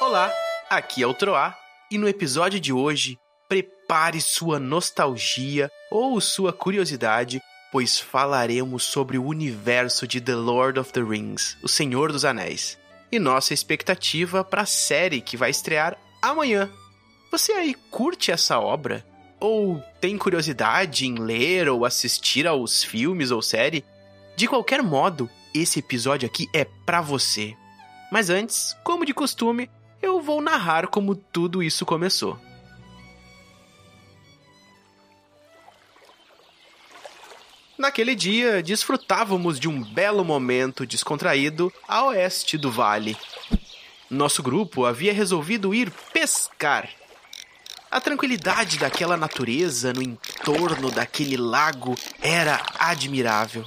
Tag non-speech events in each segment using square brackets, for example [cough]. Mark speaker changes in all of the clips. Speaker 1: Olá, aqui é o Troá e no episódio de hoje, prepare sua nostalgia ou sua curiosidade, pois falaremos sobre o universo de The Lord of the Rings, O Senhor dos Anéis, e nossa expectativa para a série que vai estrear amanhã. Você aí curte essa obra? Ou tem curiosidade em ler ou assistir aos filmes ou série? De qualquer modo, esse episódio aqui é pra você. Mas antes, como de costume, eu vou narrar como tudo isso começou. Naquele dia, desfrutávamos de um belo momento descontraído a oeste do vale. Nosso grupo havia resolvido ir pescar. A tranquilidade daquela natureza no entorno daquele lago era admirável.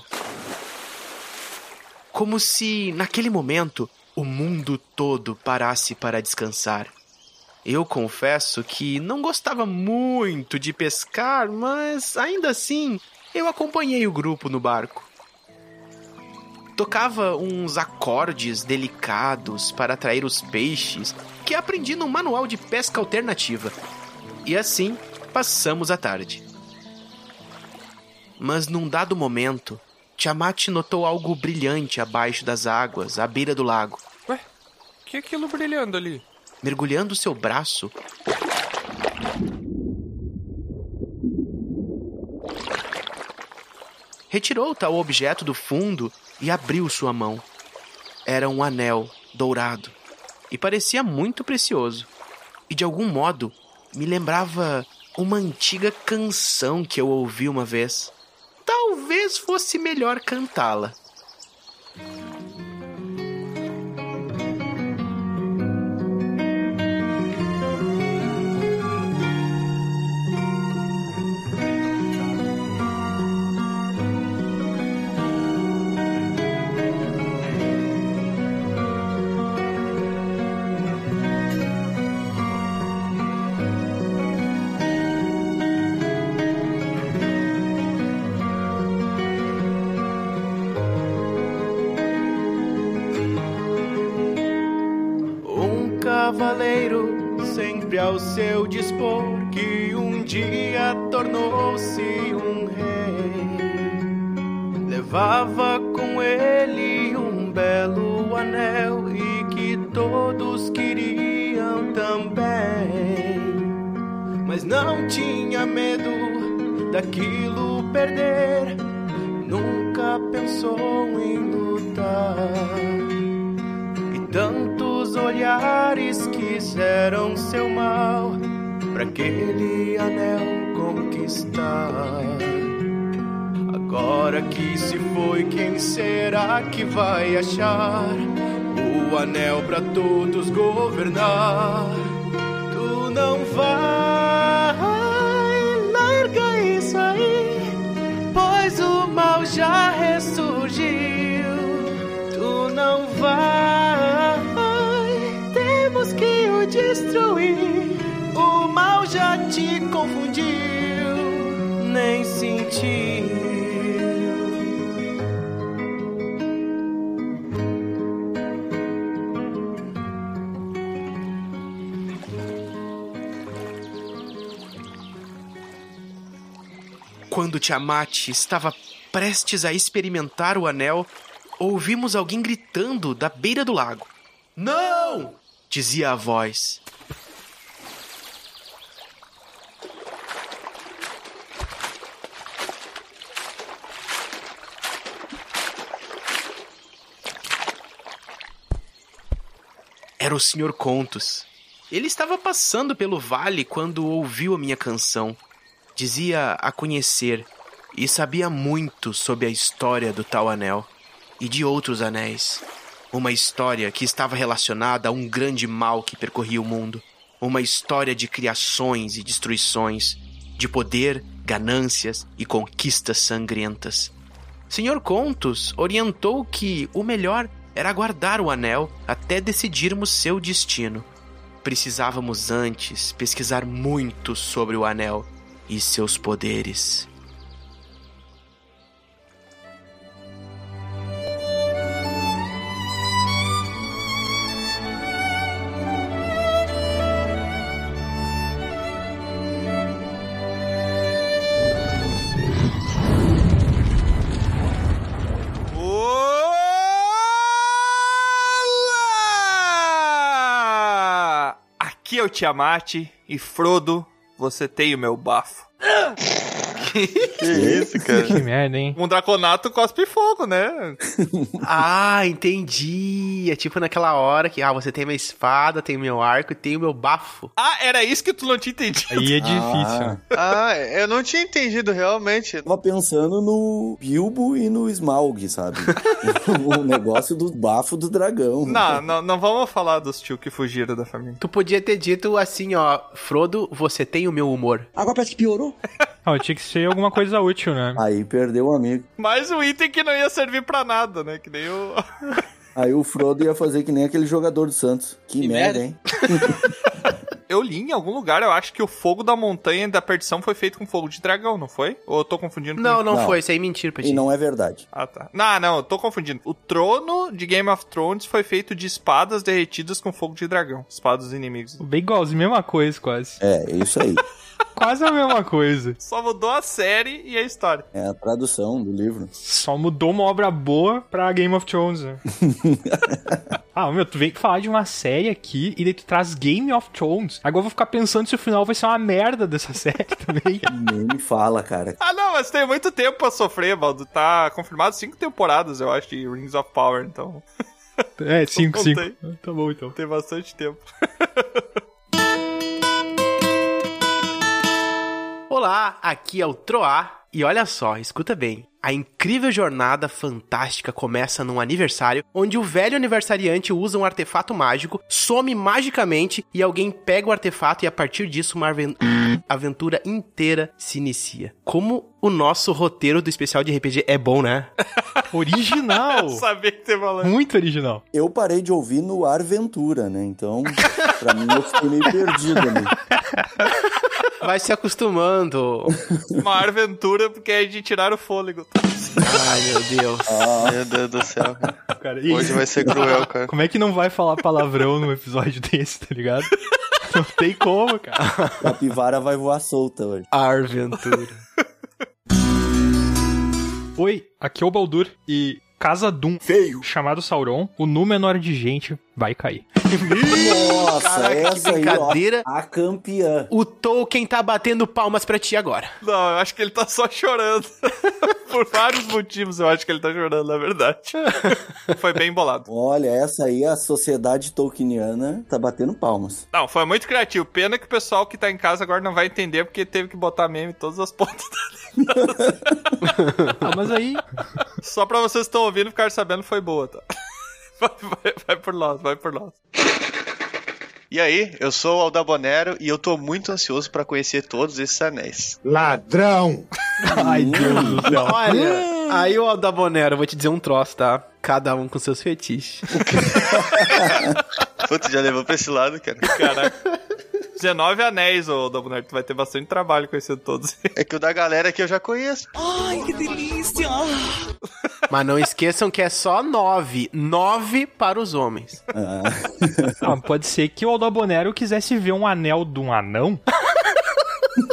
Speaker 1: Como se, naquele momento, o mundo todo parasse para descansar. Eu confesso que não gostava muito de pescar, mas ainda assim eu acompanhei o grupo no barco. Tocava uns acordes delicados para atrair os peixes que aprendi no manual de pesca alternativa. E assim passamos a tarde. Mas num dado momento, Tiamat notou algo brilhante abaixo das águas, à beira do lago.
Speaker 2: Ué, que é aquilo brilhando ali?
Speaker 1: Mergulhando seu braço, retirou tal objeto do fundo e abriu sua mão. Era um anel dourado e parecia muito precioso. E de algum modo me lembrava uma antiga canção que eu ouvi uma vez. Talvez fosse melhor cantá-la. Um cavaleiro sempre ao seu dispor, que um dia tornou-se um rei. Levava com ele um belo anel e que todos queriam também. Mas não tinha medo daquilo perder, nunca pensou em lutar e tantos olhares quiseram seu mal para aquele anel conquistar. Agora que se foi, quem será que vai achar o anel para todos governar? Tu não vai larga isso aí, pois o mal já ressurgiu tu não vai. Temos que o destruir. O mal já te confundiu, nem sentiu. Quando Tiamat estava prestes a experimentar o anel, ouvimos alguém gritando da beira do lago. Não! dizia a voz. Era o Sr. Contos. Ele estava passando pelo vale quando ouviu a minha canção. Dizia a conhecer e sabia muito sobre a história do tal anel e de outros anéis. Uma história que estava relacionada a um grande mal que percorria o mundo. Uma história de criações e destruições, de poder, ganâncias e conquistas sangrentas. Senhor Contos orientou que o melhor era guardar o anel até decidirmos seu destino. Precisávamos antes pesquisar muito sobre o anel e seus poderes.
Speaker 3: Aqui é o Tiamat e Frodo, você tem o meu bafo.
Speaker 4: Que isso, cara?
Speaker 5: Que merda, hein?
Speaker 3: Um draconato cospe fogo, né?
Speaker 1: Ah, entendi. É tipo naquela hora que, ah, você tem minha espada, tem meu arco e tem o meu bafo.
Speaker 3: Ah, era isso que tu não tinha entendido.
Speaker 5: Aí é
Speaker 4: Ah.
Speaker 5: difícil.
Speaker 4: Ah, eu não tinha entendido realmente.
Speaker 6: Tava pensando no Bilbo e no Smaug, sabe? [laughs] o negócio do bafo do dragão.
Speaker 3: Não, não, não vamos falar dos tio que fugiram da família.
Speaker 1: Tu podia ter dito assim, ó, Frodo, você tem o meu humor.
Speaker 7: Agora parece que piorou.
Speaker 5: Ó, tinha que ser alguma coisa útil, né?
Speaker 6: Aí perdeu um amigo.
Speaker 3: Mais um item que não ia servir pra nada, né? Que nem o. [laughs]
Speaker 6: Aí o Frodo ia fazer que nem aquele jogador do Santos. Que,
Speaker 7: Que
Speaker 6: merda,
Speaker 7: merda.
Speaker 6: hein?
Speaker 3: Eu li em algum lugar, eu acho que o fogo da montanha da perdição foi feito com fogo de dragão, não foi? Ou eu tô confundindo? com-
Speaker 1: Não, não,
Speaker 6: Não.
Speaker 1: foi, isso aí é mentira pra ti.
Speaker 6: E não é verdade.
Speaker 3: Ah, tá. Não, não, eu tô confundindo. O trono de Game of Thrones foi feito de espadas derretidas com fogo de dragão. Espadas dos inimigos.
Speaker 5: Bem igualzinho, mesma coisa, quase.
Speaker 6: É, é isso aí.
Speaker 5: Quase a mesma coisa.
Speaker 3: Só mudou a série e a história.
Speaker 6: É a tradução do livro.
Speaker 5: Só mudou uma obra boa pra Game of Thrones, [laughs] né? ah, meu, tu vem falar de uma série aqui e daí tu traz Game of Thrones. Agora eu vou ficar pensando se o final vai ser uma merda dessa [laughs] série também.
Speaker 6: Nem me fala, cara.
Speaker 3: Ah, não, mas tem muito tempo pra sofrer, Baldo. Tá confirmado cinco temporadas, eu acho, de Rings of Power, então
Speaker 5: É, 5,
Speaker 3: Não
Speaker 5: 5.
Speaker 3: tem.
Speaker 5: Tá bom, então.
Speaker 3: tem bastante tempo.
Speaker 1: Olá, aqui é o Troá. E olha só, escuta bem. A incrível jornada fantástica começa num aniversário onde o velho aniversariante usa um artefato mágico, some magicamente e alguém pega o artefato e a partir disso uma aven- aventura inteira se inicia. Como o nosso roteiro do especial de RPG é bom, né? [laughs]
Speaker 5: Original! [laughs]
Speaker 3: Eu sabia que você falou.
Speaker 5: Muito original.
Speaker 6: Eu parei de ouvir no Arventura, né? Então, pra mim, eu fiquei meio perdido né? ali.
Speaker 1: Vai se acostumando.
Speaker 3: Uma aventura porque é de tirar o fôlego.
Speaker 1: Ai, meu Deus.
Speaker 4: Meu Deus do céu. cara.
Speaker 5: Cara, e-
Speaker 4: Hoje vai [laughs] ser cruel, cara.
Speaker 5: Como é que não vai falar palavrão num episódio [laughs] desse, tá ligado? Não tem como, cara.
Speaker 6: Capivara vai voar solta hoje.
Speaker 1: Arventura.
Speaker 5: Oi, aqui é o Baldur e Casa Doom,
Speaker 6: Feio!
Speaker 5: chamado Sauron, o número de gente vai cair.
Speaker 6: Nossa,
Speaker 1: Caraca, que
Speaker 6: essa aí, ó.
Speaker 1: brincadeira.
Speaker 6: A campeã.
Speaker 1: O Tolkien tá batendo palmas pra ti agora.
Speaker 3: Não, eu acho que ele tá só chorando. [laughs] Por vários motivos, eu acho que ele tá chorando, na verdade. Foi bem bolado.
Speaker 6: Olha, essa aí, a sociedade tolkieniana tá batendo palmas.
Speaker 3: Não, foi muito criativo. Pena que o pessoal que tá em casa agora não vai entender porque teve que botar meme em todas as [laughs] pontas.
Speaker 5: Ah, mas aí,
Speaker 3: Só pra vocês que estão ouvindo ficar sabendo, foi boa, tá? [laughs] Vai, vai, vai por nós, vai por nós.
Speaker 4: E aí, eu sou o Aldabonero e eu tô muito ansioso pra conhecer todos esses anéis.
Speaker 5: [laughs] ai Deus do céu.
Speaker 1: Olha, aí o Aldabonero, eu vou te dizer um troço, tá? Cada um com seus fetiches.
Speaker 4: Puta, já levou pra esse lado, cara.
Speaker 3: Caraca. 19 anéis, ô Dabuner. Tu vai ter bastante trabalho conhecendo todos. [laughs]
Speaker 4: É que o da galera que eu já conheço.
Speaker 1: Mas não esqueçam que é só nove. Nove para os homens.
Speaker 6: Ah,
Speaker 5: Ah, pode ser que o Aldabonero quisesse ver um anel de um anão.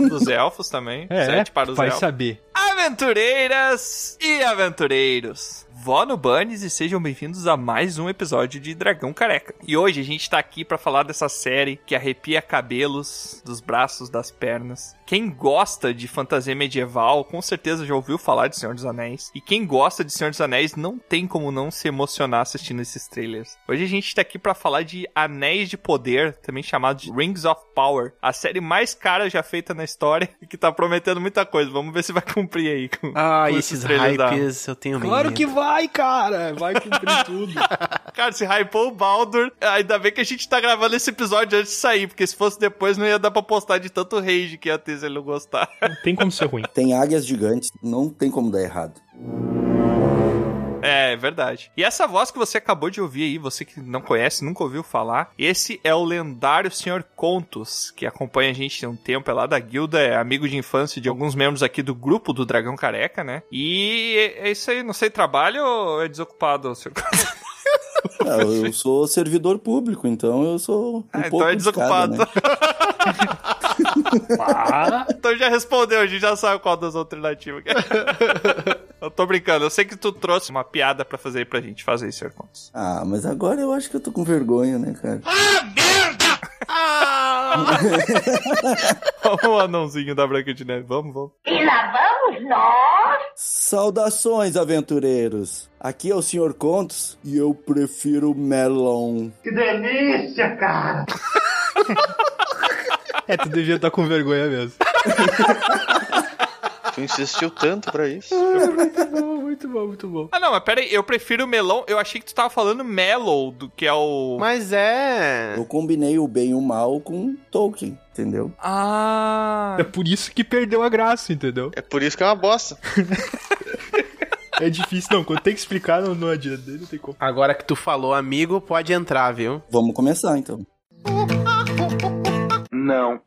Speaker 5: É,
Speaker 3: Dos elfos também. Sete para os
Speaker 5: vai
Speaker 3: elfos.
Speaker 5: saber.
Speaker 3: Aventureiras e aventureiros! Vó no Bunnies e sejam bem-vindos a mais um episódio de Dragão Careca. E hoje a gente tá aqui pra falar dessa série que arrepia cabelos dos braços, das pernas. Quem gosta de fantasia medieval, com certeza já ouviu falar de Senhor dos Anéis. E quem gosta de Senhor dos Anéis não tem como não se emocionar assistindo esses trailers. Hoje a gente tá aqui pra falar de Anéis de Poder, também chamado de Rings of Power, a série mais cara já feita na história [laughs] e que tá prometendo muita coisa. Vamos ver se vai cumprir aí. com-
Speaker 1: Ah,
Speaker 3: com
Speaker 1: esses
Speaker 3: trailers da-
Speaker 1: hypes eu tenho medo.
Speaker 5: Claro que vai, cara. Vai [laughs] cumprir tudo.
Speaker 3: Cara, se hypou o Baldur, ainda bem que a gente tá gravando esse episódio antes de sair, porque se fosse depois não ia dar pra postar de tanto rage que ia ter se ele não gostar. [laughs]
Speaker 5: Não tem como ser ruim.
Speaker 6: tem águias gigantes, não tem como dar errado.
Speaker 3: É, é verdade. E essa voz que você acabou de ouvir aí, você que não conhece, nunca ouviu falar, esse é o lendário Sr. Contos, que acompanha a gente há um tempo, é lá da guilda, é amigo de infância de alguns membros aqui do grupo do Dragão Careca, né? E é isso aí, não sei, trabalho ou é desocupado, Sr.
Speaker 6: Um
Speaker 3: Contos?
Speaker 6: Ah, eu sou servidor público, então eu sou um
Speaker 3: [laughs] Ah, então
Speaker 6: pouco
Speaker 3: é
Speaker 6: de cada,
Speaker 3: desocupado.
Speaker 6: né?
Speaker 5: Para.
Speaker 3: [laughs] Então já respondeu, a gente já sabe qual das alternativas.
Speaker 6: [laughs]
Speaker 3: que é. eu tô brincando, eu sei que tu trouxe uma piada pra fazer aí pra gente fazer, Sr. Contos. [laughs]
Speaker 6: Ah, mas agora eu acho que eu tô com vergonha, né, cara?
Speaker 1: Ah,
Speaker 3: o anãozinho da Branca de Neve. Vamos, vamos.
Speaker 7: E lá vamos nós.
Speaker 6: Saudações, aventureiros! Aqui é o Sr. Contos e eu prefiro melon.
Speaker 7: Que delícia, cara.
Speaker 5: É, tu devia estar com vergonha mesmo.
Speaker 4: Tu insistiu tanto pra isso.
Speaker 5: muito bom, muito bom.
Speaker 3: Ah, não, mas pera aí. Eu prefiro melão. Eu achei que tu tava falando mellow, do que é o...
Speaker 1: Mas é.
Speaker 6: Eu combinei o bem e o mal com Tolkien, entendeu?
Speaker 3: Ah...
Speaker 5: É por isso que perdeu a graça, entendeu?
Speaker 4: É por isso que é uma bosta.
Speaker 5: É difícil, não. Quando tem que explicar, não, não adianta. Não tem como.
Speaker 1: Agora que tu falou, amigo, pode entrar, viu?
Speaker 6: Vamos começar então.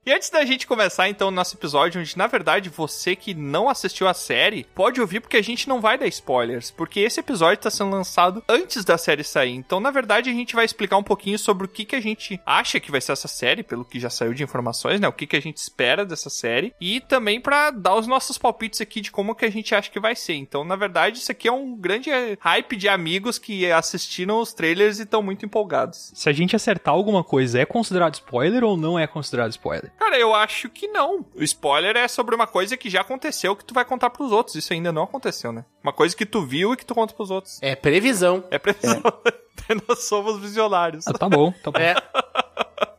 Speaker 3: E antes da gente começar, então, o nosso episódio, onde, na verdade, você que não assistiu a série, pode ouvir porque a gente não vai dar spoilers, porque esse episódio tá sendo lançado antes da série sair. Então, na verdade, a gente vai explicar um pouquinho sobre o que, que a gente acha que vai ser essa série, pelo que já saiu de informações, né? O que, que a gente espera dessa série. E também pra dar os nossos palpites aqui de como que a gente acha que vai ser. Então, na verdade, isso aqui é um grande eh, hype de amigos que assistiram os trailers e estão muito empolgados.
Speaker 5: Se a gente acertar alguma coisa, é considerado spoiler ou não é considerado spoiler?
Speaker 3: Cara, eu acho que não. O spoiler é sobre uma coisa que já aconteceu que tu vai contar pros outros. Isso ainda não aconteceu, né? Uma coisa que tu viu e que tu conta pros outros.
Speaker 1: É previsão.
Speaker 3: É previsão. [laughs] Nós somos visionários.
Speaker 5: Ah, tá bom, tá bom.
Speaker 1: É.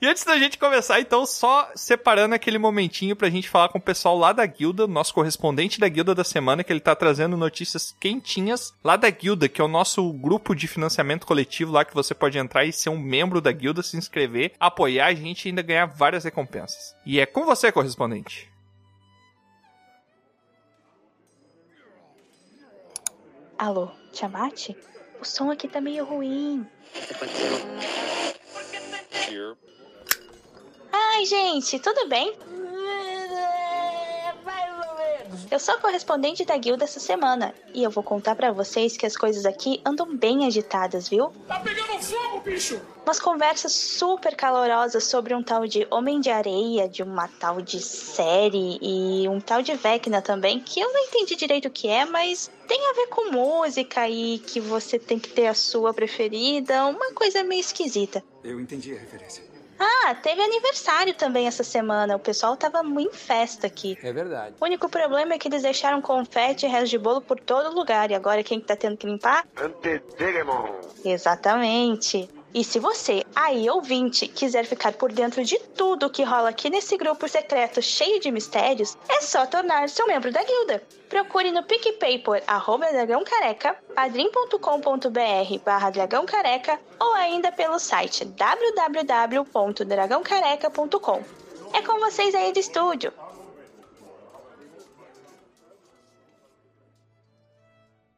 Speaker 3: E antes da gente começar, então, só separando aquele momentinho pra gente falar com o pessoal lá da guilda, nosso correspondente da guilda da semana, que ele tá trazendo notícias quentinhas lá da guilda, que é o nosso grupo de financiamento coletivo lá que você pode entrar e ser um membro da guilda, se inscrever, apoiar a gente e ainda ganhar várias recompensas. E é com você, correspondente.
Speaker 8: Alô, Tiamat? O som aqui tá meio ruim. Ai, gente, tudo bem? Eu sou a correspondente da guilda essa semana e eu vou contar pra vocês que as coisas aqui andam bem agitadas, viu? umas conversas super calorosas sobre um tal de Homem de Areia, de uma tal de série e um tal de Vecna também, que eu não entendi direito o que é, mas tem a ver com música e que você tem que ter a sua preferida, uma coisa meio esquisita.
Speaker 9: Eu entendi a referência.
Speaker 8: Ah, teve aniversário também essa semana, o pessoal tava em festa aqui.
Speaker 9: É verdade.
Speaker 8: O único problema é que eles deixaram confete e resto de bolo por todo lugar, e agora quem que tá tendo que limpar Exatamente. E se você, aí ouvinte, quiser ficar por dentro de tudo que rola aqui nesse grupo secreto cheio de mistérios, é só tornar-se um membro da guilda. Procure no PicPay por arroba dragão careca, padrim.com.br barra dragão careca ou ainda pelo site www.dragãocareca.com. É com vocês aí do estúdio.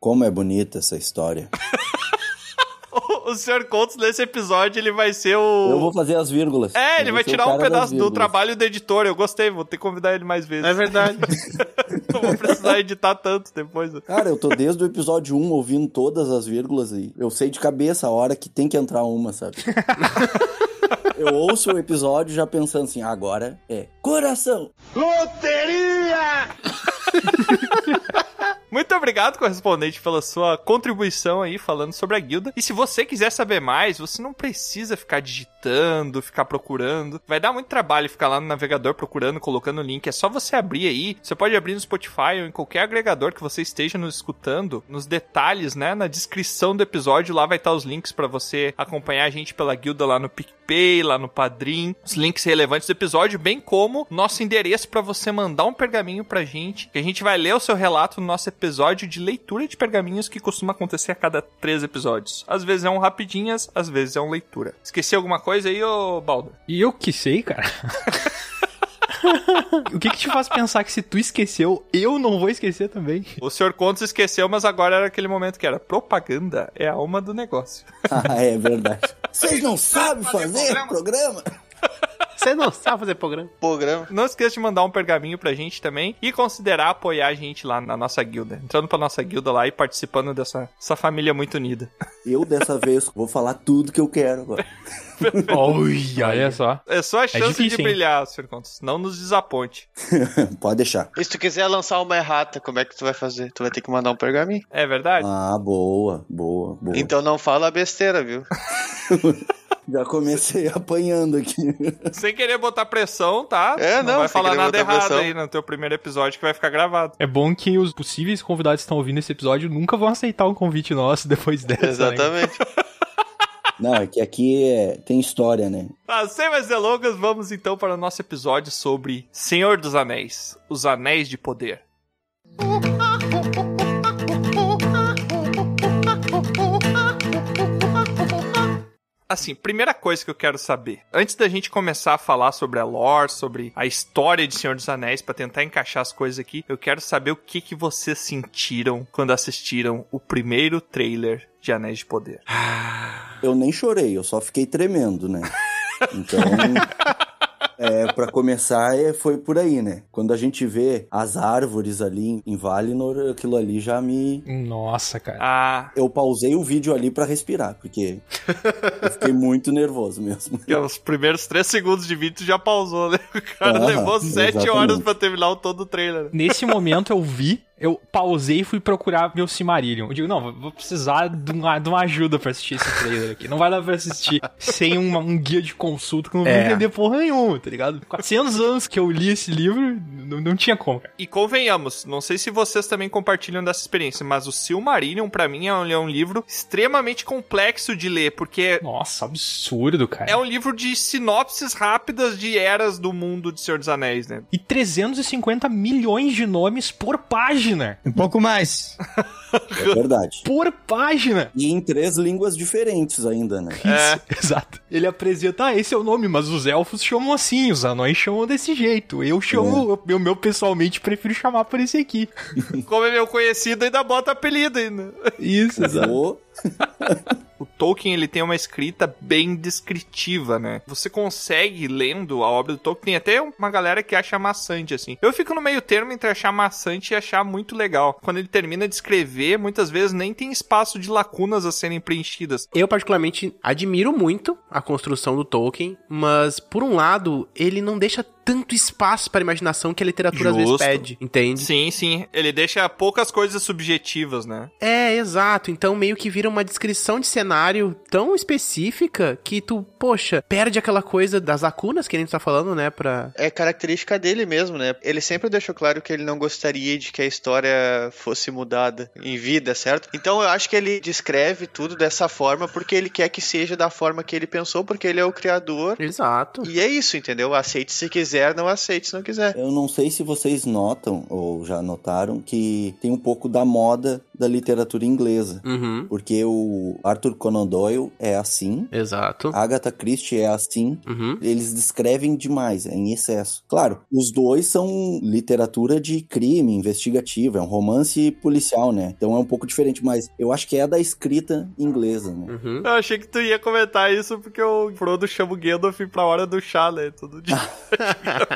Speaker 6: Como é bonita essa história.
Speaker 3: [laughs] O, o Sr. Contos, nesse episódio, ele vai ser
Speaker 6: Eu
Speaker 3: o.
Speaker 6: vou fazer as vírgulas.
Speaker 3: É, ele
Speaker 6: Eu
Speaker 3: vai
Speaker 6: sou o
Speaker 3: tirar um
Speaker 6: cara das
Speaker 3: pedaço do
Speaker 6: vírgulas.
Speaker 3: trabalho do editor. Eu gostei, vou ter que convidar ele mais vezes.
Speaker 1: É verdade.
Speaker 3: [laughs] Não vou precisar editar tanto depois.
Speaker 6: Cara, eu tô desde o episódio 1 ouvindo todas as vírgulas e eu sei de cabeça a hora que tem que entrar uma,
Speaker 3: [laughs]
Speaker 6: sabe? Eu ouço o episódio já pensando assim, agora é coração. [laughs]
Speaker 3: Muito obrigado, correspondente, pela sua contribuição aí falando sobre a guilda. E se você quiser saber mais, você não precisa ficar digitando, ficar procurando. Vai dar muito trabalho ficar lá no navegador procurando, colocando o link. É só você abrir aí. Você pode abrir no Spotify ou em qualquer agregador que você esteja nos escutando. Nos detalhes, né? Na descrição do episódio, lá vai estar tá os links pra você acompanhar a gente pela guilda lá no PicPay, lá no Padrim, os links relevantes do episódio, bem como nosso endereço pra você mandar um pergaminho pra gente, que a gente vai ler o seu relato no nosso episódio de leitura de pergaminhos que costuma acontecer a cada três episódios. Às vezes é um rapidinhas, às vezes é um leitura. Esqueci alguma coisa aí, ô Baldo?
Speaker 5: E eu que sei, cara. [laughs] o que que te faz pensar que se tu esqueceu, eu não vou esquecer também?
Speaker 3: O senhor Contos esqueceu, mas agora era aquele momento que era propaganda é a alma do negócio.
Speaker 6: Ah, é verdade. Vocês não sabem fazer programa?
Speaker 1: Você não sabe fazer programa.
Speaker 4: Programa.
Speaker 3: Não esqueça de mandar um pergaminho pra gente também e considerar apoiar a gente lá na nossa guilda. Entrando pra nossa guilda lá e participando dessa essa família muito unida.
Speaker 6: Eu dessa vez vou falar tudo que eu quero agora. [laughs]
Speaker 5: Olha, olha só.
Speaker 3: É só a chance
Speaker 5: difícil,
Speaker 3: de
Speaker 5: hein?
Speaker 3: brilhar, Sr. Contos. Não nos desaponte.
Speaker 6: Pode deixar.
Speaker 4: E se tu quiser lançar uma errata, como é que tu vai fazer? Tu vai ter que mandar um pergaminho.
Speaker 3: É verdade?
Speaker 4: É.
Speaker 3: Então-
Speaker 6: Ah, boa, boa, boa.
Speaker 4: Então não fala besteira, viu?
Speaker 6: Já comecei [laughs] apanhando aqui.
Speaker 3: Sem querer botar pressão, tá?
Speaker 4: Ah. É, não,
Speaker 3: vai
Speaker 4: sem
Speaker 3: falar
Speaker 4: querer
Speaker 3: nada
Speaker 4: botar
Speaker 3: errado
Speaker 4: pressão.
Speaker 3: aí no teu primeiro episódio que vai ficar gravado.
Speaker 5: É bom que os possíveis convidados que estão ouvindo esse episódio nunca vão aceitar um convite nosso depois dessa. né?
Speaker 4: [laughs] Exatamente.
Speaker 6: Não, é que aqui é- tem história, né?
Speaker 3: Tá, sem mais delongas, vamos então para o nosso episódio sobre Senhor dos Anéis, os Anéis de Poder. Assim, primeira coisa que eu quero saber, antes da gente começar a falar sobre a lore, sobre a história de Senhor dos Anéis, pra tentar encaixar as coisas aqui, eu quero saber o que, que vocês sentiram quando assistiram o primeiro trailer de Anéis de Poder.
Speaker 6: Eu nem chorei, eu só fiquei tremendo, né? Então. É, para começar, é, foi por aí, né? Quando a gente vê as árvores ali em Valinor, aquilo ali já me.
Speaker 5: Nossa, cara.
Speaker 3: Ah,
Speaker 6: Eu pausei o vídeo ali pra respirar, porque eu fiquei muito nervoso mesmo.
Speaker 3: que os primeiros três segundos de vídeo tu já pausou, né? O cara
Speaker 6: Aham,
Speaker 3: levou sete
Speaker 6: exatamente.
Speaker 3: horas pra terminar o todo o trailer. né?
Speaker 5: Nesse momento eu vi, eu pausei e fui procurar meu Cimarillion. Eu digo, não, vou precisar de uma, de uma ajuda pra assistir esse trailer aqui. Não vai dar pra assistir sem uma- um guia de consulta que eu não vou
Speaker 1: É.
Speaker 5: entender porra nenhuma, tá ligado? 400 anos que eu li esse livro, não, não tinha como, cara.
Speaker 3: E convenhamos, não sei se vocês também compartilham dessa experiência, mas o Silmarillion, pra mim, é um, é um livro extremamente complexo de ler, porque
Speaker 5: Nossa, absurdo, cara.
Speaker 3: é um livro de sinopses rápidas de eras do mundo de Senhor dos Anéis, né?
Speaker 5: E 350 milhões de nomes por página.
Speaker 9: Um pouco mais.
Speaker 6: É verdade.
Speaker 5: Por página!
Speaker 6: E em três línguas diferentes ainda, né?
Speaker 5: Isso, [laughs] exato. Ele apresenta, ah, esse é o nome, mas os elfos chamam assim, os anões chamam desse jeito. Eu chamo, eu, eu- meu pessoalmente prefiro chamar por esse aqui.
Speaker 3: Como é meu conhecido, ainda bota apelido ainda.
Speaker 5: Isso,
Speaker 6: Vou-
Speaker 3: O Tolkien ele tem uma escrita bem descritiva, né? Você consegue lendo a obra do Tolkien. Tem até uma galera que acha maçante, assim. Eu fico no meio termo entre achar maçante e achar muito legal. Quando ele termina de escrever, muitas vezes nem tem espaço de lacunas a serem preenchidas.
Speaker 1: Eu, particularmente, admiro muito a construção do Tolkien, mas, por um lado, ele não deixa tanto espaço para a imaginação que a literatura às
Speaker 3: Justo.
Speaker 1: vezes pede, entende?
Speaker 3: Sim, sim. Ele deixa poucas coisas subjetivas, né?
Speaker 1: É, exato. Então, meio que vira uma descrição de cenário tão específica que tu, poxa, perde aquela coisa das lacunas que a gente tá falando, né? Pra.
Speaker 4: É característica dele mesmo, né? Ele sempre deixou claro que ele não gostaria de que a história fosse mudada em vida, certo? Então eu acho que ele descreve tudo dessa forma porque ele quer que seja da forma que ele pensou, porque ele é o criador.
Speaker 1: Exato.
Speaker 4: E é isso, entendeu? Aceite se quiser, não aceite se não quiser.
Speaker 6: Eu não sei se vocês notam, ou já notaram, que tem um pouco da moda da literatura inglesa.
Speaker 1: Uhum.
Speaker 6: Porque o Arthur Conan Doyle é assim,
Speaker 1: Exato.
Speaker 6: Agatha Christie é assim.
Speaker 1: Uhum.
Speaker 6: Eles descrevem demais, é em excesso. Claro, os dois são literatura de crime, investigativa, é um romance policial, né? Então é um pouco diferente, mas eu acho que é da escrita inglesa, né?
Speaker 1: Uhum.
Speaker 3: Eu achei que tu ia comentar isso porque o Frodo chama o Gandalf pra hora do chá, né? Todo [laughs] dia.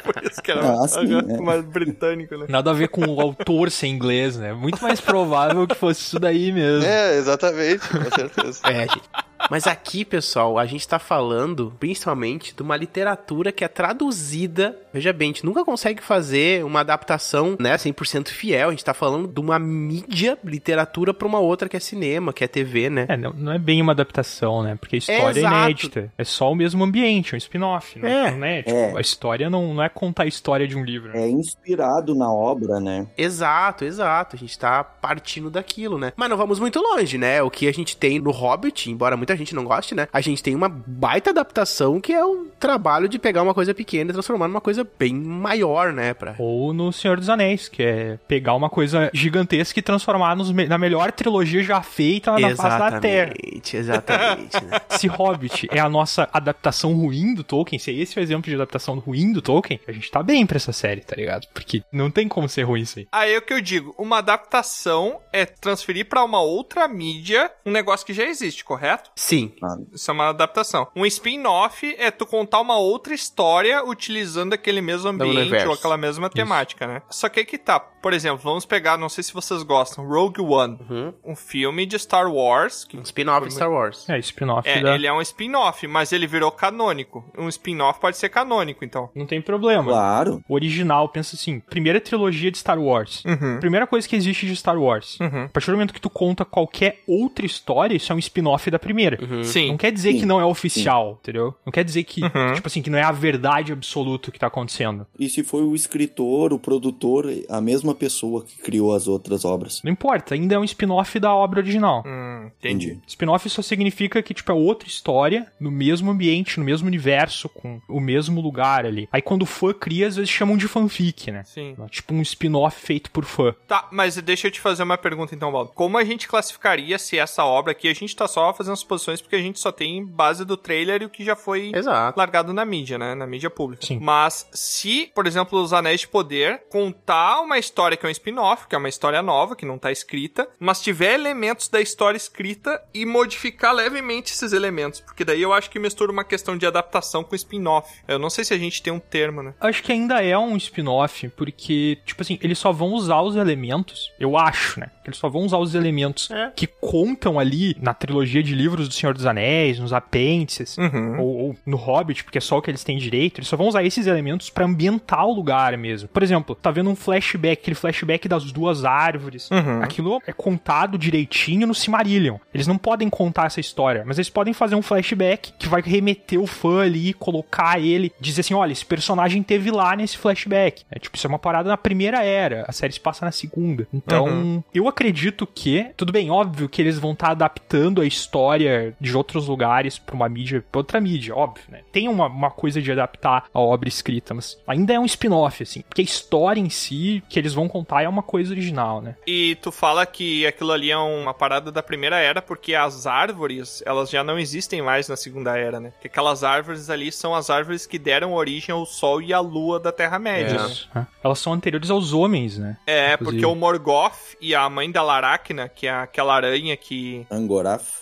Speaker 3: Por isso que era um
Speaker 6: Ah, sim, é.
Speaker 3: mais britânico, né?
Speaker 5: Nada a ver com o autor ser inglês, né? Muito mais provável que fosse isso daí mesmo.
Speaker 4: É, exatamente, com [laughs] certeza.
Speaker 1: É, gente. [laughs] Mas aqui, pessoal, a gente tá falando principalmente de uma literatura que é traduzida. Veja bem, a gente nunca consegue fazer uma adaptação, né, 100% fiel. A gente tá falando de uma mídia, literatura, pra uma outra que é cinema, que é TV, né?
Speaker 5: É, não, não é bem uma adaptação, né? Porque a história é,
Speaker 1: Exato.
Speaker 5: inédita. É só o mesmo ambiente, é um spin-off, né?
Speaker 1: É.
Speaker 5: Não é, tipo,
Speaker 6: É.
Speaker 5: A história não, não é contar a história de um livro. né?
Speaker 6: É inspirado na obra, né?
Speaker 1: Uhum. Exato, exato. A gente tá partindo daquilo, né? Mas não vamos muito longe, né? O que a gente tem no Hobbit, embora muita gente não goste, né? A gente tem uma baita adaptação que é um trabalho de pegar uma coisa pequena e transformar numa coisa bem maior, né? Pra...
Speaker 5: Ou no Senhor dos Anéis, que é pegar uma coisa gigantesca e transformar nos me- na melhor trilogia já feita na face da Terra.
Speaker 1: exatamente, exatamente.
Speaker 5: [laughs]
Speaker 1: né?
Speaker 5: Se Hobbit é a nossa adaptação ruim do Tolkien, se é esse o exemplo de adaptação ruim do Tolkien, a gente tá bem pra essa série, tá ligado? Porque não tem como ser ruim isso aí.
Speaker 3: Aí é o que eu digo, uma adaptação é transferir pra uma outra mídia um negócio que já existe, correto?
Speaker 1: Sim,
Speaker 3: Isso é uma adaptação. Um spin-off é tu contar uma outra história utilizando aquele mesmo ambiente
Speaker 1: universo.
Speaker 3: ou aquela mesma temática, né? Só que aí que tá, por exemplo, vamos pegar, não sei se vocês gostam, Rogue One,
Speaker 1: Uhum.
Speaker 3: um filme de Star Wars que
Speaker 1: um spin-off de Star Wars.
Speaker 5: É, spin-off
Speaker 3: é,
Speaker 5: da...
Speaker 3: ele é um spin-off, mas ele virou canônico. Um spin-off pode ser canônico, então.
Speaker 5: Não tem problema.
Speaker 6: Claro.
Speaker 5: O original, pensa assim, primeira trilogia de Star Wars.
Speaker 3: Uhum.
Speaker 5: Primeira coisa que existe de Star Wars.
Speaker 3: Uhum.
Speaker 5: A partir do momento que tu conta qualquer outra história, isso é um spin-off da maneira.
Speaker 3: Sim.
Speaker 5: Não quer dizer
Speaker 6: Sim. Uhum.
Speaker 5: que não é oficial, entendeu? Não quer dizer que, tipo assim, que não é a verdade absoluta que tá acontecendo.
Speaker 6: E se foi o escritor, o produtor, a mesma pessoa que criou as outras obras?
Speaker 5: Não importa, ainda é um spin-off da obra original.
Speaker 3: Hum, entendi.
Speaker 5: Spin-off só significa que, tipo, é outra história, no mesmo ambiente, no mesmo universo, com o mesmo lugar ali. Aí quando o fã cria, às vezes chamam de fanfic, né?
Speaker 3: Sim.
Speaker 5: Tipo um spin-off feito por fã.
Speaker 3: Tá, mas deixa eu te fazer uma pergunta então, Baldo. Como a gente classificaria se essa obra aqui, a gente tá só fazendo suposições porque a gente só tem base do trailer e o que já foi
Speaker 1: Exato.
Speaker 3: largado na mídia, né? Na mídia pública.
Speaker 5: Sim.
Speaker 3: Mas se, por exemplo, os Anéis de Poder contar uma história que é um spin-off, que é uma história nova, que não tá escrita, mas tiver elementos da história escrita e modificar levemente esses elementos, porque daí eu acho que mistura uma questão de adaptação com spin-off. Eu não sei se a gente tem um termo, né?
Speaker 5: Acho que ainda é um spin-off, porque, tipo assim, eles só vão usar os elementos, eu acho, né? Que Eles só vão usar os elementos que contam ali na trilogia de livros do Senhor dos Anéis, nos apêndices,
Speaker 3: Uhum.
Speaker 5: ou, ou no Hobbit, porque é só o que eles têm direito, eles só vão usar esses elementos pra ambientar o lugar mesmo. Por exemplo, tá vendo um flashback, aquele flashback das duas árvores.
Speaker 3: Uhum.
Speaker 5: Aquilo é contado direitinho no Cimarillion. Eles não podem contar essa história, mas eles podem fazer um flashback que vai remeter o fã ali, colocar ele, dizer assim, olha, esse personagem teve lá nesse flashback. É tipo, isso é uma parada na primeira era, a série se passa na segunda. Então, eu acredito que, tudo bem, óbvio que eles vão estar adaptando a história de outros lugares pra uma mídia, pra outra mídia, óbvio, né? Tem uma, uma coisa de adaptar a obra escrita, mas ainda é um spin-off, assim, porque a história em si que eles vão contar é uma coisa original, né?
Speaker 3: E tu fala que aquilo ali é uma parada da primeira era, porque as árvores, elas já não existem mais na segunda era, né? Porque aquelas árvores ali são as árvores que deram origem ao Sol e à Lua da Terra-média. né?
Speaker 5: É. Elas são anteriores aos homens, né?
Speaker 3: É,
Speaker 5: Inclusive.
Speaker 3: porque o Morgoth e a mãe da Laracna, que é aquela aranha que
Speaker 6: Angoraf?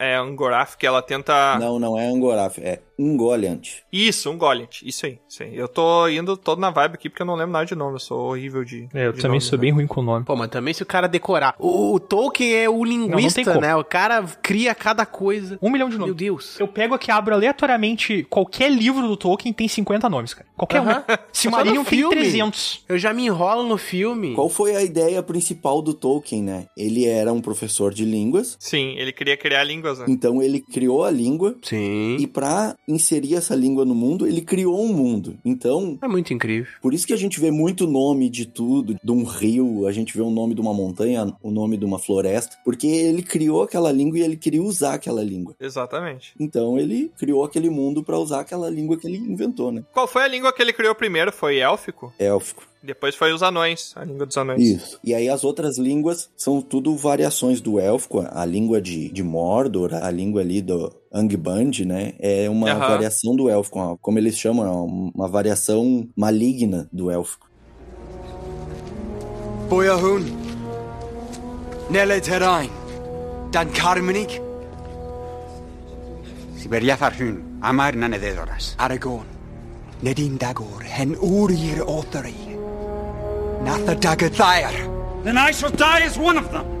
Speaker 3: é Angorath, que ela tenta...
Speaker 6: Não, não é Angoraf, é Ungoliant.
Speaker 3: Isso, um Goliath. Isso aí, isso aí. Eu tô indo todo na vibe aqui, porque eu não lembro nada de nome, eu sou horrível de
Speaker 5: É, eu
Speaker 3: de nome,
Speaker 5: também sou
Speaker 3: né?
Speaker 5: bem ruim com o nome.
Speaker 1: Pô, mas também se o cara decorar. O, o Tolkien é o linguista,
Speaker 5: tem como.
Speaker 1: né? O cara cria cada coisa.
Speaker 5: Um milhão de
Speaker 1: Meu
Speaker 5: nomes.
Speaker 1: Deus.
Speaker 5: Eu pego aqui, abro aleatoriamente qualquer livro do Tolkien tem 50 nomes, cara. Qualquer
Speaker 1: Aham.
Speaker 5: um. Silmarillion
Speaker 1: Só no
Speaker 5: tem
Speaker 1: filme.
Speaker 5: 300.
Speaker 1: Eu já me enrolo no filme.
Speaker 6: Qual foi a ideia principal do Tolkien, né? Ele era um professor de línguas,
Speaker 3: Sim, ele queria criar línguas, né?
Speaker 6: então ele criou a língua
Speaker 1: Sim.
Speaker 6: e pra inserir essa língua no mundo, ele criou um mundo. Então,
Speaker 1: É muito incrível.
Speaker 6: por isso que a gente vê muito nome de tudo, de um rio, a gente vê o nome de uma montanha, o nome de uma floresta, porque ele criou aquela língua e ele queria usar aquela língua.
Speaker 3: Exatamente.
Speaker 6: Então ele criou aquele mundo pra usar aquela língua que ele inventou, né?
Speaker 3: Qual foi a língua que ele criou primeiro? Foi élfico?
Speaker 6: Élfico.
Speaker 3: Depois foi os anões, a língua dos anões.
Speaker 6: Isso. E aí as outras línguas são tudo variações do élfico, a língua de, de Mordor, a língua ali do Angband, né? É uma
Speaker 3: Aham.
Speaker 6: variação do élfico, uma- como eles chamam, é uma variação maligna do élfico.
Speaker 9: Bwyr hwn. Neled herain. Dan Carmenig. Siberiathar hwn. Amair naneddedoras. Aragon. Nedin dagor. Hen urir othari. Natha dagadthair. Then I shall die as one of them.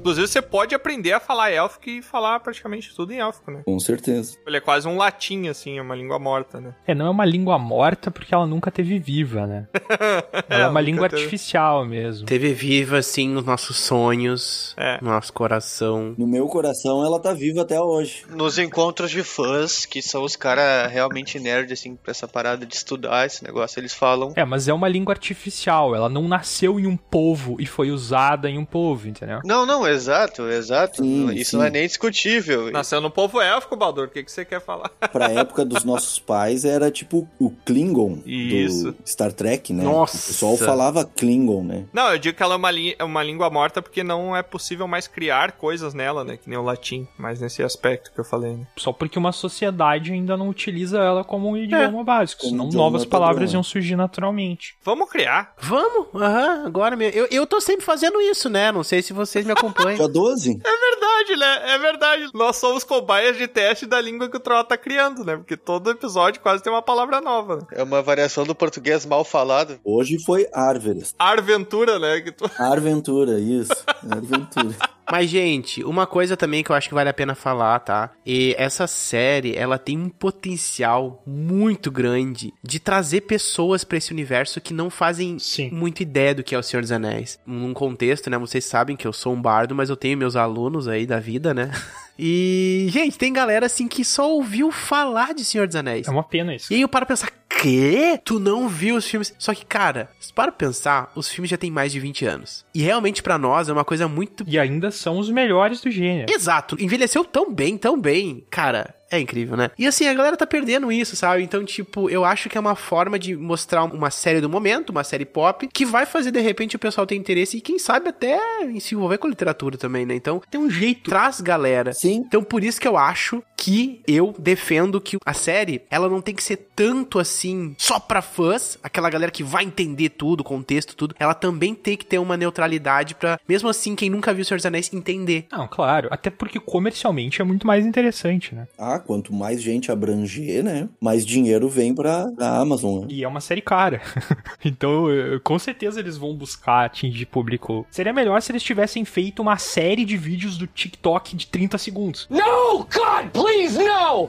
Speaker 3: Inclusive, você pode aprender a falar élfico e falar praticamente tudo em élfico, né?
Speaker 6: Com certeza.
Speaker 3: Ele é quase um latim, assim, é uma língua morta, né?
Speaker 5: É, não é uma língua morta porque ela nunca teve viva, né?
Speaker 1: [laughs]
Speaker 5: Ela é,
Speaker 3: [laughs] nunca
Speaker 5: uma língua
Speaker 3: teve.
Speaker 5: artificial mesmo.
Speaker 1: TV viva, assim, nos nossos sonhos,
Speaker 3: É.
Speaker 1: no nosso coração.
Speaker 6: No meu coração ela tá viva até hoje.
Speaker 4: Nos encontros de fãs, que são os caras realmente nerds, assim, pra essa parada de estudar esse negócio, eles falam.
Speaker 5: É, mas é uma língua artificial. Ela não nasceu em um povo e foi usada em um povo, entendeu?
Speaker 4: Não, não, exato, exato.
Speaker 6: Sim,
Speaker 4: Isso
Speaker 6: sim.
Speaker 4: não é nem discutível.
Speaker 3: Nasceu no povo élfico, Baldur, o que, que você quer falar? [laughs]
Speaker 6: Pra época dos nossos pais era tipo o Klingon
Speaker 3: Isso.
Speaker 6: do Star Trek, né?
Speaker 1: Nossa.
Speaker 6: O pessoal falava Klingon, né?
Speaker 3: Não, eu digo que ela é uma, li- é uma língua morta porque não é possível mais criar coisas nela, né? Que nem o latim, mas nesse aspecto que eu falei, né?
Speaker 5: Só porque uma sociedade ainda não utiliza ela como
Speaker 1: É.
Speaker 5: um idioma básico.
Speaker 6: como
Speaker 5: Senão
Speaker 6: idioma
Speaker 5: novas palavras
Speaker 6: padrão,
Speaker 5: iam surgir naturalmente.
Speaker 3: Vamos criar.
Speaker 1: Vamos? Aham, agora mesmo. Eu, eu tô sempre fazendo isso, né? Não sei se vocês me
Speaker 6: [laughs]
Speaker 1: acompanham.
Speaker 6: Dia 12?
Speaker 3: Verdade, né? É verdade. Nós somos cobaias de teste da língua que o Troll tá criando, né? Porque todo episódio quase tem uma palavra nova, né?
Speaker 4: É uma variação do português mal falado.
Speaker 6: Hoje foi Árvores.
Speaker 3: Arventura, né? Que tu...
Speaker 6: Arventura, isso. Arventura.
Speaker 1: Mas, gente, uma coisa também que eu acho que vale a pena falar, tá? E essa série, ela tem um potencial muito grande de trazer pessoas pra esse universo que não fazem
Speaker 5: Sim.
Speaker 1: muito ideia do que é o Senhor dos Anéis. Num contexto, né? Vocês sabem que eu sou um bardo, mas eu tenho meus alunos aí da vida, né? [laughs] E, gente, tem galera assim que só ouviu falar de Senhor dos Anéis.
Speaker 5: É uma pena isso.
Speaker 1: E aí eu paro pra pensar, quê? Tu não viu os filmes? Só que, cara, se para pra pensar, os filmes já têm mais de 20 anos. E realmente pra nós é uma coisa muito
Speaker 5: E ainda são os melhores do gênero.
Speaker 1: Exato, envelheceu tão bem, tão bem. Cara, é incrível, né? E assim, a galera tá perdendo isso, sabe? Então, tipo, eu acho que é uma forma de mostrar uma série do momento, uma série pop, que vai fazer de repente o pessoal ter interesse e quem sabe até em se envolver com literatura também, né? Então, tem um jeito. Traz galera.
Speaker 6: Sim.
Speaker 1: Então, por isso que eu acho que eu defendo que a série, ela não tem que ser tanto assim só pra fãs, aquela galera que vai entender tudo, contexto, tudo. Ela também tem que ter uma neutralidade pra, mesmo assim, quem nunca viu o Senhor dos Anéis entender.
Speaker 5: Não, claro. Até porque comercialmente é muito mais interessante, né?
Speaker 6: Ah, quanto mais gente abranger, né? Mais dinheiro vem pra, pra Amazon. né?
Speaker 5: E é uma série cara. [laughs] então, eh, com certeza eles vão buscar atingir público. Seria melhor se eles tivessem feito uma série de vídeos do TikTok de 30 segundos.
Speaker 7: No, God, please, no!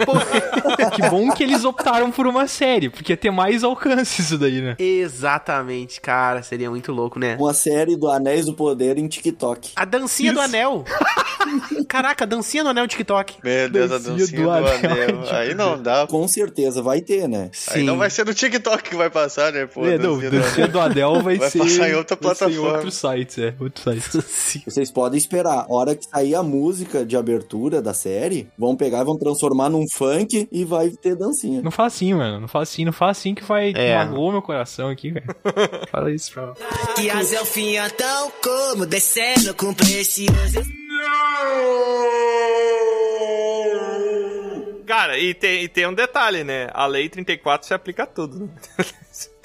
Speaker 5: que bom que eles optaram por uma série, porque ia ter mais alcance isso daí, né?
Speaker 1: Exatamente, cara, seria muito louco, né?
Speaker 6: Uma série do Anéis do Poder em TikTok. Ah,
Speaker 1: A dancinha do anel. [laughs] Caraca, a dancinha do anel TikTok.
Speaker 4: Meu Deus, a
Speaker 5: Dancinha
Speaker 4: dancinha
Speaker 5: do
Speaker 4: do
Speaker 5: anel, [laughs]
Speaker 4: anel.
Speaker 5: tipo,
Speaker 4: Aí não dá.
Speaker 6: Com certeza vai ter, né?
Speaker 4: Aí
Speaker 1: Sim.
Speaker 4: não vai ser no TikTok que vai passar, né? Pô,
Speaker 5: é, não,
Speaker 4: dancinha do anel.
Speaker 5: do Adel vai,
Speaker 4: Vai
Speaker 5: ser.
Speaker 4: passar em outra
Speaker 5: vai ser
Speaker 4: plataforma.
Speaker 5: outros sites, é. Outros sites.
Speaker 1: Sim.
Speaker 6: Vocês podem esperar. A hora que sair a música de abertura da série, vão pegar, vão transformar num funk e vai ter dancinha.
Speaker 5: Não fala assim, mano. Não fala assim, não fala assim que vai
Speaker 1: É.
Speaker 5: magoou meu coração
Speaker 3: [laughs]
Speaker 5: aqui, velho. fala isso pra
Speaker 10: E as elfinhas tão como descendo com precioso.
Speaker 3: Cara, e tem, e tem um detalhe, né? A lei 34 se aplica a tudo, né? [laughs]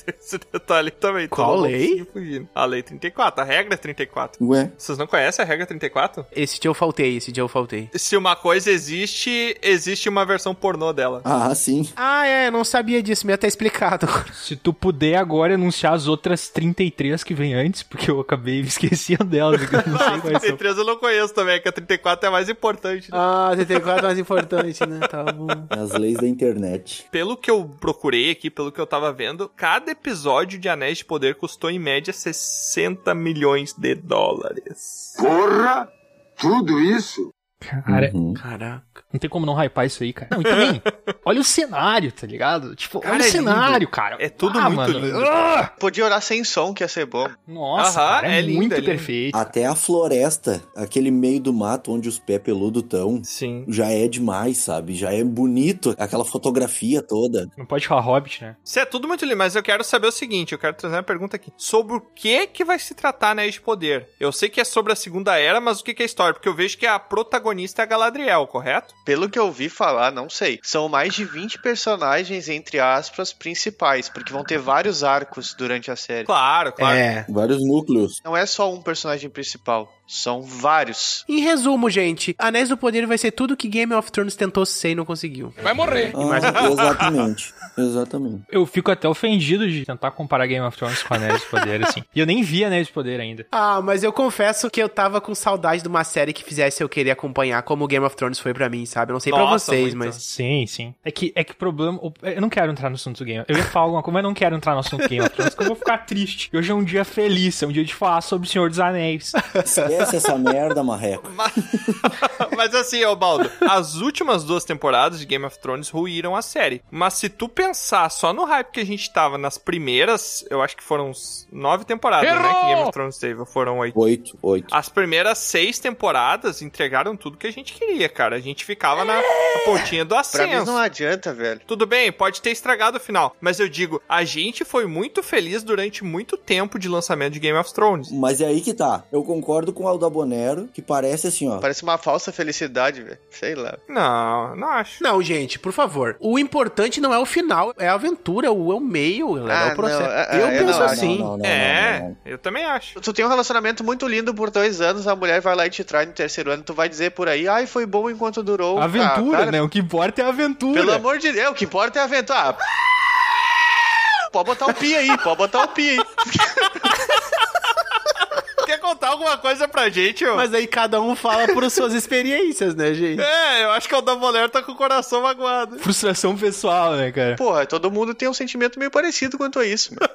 Speaker 3: Tem Esse detalhe também.
Speaker 1: Qual
Speaker 3: Todo mundo
Speaker 1: lei?
Speaker 3: conseguiu fugir. A lei 34, a regra é 34.
Speaker 6: Ué?
Speaker 3: Vocês não conhecem a regra 34?
Speaker 1: Esse dia eu faltei, esse dia eu faltei.
Speaker 3: Se uma coisa existe, existe uma versão pornô dela.
Speaker 6: Ah, sim.
Speaker 1: Ah, é, eu não sabia disso, me ia ter explicado.
Speaker 5: Se tu puder agora anunciar as outras 33 que vem antes, porque eu acabei me [laughs] esquecendo delas, que eu não
Speaker 3: Ah,
Speaker 5: sei
Speaker 3: a
Speaker 5: quais são.
Speaker 3: 33 eu não conheço também, é que a 34 é a mais importante. né?
Speaker 1: Ah, 34 é mais importante, né? Tá bom.
Speaker 6: As leis da internet.
Speaker 3: Pelo que eu procurei aqui, pelo que eu tava vendo, cada episódio de Anéis de Poder custou em média 60 milhões de dólares.
Speaker 7: Porra! Tudo isso?
Speaker 5: Cara,
Speaker 6: Uhum.
Speaker 1: Caraca.
Speaker 5: não tem como não hypar isso aí, cara. Não, e também, olha o cenário, tá ligado? Tipo,
Speaker 3: Cara,
Speaker 5: olha o
Speaker 3: é
Speaker 5: cenário,
Speaker 3: lindo.
Speaker 5: cara.
Speaker 3: É tudo muito lindo.
Speaker 5: Ah!
Speaker 4: Podia orar sem som, que ia ser bom.
Speaker 5: Nossa,
Speaker 3: Aham,
Speaker 5: cara, é,
Speaker 3: é lindo,
Speaker 5: muito
Speaker 3: é lindo.
Speaker 5: perfeito.
Speaker 6: Até a floresta, aquele meio do mato onde os pé peludo estão,
Speaker 3: Sim.
Speaker 6: já é demais, sabe? Já é bonito aquela fotografia toda.
Speaker 5: Não pode falar Hobbit, né?
Speaker 3: Isso é tudo muito lindo, mas eu quero saber o seguinte, eu quero trazer uma pergunta aqui. Sobre o que que vai se tratar Anéis de Poder? Eu sei que é sobre a Segunda Era, mas o que que é a história? Porque eu vejo que a protagonista é a Galadriel, correto?
Speaker 4: Pelo que eu ouvi falar, não sei. São mais de 20 personagens, entre aspas, principais, porque vão ter vários arcos durante a série.
Speaker 3: Claro, claro.
Speaker 1: É.
Speaker 6: Vários núcleos.
Speaker 4: Não é só um personagem principal, são vários.
Speaker 1: Em resumo, gente, Anéis do Poder vai ser tudo que Game of Thrones tentou ser e não conseguiu.
Speaker 2: Vai morrer.
Speaker 6: Ah, exatamente. Exatamente.
Speaker 1: [laughs]
Speaker 5: Eu fico até ofendido de tentar comparar Game of Thrones com Anéis de Poder, assim. E eu nem vi Anéis de Poder ainda.
Speaker 1: Ah, mas eu confesso que eu tava com saudade de uma série que fizesse eu querer acompanhar, como Game of Thrones foi pra mim, sabe? Eu não sei pra
Speaker 3: Nossa,
Speaker 1: vocês,
Speaker 3: muito.
Speaker 1: mas.
Speaker 5: Sim, sim. É que, é que o problema. o- Eu não quero entrar no assunto do Game Eu ia falar alguma coisa, mas eu não quero entrar no assunto do Game of Thrones, porque eu vou ficar triste. Hoje é um dia feliz, é um dia de falar sobre o Senhor dos Anéis.
Speaker 6: Esquece essa merda, marreco.
Speaker 3: Mas, [laughs] mas assim, ô Baldo, as últimas duas temporadas de Game of Thrones ruíram a série. Mas se tu pensar só no hype que a gente tava nas primeiras, eu acho que foram uns nove temporadas, né?
Speaker 2: Errou!
Speaker 3: Que Game of Thrones teve, ou foram oito.
Speaker 6: Oito, oito.
Speaker 3: As primeiras seis temporadas entregaram tudo que a gente queria, cara. A gente ficava na, na pontinha do
Speaker 4: Pra mim não
Speaker 3: ascenso.
Speaker 4: adianta, velho.
Speaker 3: Tudo bem, pode ter estragado o final. Mas eu digo, a gente foi muito feliz durante muito tempo de lançamento de Game of Thrones.
Speaker 6: Mas é aí que tá. Eu concordo com o Aldabonero, que parece assim, ó.
Speaker 4: Parece uma falsa felicidade, velho. Sei lá.
Speaker 3: Não, não acho.
Speaker 1: Não, gente, por favor. O importante não é o final, é a aventura, o- é o meio, galera, é
Speaker 4: Ah,
Speaker 1: o processo.
Speaker 4: não, ah, ah,
Speaker 1: eu
Speaker 4: eu
Speaker 1: penso
Speaker 4: não acho.
Speaker 1: assim.
Speaker 6: Não, não, não,
Speaker 3: é,
Speaker 6: não, não, não.
Speaker 3: eu também acho. [laughs]
Speaker 4: Tu tem um relacionamento muito lindo por dois anos, a mulher vai lá e te trai no terceiro ano, tu vai dizer por aí, ai, foi bom enquanto durou.
Speaker 5: aventura,
Speaker 4: Ah, cara,
Speaker 5: né? O que importa é a aventura.
Speaker 4: Pelo amor de Deus, o que importa é a aventura. Ah, pode botar o pi aí, pode botar o pi aí.
Speaker 3: O que contar alguma coisa pra gente, ô.
Speaker 11: Mas aí cada um fala por suas experiências, né, gente?
Speaker 3: É, eu acho que o Davolero tá com o coração magoado.
Speaker 5: Frustração pessoal, né, cara?
Speaker 4: Porra, todo mundo tem um sentimento meio parecido quanto a isso, meu.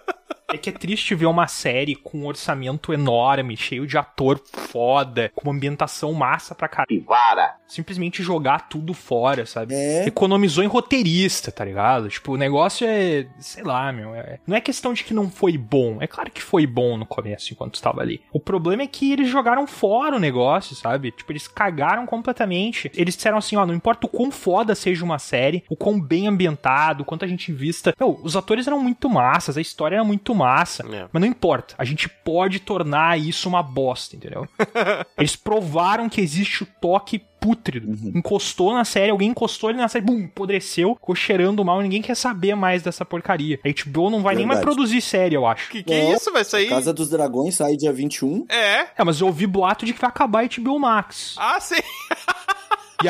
Speaker 5: É que é triste ver uma série com um orçamento enorme, cheio de ator foda, com uma ambientação massa pra caralho. Pivara! Simplesmente jogar tudo fora, sabe?
Speaker 6: É,
Speaker 5: Economizou em roteirista, tá ligado? Tipo, o negócio é. sei lá, meu. é- Não é questão de que não foi bom. É claro que foi bom no começo, enquanto estava ali. O problema é que eles jogaram fora o negócio, sabe? Tipo, eles cagaram completamente. Eles disseram assim: ó, não importa o quão foda seja uma série, o quão bem ambientado, o quanto a gente invista. Meu, os atores eram muito massas, a história era muito massa. Mas não importa. A gente pode tornar isso uma bosta, entendeu? Eles provaram que existe o toque pútrido.
Speaker 3: Uhum.
Speaker 5: Encostou na série, alguém encostou ele na série, bum, apodreceu, ficou cheirando mal, ninguém quer saber mais dessa porcaria. A HBO não vai nem mais
Speaker 6: Verdade.
Speaker 5: produzir série, eu acho.
Speaker 3: Que é isso, vai sair?
Speaker 6: Casa dos Dragões sai dia 21.
Speaker 3: É.
Speaker 5: É, mas eu ouvi boato de que vai acabar a HBO Max.
Speaker 3: Ah, sim.
Speaker 5: E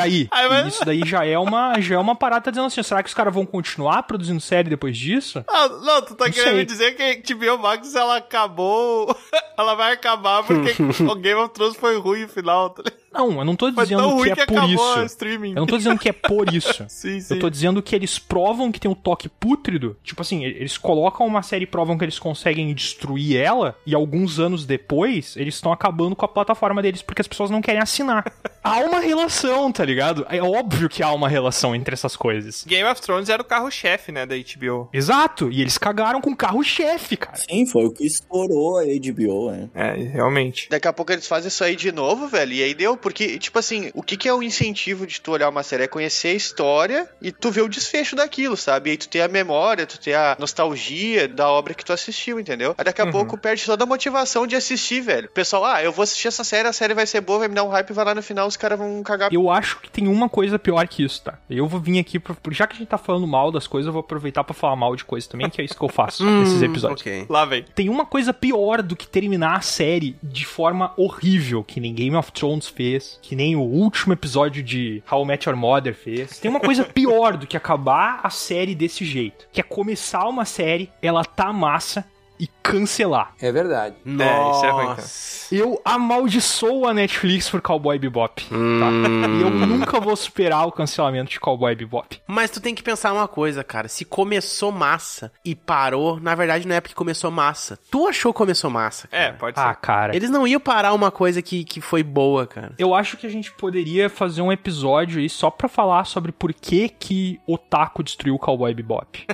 Speaker 3: [laughs]
Speaker 5: aí?
Speaker 3: Aí vai-
Speaker 5: Isso daí já é uma já é uma parada dizendo assim, será que os caras vão continuar produzindo série depois disso?
Speaker 3: Ah, não, tu tá
Speaker 5: Não
Speaker 3: querendo
Speaker 5: sei.
Speaker 3: me dizer que a HBO Max, ela acabou... [laughs] ela vai acabar porque
Speaker 6: [laughs]
Speaker 3: o Game of Thrones foi ruim no final, tá ligado?
Speaker 5: Não, eu não tô
Speaker 3: Foi tão
Speaker 5: dizendo que
Speaker 3: ruim
Speaker 5: é
Speaker 3: que
Speaker 5: por
Speaker 3: acabou assim. o
Speaker 5: isso.
Speaker 3: streaming.
Speaker 5: Eu não tô dizendo que é por isso.
Speaker 3: Sim, sim.
Speaker 5: Eu tô dizendo que eles provam que tem um toque pútrido. Tipo assim, e- eles colocam uma série e provam que eles conseguem destruir ela. E alguns anos depois, eles estão acabando com a plataforma deles porque as pessoas não querem assinar. [laughs] há uma relação, tá ligado? É óbvio que há uma relação entre essas coisas.
Speaker 3: Game of Thrones era o carro-chefe, né, da HBO.
Speaker 5: Exato. E eles cagaram com o carro-chefe, cara.
Speaker 6: Sim, foi o que estourou a HBO, né?
Speaker 3: É, realmente.
Speaker 4: Daqui a pouco eles fazem isso aí de novo, velho. E aí deu, porque, tipo assim, o que, que é o incentivo de tu olhar uma série? É conhecer a história e tu ver o desfecho daquilo, sabe? E aí tu tem a memória, tu tem a nostalgia da obra que tu assistiu, entendeu? Aí daqui a pouco perde toda a motivação de assistir, velho. O pessoal, ah, eu vou assistir essa série, a série vai ser boa, vai me dar um hype, vai lá no final, os caras vão cagar.
Speaker 5: Eu acho que tem uma coisa pior que isso, tá? Eu vou vir aqui, pra, já que a gente tá falando mal das coisas, eu vou aproveitar pra falar mal de coisa também, que é isso que eu faço nesses episódios.
Speaker 1: Ok.
Speaker 3: Lá vem.
Speaker 5: Tem uma coisa pior do que terminar a série de forma horrível, que nem Game of Thrones fez, que nem o último episódio de How I Met Your Mother fez. Tem uma coisa pior do que acabar a série desse jeito, que é começar uma série, ela tá massa e cancelar.
Speaker 11: É verdade.
Speaker 3: É, isso é ruim, cara.
Speaker 1: Nossa.
Speaker 5: Eu amaldiçoo a Netflix por Cowboy Bebop, tá? E eu nunca vou superar o cancelamento de Cowboy Bebop.
Speaker 1: Mas tu tem que pensar uma coisa, cara. Se começou massa e parou, na verdade não é porque começou massa. Tu achou que começou massa, cara.
Speaker 3: É, pode ser.
Speaker 5: Ah, cara.
Speaker 1: Eles não iam parar uma coisa que, que foi boa, cara.
Speaker 5: Eu acho que a gente poderia fazer um episódio aí só pra falar sobre por que que Otaku destruiu o Cowboy Bebop.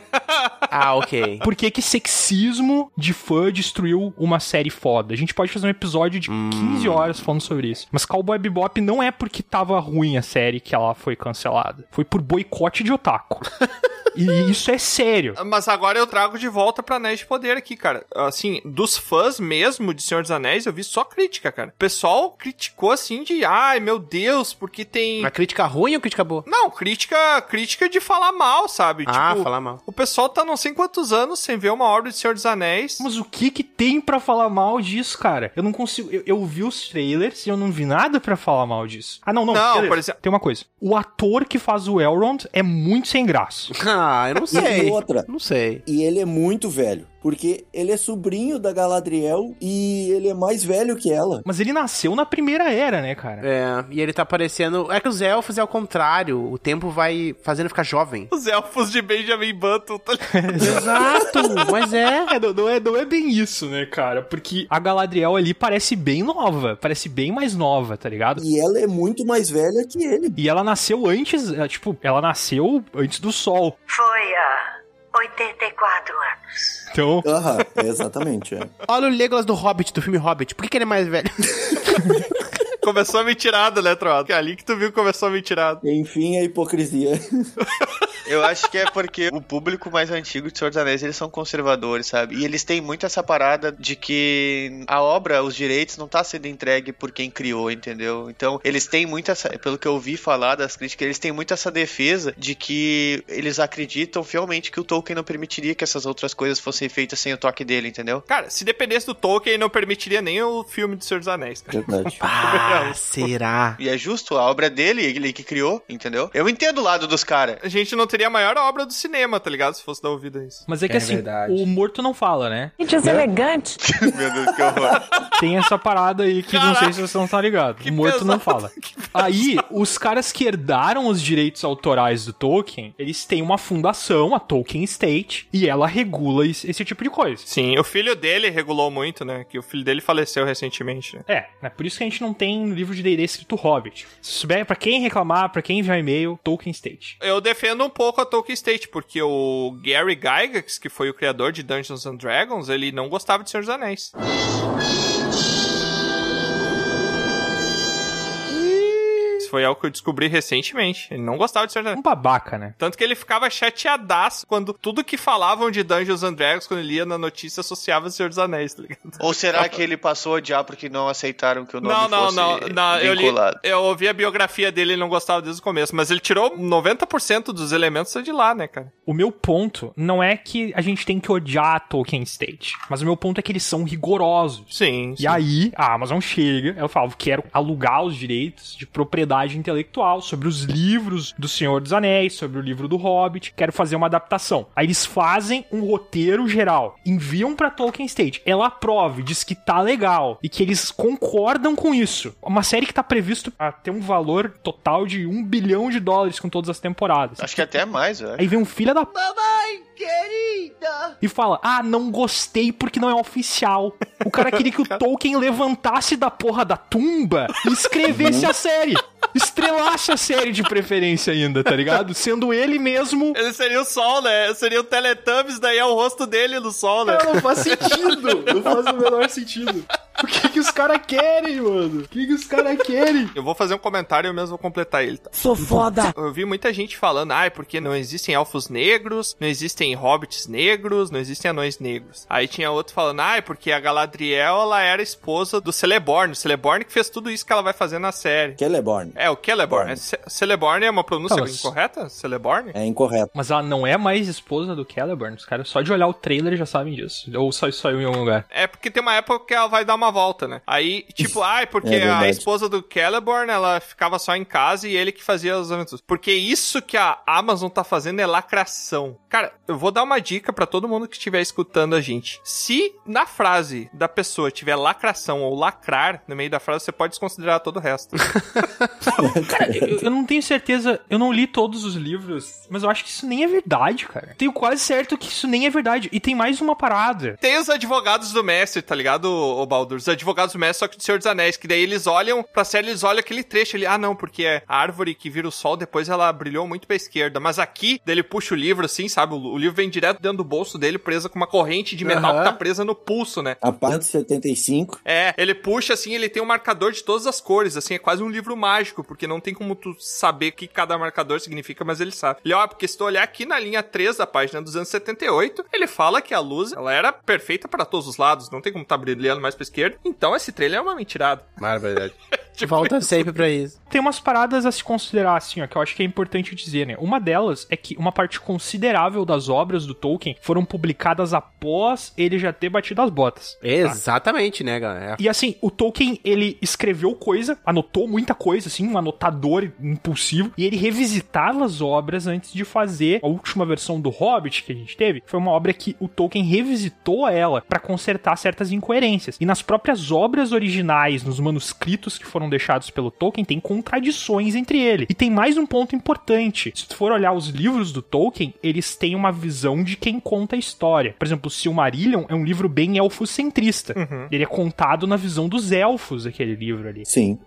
Speaker 1: Ah, ok.
Speaker 5: [laughs] Por que que sexismo de fã destruiu uma série foda. A gente pode fazer um episódio de 15 horas falando sobre isso. Mas Cowboy Bebop não é porque tava ruim a série que ela foi cancelada. Foi por boicote de Otaku. e isso é sério.
Speaker 3: Mas agora eu trago de volta pra Anéis de Poder aqui, cara. Assim, dos fãs mesmo de Senhor dos Anéis, eu vi só crítica, cara. O pessoal criticou assim de, ai meu Deus, porque tem.
Speaker 1: Uma crítica ruim ou crítica boa?
Speaker 3: Não, crítica crítica de falar mal, sabe?
Speaker 1: ah,
Speaker 3: tipo,
Speaker 1: falar mal.
Speaker 3: o pessoal tá não sei quantos anos sem ver uma obra de Senhor dos Anéis.
Speaker 5: Mas o que que tem pra falar mal disso, cara? Eu não consigo. Eu, eu vi os trailers e eu não vi nada pra falar mal disso. Ah, não, não.
Speaker 3: Não,
Speaker 5: beleza.
Speaker 3: por exemplo-
Speaker 5: Tem uma coisa. O ator que faz o Elrond é muito sem graça.
Speaker 1: Ah, eu não sei.
Speaker 6: outra.
Speaker 1: Não sei.
Speaker 6: E ele é muito velho, porque ele é sobrinho da Galadriel e ele é mais velho que ela.
Speaker 5: Mas ele nasceu na primeira era, né, cara?
Speaker 1: É, e ele tá parecendo. É que os elfos é o contrário. O tempo vai fazendo ficar jovem.
Speaker 3: Os elfos de Benjamin Button, tá ligado?
Speaker 1: Exato, mas é.
Speaker 5: [laughs] É, não, não é, não é bem isso, né, cara? Porque a Galadriel ali parece bem nova, parece bem mais nova, tá ligado?
Speaker 6: E ela é muito mais velha que ele.
Speaker 5: E ela nasceu antes, é, tipo, ela nasceu antes do sol.
Speaker 12: Foi há 84 anos.
Speaker 5: Então,
Speaker 6: Aham, é exatamente. É.
Speaker 1: Olha o Legolas do Hobbit, do filme Hobbit. Por que, que ele é mais velho?
Speaker 3: [laughs] Começou a mentirada, né, Troado? É ali que tu viu que começou a mentirada.
Speaker 6: Enfim, a hipocrisia. [laughs]
Speaker 4: Eu acho que é porque o público mais antigo de Senhor dos Anéis, eles são conservadores, sabe? E eles têm muito essa parada de que a obra, os direitos, não tá sendo entregue por quem criou, entendeu? Então, eles têm muito essa... Pelo que eu ouvi falar das críticas, eles têm muito essa defesa de que eles acreditam fielmente que o Tolkien não permitiria que essas outras coisas fossem feitas sem o toque dele, entendeu?
Speaker 3: Cara, se dependesse do Tolkien, ele não permitiria nem o filme de Senhor dos Anéis, cara.
Speaker 6: Verdade.
Speaker 1: Ah, será?
Speaker 4: [laughs] E é justo, a obra é dele, ele que criou, entendeu? Eu entendo o lado dos caras.
Speaker 3: A gente não seria a maior obra do cinema, tá ligado? Se fosse dar ouvido a isso.
Speaker 5: Mas é que assim, o morto não fala, né?
Speaker 3: Que deselegante.
Speaker 4: [laughs] Meu Deus, que horror.
Speaker 5: Tem essa parada aí que não sei se vocês não estão ligados. O morto não fala. Aí, os caras que herdaram os direitos autorais do Tolkien, eles têm uma fundação, a Tolkien State, e ela regula esse, esse tipo de coisa.
Speaker 3: Sim, o filho dele regulou muito, né? Que o filho dele faleceu recentemente. né?
Speaker 5: É, é por isso que a gente não tem livro de D&D escrito Hobbit. Se souber, pra quem reclamar, pra quem enviar e-mail, Tolkien State.
Speaker 3: Eu defendo um pouco a Tolkien State, porque o Gary Gygax, que foi o criador de Dungeons and Dragons, ele não gostava de Senhor dos Anéis. Isso foi algo que eu descobri recentemente. Ele não gostava de Senhor dos Anéis.
Speaker 5: Um babaca, né?
Speaker 3: Tanto que ele ficava chateadaço quando tudo que falavam de Dungeons and Dragons, quando ele lia na notícia, associava ao Senhor dos Anéis, tá ligado?
Speaker 4: Ou será que ele passou a odiar porque não aceitaram que o nome
Speaker 3: Não, não,
Speaker 4: fosse
Speaker 3: não, não. Eu, li-
Speaker 4: vinculado?
Speaker 3: eu ouvi a biografia dele e não gostava desde o começo, mas ele tirou 90% dos elementos de lá, né, cara?
Speaker 5: O meu ponto não é que a gente tem que odiar a Tolkien State, mas o meu ponto é que eles são rigorosos.
Speaker 3: Sim. Ah,
Speaker 5: E aí, a Amazon chega, ela fala, quero alugar os direitos de propriedade intelectual sobre os livros do Senhor dos Anéis, sobre o livro do Hobbit, quero fazer uma adaptação. Aí eles fazem um roteiro geral, enviam pra Tolkien State, ela aprova, e diz que tá legal e que eles concordam com isso. Uma série que tá previsto a ter um valor total de um bilhão de dólares com todas as temporadas.
Speaker 4: Acho que até mais, velho.
Speaker 5: Aí vem um filho da
Speaker 10: Mamãe querida!
Speaker 5: e fala: Ah, não gostei porque não é oficial. O cara
Speaker 11: [laughs]
Speaker 5: queria que o Tolkien levantasse da porra da tumba e escrevesse a série. Estrelasse a série de preferência ainda, tá ligado? Sendo ele mesmo.
Speaker 3: Ele seria o sol, né? Seria o Teletubbies, daí é o rosto dele no sol, né?
Speaker 11: Não, não faz sentido. Não faz o menor sentido. O [laughs] que, que os caras querem, mano? O que, que os caras querem?
Speaker 3: Eu vou fazer um comentário e eu mesmo vou completar ele. Tá?
Speaker 10: Sou foda!
Speaker 3: Eu vi muita gente falando, ai, porque não existem elfos negros, não existem hobbits negros, não existem anões negros. Aí tinha outro falando, ai, porque a Galadriel, ela era esposa do Celeborn. O Celeborn que fez tudo isso que ela vai fazer na série.
Speaker 6: Celeborn.
Speaker 3: É, o Celeborn. É Ce- Celeborn é uma pronúncia
Speaker 5: Não, mas-
Speaker 3: incorreta? Celeborn?
Speaker 6: É incorreto.
Speaker 5: Mas ela não é mais esposa do Celeborn. Os caras só de olhar o trailer já sabem disso. Ou só isso saiu em algum lugar.
Speaker 3: É porque tem uma época que ela vai dar uma volta, né? Aí, tipo, ai, porque
Speaker 6: [laughs] É verdade.
Speaker 3: a esposa do Celeborn, ela ficava só em casa e ele que fazia as aventuras. Porque isso que a Amazon tá fazendo é lacração. Cara, eu vou dar uma dica pra todo mundo que estiver escutando a gente. Se na frase da pessoa tiver lacração ou lacrar no meio da frase, você pode desconsiderar todo o resto.
Speaker 5: Cara, É, eu, eu não tenho certeza. Eu não li todos os livros, mas eu acho que isso nem é verdade, cara. Tenho quase certo que isso nem é verdade. E tem mais uma parada.
Speaker 3: Tem os advogados do mestre, tá ligado, ô Baldur? Os advogados do mestre, só que do Senhor dos Anéis, que daí eles olham pra série, eles olham aquele trecho ali. Ah, não, porque é a árvore que vira o sol, depois ela brilhou muito pra esquerda. Mas aqui, daí ele puxa o livro assim, sabe? O, o livro vem direto dentro do bolso dele, presa com uma corrente de metal
Speaker 11: Aham.
Speaker 3: que tá presa no pulso, né?
Speaker 6: A parte 75,
Speaker 3: É, ele puxa assim, ele tem um marcador de todas as cores, assim, é quase um livro mágico, porque não tem como tu saber o que cada marcador significa, mas ele sabe. Ele, ó, porque se tu olhar aqui na linha 3 da página 278, ele fala que a luz, ela era perfeita para todos os lados, não tem como tá brilhando mais pra esquerda, então esse trailer é uma mentirada.
Speaker 11: Maravilha.
Speaker 3: Tipo,
Speaker 11: Volta sempre pra isso.
Speaker 5: Tem umas paradas a se considerar, assim, ó, que eu acho que é importante dizer, né? Uma delas é que uma parte considerável das obras do Tolkien foram publicadas após ele já ter batido as botas. tá?
Speaker 11: Exatamente, né, galera?
Speaker 5: E assim, o Tolkien, ele escreveu coisa, anotou muita coisa, assim, um anotador impulsivo, e ele revisitava as obras antes de fazer a última versão do Hobbit que a gente teve. Foi uma obra que o Tolkien revisitou ela pra consertar certas incoerências. E nas próprias obras originais, nos manuscritos que foram deixados pelo Tolkien, tem contradições entre ele. E tem mais um ponto importante. Se tu for olhar os livros do Tolkien, eles têm uma visão de quem conta a história. Por exemplo, Silmarillion é um livro bem elfocentrista. Ele é contado na visão dos elfos, aquele livro ali.
Speaker 6: sim.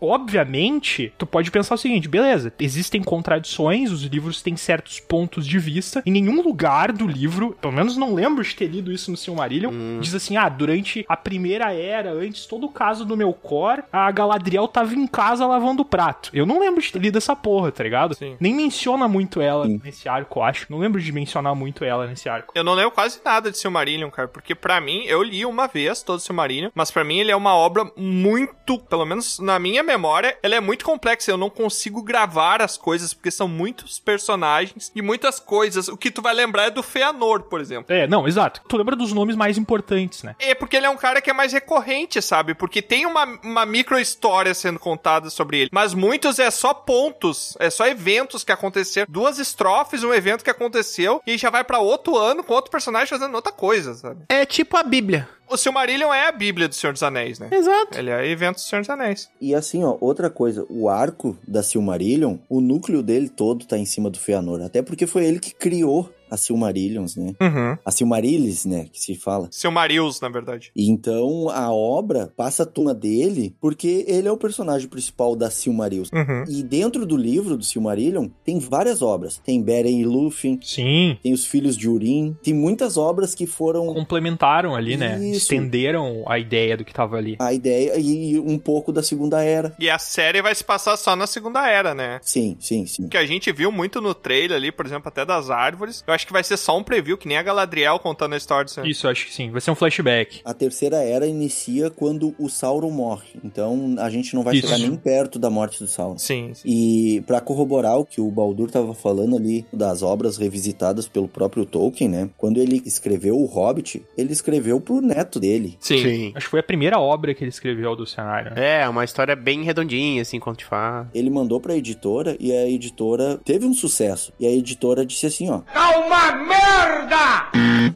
Speaker 5: Obviamente, tu pode pensar o seguinte, beleza, existem contradições, os livros têm certos pontos de vista, em nenhum lugar do livro, pelo menos não lembro de ter lido isso no Silmarillion, diz assim, ah, durante a primeira era, antes todo o caso do meu cor, a Galadriel tava em casa lavando o prato. Eu não lembro de ter lido essa porra, tá ligado?
Speaker 3: Sim.
Speaker 5: Nem menciona muito ela nesse arco, eu acho. Não lembro de mencionar muito ela nesse arco.
Speaker 3: Eu não lembro quase nada de Silmarillion, cara, porque pra mim, eu li uma vez todo Silmarillion, mas pra mim ele é uma obra muito, pelo menos na minha memória, ela é muito complexa, eu não consigo gravar as coisas, porque são muitos personagens e muitas coisas. O que tu vai lembrar é do Feanor, por exemplo.
Speaker 5: É, não, exato. Tu lembra dos nomes mais importantes, né?
Speaker 3: É porque ele é um cara que é mais recorrente, gente, sabe? Porque tem uma, uma micro história sendo contada sobre ele. Mas muitos é só pontos, é só eventos que aconteceram. Duas estrofes, um evento que aconteceu, e já vai pra outro ano com outro personagem fazendo outra coisa, sabe?
Speaker 1: É tipo a Bíblia.
Speaker 3: O Silmarillion é a Bíblia do Senhor dos Anéis, né?
Speaker 1: Exato.
Speaker 3: Ele é evento do Senhor dos Anéis.
Speaker 6: E assim, ó, outra coisa, o arco da Silmarillion, o núcleo dele todo tá em cima do Feanor, até porque foi ele que criou a Silmarillions, né?
Speaker 3: Uhum.
Speaker 6: A Silmarillis, né, que se fala.
Speaker 3: Silmarils, na verdade.
Speaker 6: E então a obra passa a tona dele, porque ele é o personagem principal da Silmarils.
Speaker 3: Uhum.
Speaker 6: E dentro do livro do Silmarillion tem várias obras. Tem Beren e Lúthien,
Speaker 5: Sim.
Speaker 6: tem os filhos de Urim, tem muitas obras que foram
Speaker 5: Complementaram ali, né?
Speaker 6: Isso.
Speaker 5: Estenderam a ideia do que tava ali.
Speaker 6: a ideia e um pouco da Segunda Era.
Speaker 3: E a série vai se passar só na Segunda Era, né?
Speaker 6: Sim, sim, sim.
Speaker 3: que a gente viu muito no trailer ali, por exemplo, até das árvores. Eu acho que vai ser só um preview, que nem a Galadriel contando a história do Senhor.
Speaker 5: Isso, acho que sim. Vai ser um flashback.
Speaker 6: A terceira era inicia quando o Sauron morre. Então a gente não vai
Speaker 5: Isso.
Speaker 6: chegar nem perto da morte do Sauron.
Speaker 3: Sim.
Speaker 6: E pra corroborar o que o Baldur tava falando ali das obras revisitadas pelo próprio Tolkien, né? Quando ele escreveu O Hobbit, ele escreveu pro neto dele.
Speaker 3: Sim.
Speaker 5: Acho que foi a primeira obra que ele escreveu do cenário. né?
Speaker 1: É, uma história bem redondinha, assim, conto de fada.
Speaker 6: Ele mandou pra editora e a editora teve um sucesso. E a editora disse assim, ó:
Speaker 7: Calma merda!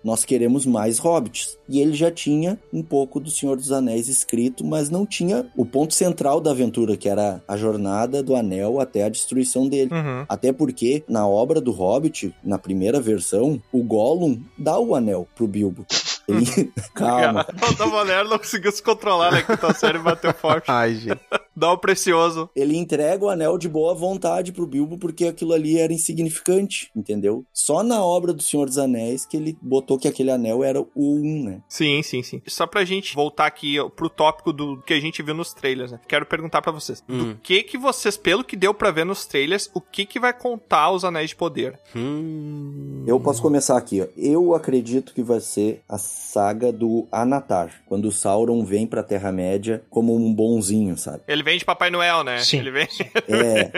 Speaker 6: "Nós queremos mais hobbits". E ele já tinha um pouco do Senhor dos Anéis escrito, mas não tinha o ponto central da aventura, que era a jornada do anel até a destruição dele.
Speaker 3: Uhum.
Speaker 6: Até porque, na obra do Hobbit, na primeira versão, o Gollum dá o anel pro Bilbo. Ele- [laughs] Calma.
Speaker 3: O Valério [laughs] não conseguiu se controlar, né? Que tá série bateu [laughs] forte.
Speaker 1: Ai, gente.
Speaker 3: Dá o precioso.
Speaker 6: Ele entrega o anel de boa vontade pro Bilbo porque aquilo ali era insignificante, entendeu? Só na obra do Senhor dos Anéis que ele botou que aquele anel era o um, né?
Speaker 3: Sim, sim, sim. Só pra gente voltar aqui ó, pro tópico do que a gente viu nos trailers, né? Quero perguntar pra vocês.
Speaker 1: Hum.
Speaker 3: Do que que vocês, pelo que deu pra ver nos trailers, o que que vai contar os Anéis de Poder?
Speaker 1: Hum.
Speaker 6: Eu posso começar aqui, ó. Eu acredito que vai ser a saga do Anatar, quando o Sauron vem pra Terra-média como um
Speaker 3: [laughs]
Speaker 6: bonzinho, sabe?
Speaker 3: Ele vem de Papai Noel, né?
Speaker 5: Sim.
Speaker 3: Ele vem...
Speaker 6: É,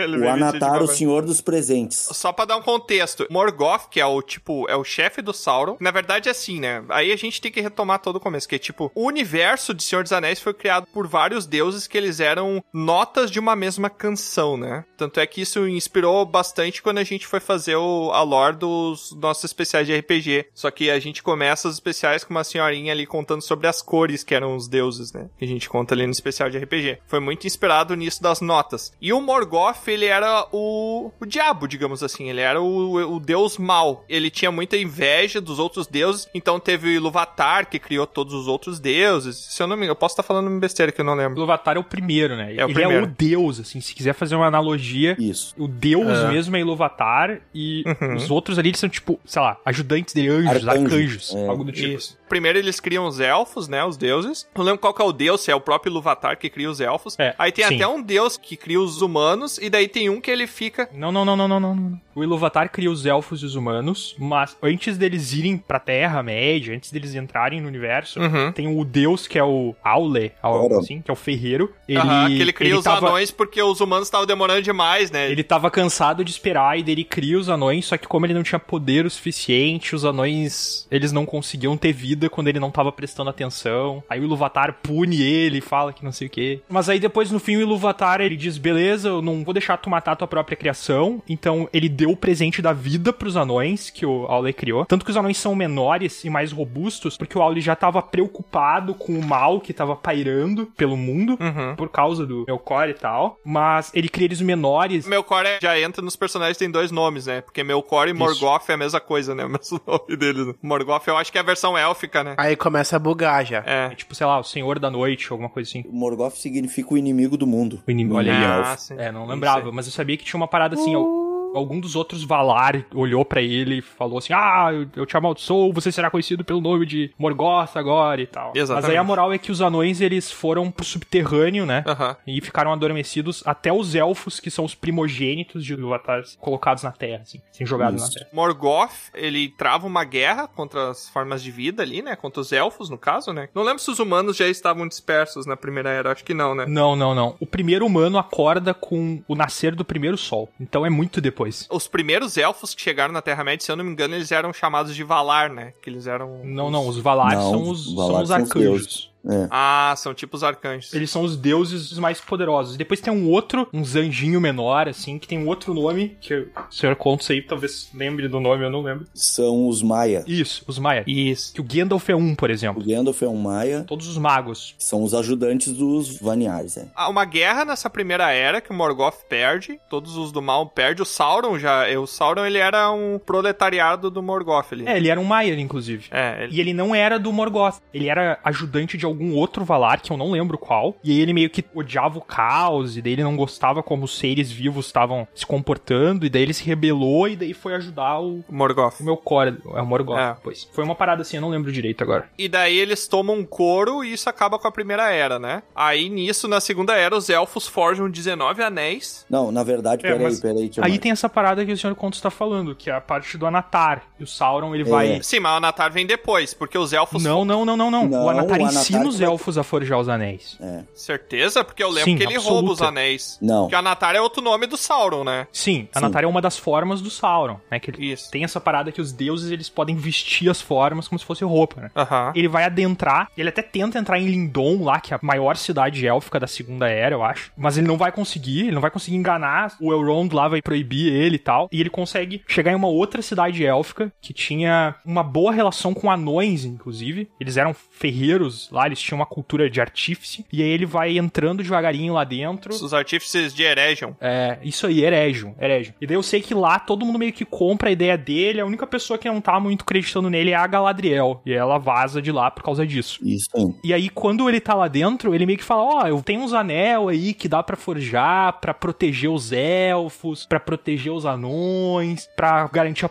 Speaker 3: [laughs] Ele vem
Speaker 6: o
Speaker 3: vestido
Speaker 6: Anatar,
Speaker 3: de
Speaker 6: o
Speaker 3: papai.
Speaker 6: senhor dos presentes.
Speaker 3: Só pra dar um contexto, Morgoth, que é o tipo, é o chefe do Sauron, na verdade é assim, né? Aí a gente tem que retomar todo o começo, que é tipo, o universo de Senhor dos Anéis foi criado por vários deuses que eles eram notas de uma mesma canção, né? Tanto é que isso inspirou bastante quando a gente foi fazer o, a lore dos nossos especiais de RPG. Só que a gente começa os especiais com uma senhorinha ali contando sobre as cores que eram os deuses, né? Que a gente conta ali no especial de RPG. Foi muito inspirado nisso das notas. E o Morgoth, ele era o, o diabo, digamos assim. Ele era o, o deus mau. Ele tinha muita inveja dos outros deuses. Então teve o Iluvatar, que criou todos os outros deuses. Se eu não me eu posso estar falando uma besteira que eu não lembro.
Speaker 5: O Avatar é o primeiro, né?
Speaker 3: É o
Speaker 5: ele é
Speaker 3: primeiro.
Speaker 5: o deus, assim. Se quiser fazer uma analogia,
Speaker 6: Isso.
Speaker 5: o deus
Speaker 3: É.
Speaker 5: mesmo é Iluvatar e
Speaker 3: Uhum.
Speaker 5: os outros ali eles são tipo, sei lá, ajudantes de anjos,
Speaker 6: Arcanjos.
Speaker 5: arcanjos,
Speaker 6: É.
Speaker 5: algo do tipo.
Speaker 3: Primeiro eles criam os elfos, né? Os deuses. Não lembro qual que é o deus, se é o próprio Iluvatar que cria os elfos.
Speaker 5: É,
Speaker 3: Aí tem
Speaker 5: sim.
Speaker 3: até um deus que cria os humanos. E daí tem um que ele fica
Speaker 5: Não, não, não, não, não, não, não. O Iluvatar cria os elfos e os humanos, mas antes deles irem pra Terra Média, antes deles entrarem no universo,
Speaker 3: Uhum.
Speaker 5: tem o deus que é o Aule, algo
Speaker 6: Ora.
Speaker 5: assim, que é o ferreiro. Ele,
Speaker 3: Aham, que ele cria
Speaker 5: ele
Speaker 3: os
Speaker 5: tava-
Speaker 3: anões porque os humanos estavam demorando demais, né?
Speaker 5: Ele tava cansado de esperar e daí ele cria os anões, só que como ele não tinha poder o suficiente, os anões, eles não conseguiam ter vida quando ele não tava prestando atenção. Aí o Iluvatar pune ele, fala que não sei o quê. Mas aí depois, no fim, o Iluvatar, ele diz, beleza, eu não vou deixar tu matar tua própria criação. Então ele deu o presente da vida pros anões que o Aule criou. Tanto que os anões são menores e mais robustos, porque o Aule já tava preocupado com o mal que tava pairando pelo mundo.
Speaker 3: Uhum.
Speaker 5: Por causa do meu core e tal. Mas ele cria eles menores.
Speaker 3: Melkor já entra nos personagens que tem dois nomes, né? Porque Melkor e Morgoth é a mesma coisa, né? [laughs] O mesmo nome deles. né? Morgoth eu acho que é a versão élfica, né?
Speaker 1: Aí começa a bugar já.
Speaker 5: É
Speaker 3: É.
Speaker 5: tipo, sei lá, o Senhor da Noite, alguma coisa assim.
Speaker 6: O Morgoth significa o inimigo do mundo.
Speaker 5: O inimigo, olha aí,
Speaker 6: Ah,
Speaker 5: ó.
Speaker 3: sim. Uh!
Speaker 5: É, não
Speaker 3: Isso
Speaker 5: lembrava,
Speaker 3: aí.
Speaker 5: mas eu sabia que tinha uma parada assim, al- algum dos outros Valar olhou pra ele e falou assim, ah, eu, eu te amaldiçoo, você será conhecido pelo nome de Morgoth agora e tal. Mas aí
Speaker 3: Exatamente. É.
Speaker 5: a moral é que os anões, eles foram pro subterrâneo, né?
Speaker 3: Aham.
Speaker 5: E ficaram adormecidos até os elfos, que são os primogênitos de Ilúvatar, colocados na terra, assim, assim jogados
Speaker 6: Isso.
Speaker 5: na terra.
Speaker 3: Morgoth, ele trava uma guerra contra as formas de vida ali, né? Contra os elfos, no caso, né? Não lembro se os humanos já estavam dispersos na primeira era, acho que não, né?
Speaker 5: Não, não, não. O primeiro humano acorda com o nascer do primeiro sol. Então é muito depois.
Speaker 3: Os primeiros elfos que chegaram na Terra-média, se eu não me engano, eles eram chamados de Valar, né? Que eles eram.
Speaker 5: Não, não, os Valar
Speaker 6: Não,
Speaker 5: são os,
Speaker 6: Valar
Speaker 5: são
Speaker 6: são
Speaker 5: os
Speaker 6: os
Speaker 5: arcanjos.
Speaker 6: deuses. É.
Speaker 3: Ah, são tipo os arcanjos.
Speaker 5: Eles são os deuses os mais poderosos. Depois tem um outro, um zanjinho menor, assim, que tem um outro nome, que o senhor Contos aí talvez lembre do nome, eu não lembro.
Speaker 6: São os Maia.
Speaker 5: Isso, os Maia. Isso. Que o Gandalf é um, por exemplo.
Speaker 6: O Gandalf é um Maia.
Speaker 5: Todos os magos.
Speaker 6: São os ajudantes dos Vaniars, é.
Speaker 3: Há Ah, uma guerra nessa primeira era que o Morgoth perde, todos os do mal perdem. O Sauron já. O Sauron ele era um proletariado do Morgoth. Ele...
Speaker 5: É, ele era um Maia, inclusive.
Speaker 3: É, ele-
Speaker 5: E ele não era do Morgoth. Ele era ajudante de algum outro Valar, que eu não lembro qual. E aí ele meio que odiava o caos, e daí ele não gostava como os seres vivos estavam se comportando, e daí ele se rebelou, e daí foi ajudar o...
Speaker 3: Morgoth.
Speaker 5: O meu core, é o Morgoth,
Speaker 3: É.
Speaker 5: pois. Foi uma parada assim, eu não lembro direito agora.
Speaker 3: E daí eles tomam um couro e isso acaba com a primeira era, né? Aí nisso, na segunda era, os elfos forjam 19 anéis.
Speaker 6: Não, na verdade,
Speaker 5: É,
Speaker 6: peraí,
Speaker 5: mas
Speaker 6: peraí, Tiamat.
Speaker 5: Aí tem essa parada que o Sr. Contos tá falando, que é a parte do Anatar. E o Sauron, ele vai...
Speaker 3: Sim, mas o Anatar vem depois, porque os elfos.
Speaker 5: Não, não, não, não, não,
Speaker 3: Não,
Speaker 5: O Anatar
Speaker 3: o
Speaker 5: ensina
Speaker 3: Anatar
Speaker 5: os
Speaker 3: que-
Speaker 5: elfos a forjar os anéis.
Speaker 6: É.
Speaker 3: Certeza? Porque eu lembro
Speaker 5: Sim,
Speaker 3: que ele
Speaker 5: absoluta.
Speaker 3: rouba os anéis.
Speaker 5: Não.
Speaker 3: Porque o Anatar é outro nome do Sauron, né?
Speaker 5: Sim, a Natália é uma das formas do Sauron, né? Que ele tem essa parada que os deuses eles podem vestir as formas como se fosse roupa, né? Ele vai adentrar, ele até tenta entrar em Lindon lá, que é a maior cidade élfica da Segunda Era, eu acho. Mas ele não vai conseguir, ele não vai conseguir enganar. O Elrond lá vai proibir ele e tal. E ele consegue chegar em uma outra cidade élfica que tinha uma boa relação com anões, inclusive. Eles eram ferreiros lá, eles tinham uma cultura de artífice. E aí ele vai entrando devagarinho lá dentro.
Speaker 3: Os artífices de Eregion.
Speaker 5: É, isso aí, Eregion, Eregion. E daí eu sei que lá todo mundo meio que compra a ideia dele, a única pessoa que não tá muito acreditando nele é a Galadriel, e ela vaza de lá por causa disso.
Speaker 6: Isso aí.
Speaker 5: E aí quando ele tá lá dentro, ele meio que fala, ó, eu tenho uns anel aí que dá pra forjar, pra proteger os elfos, pra proteger os anões, pra garantir a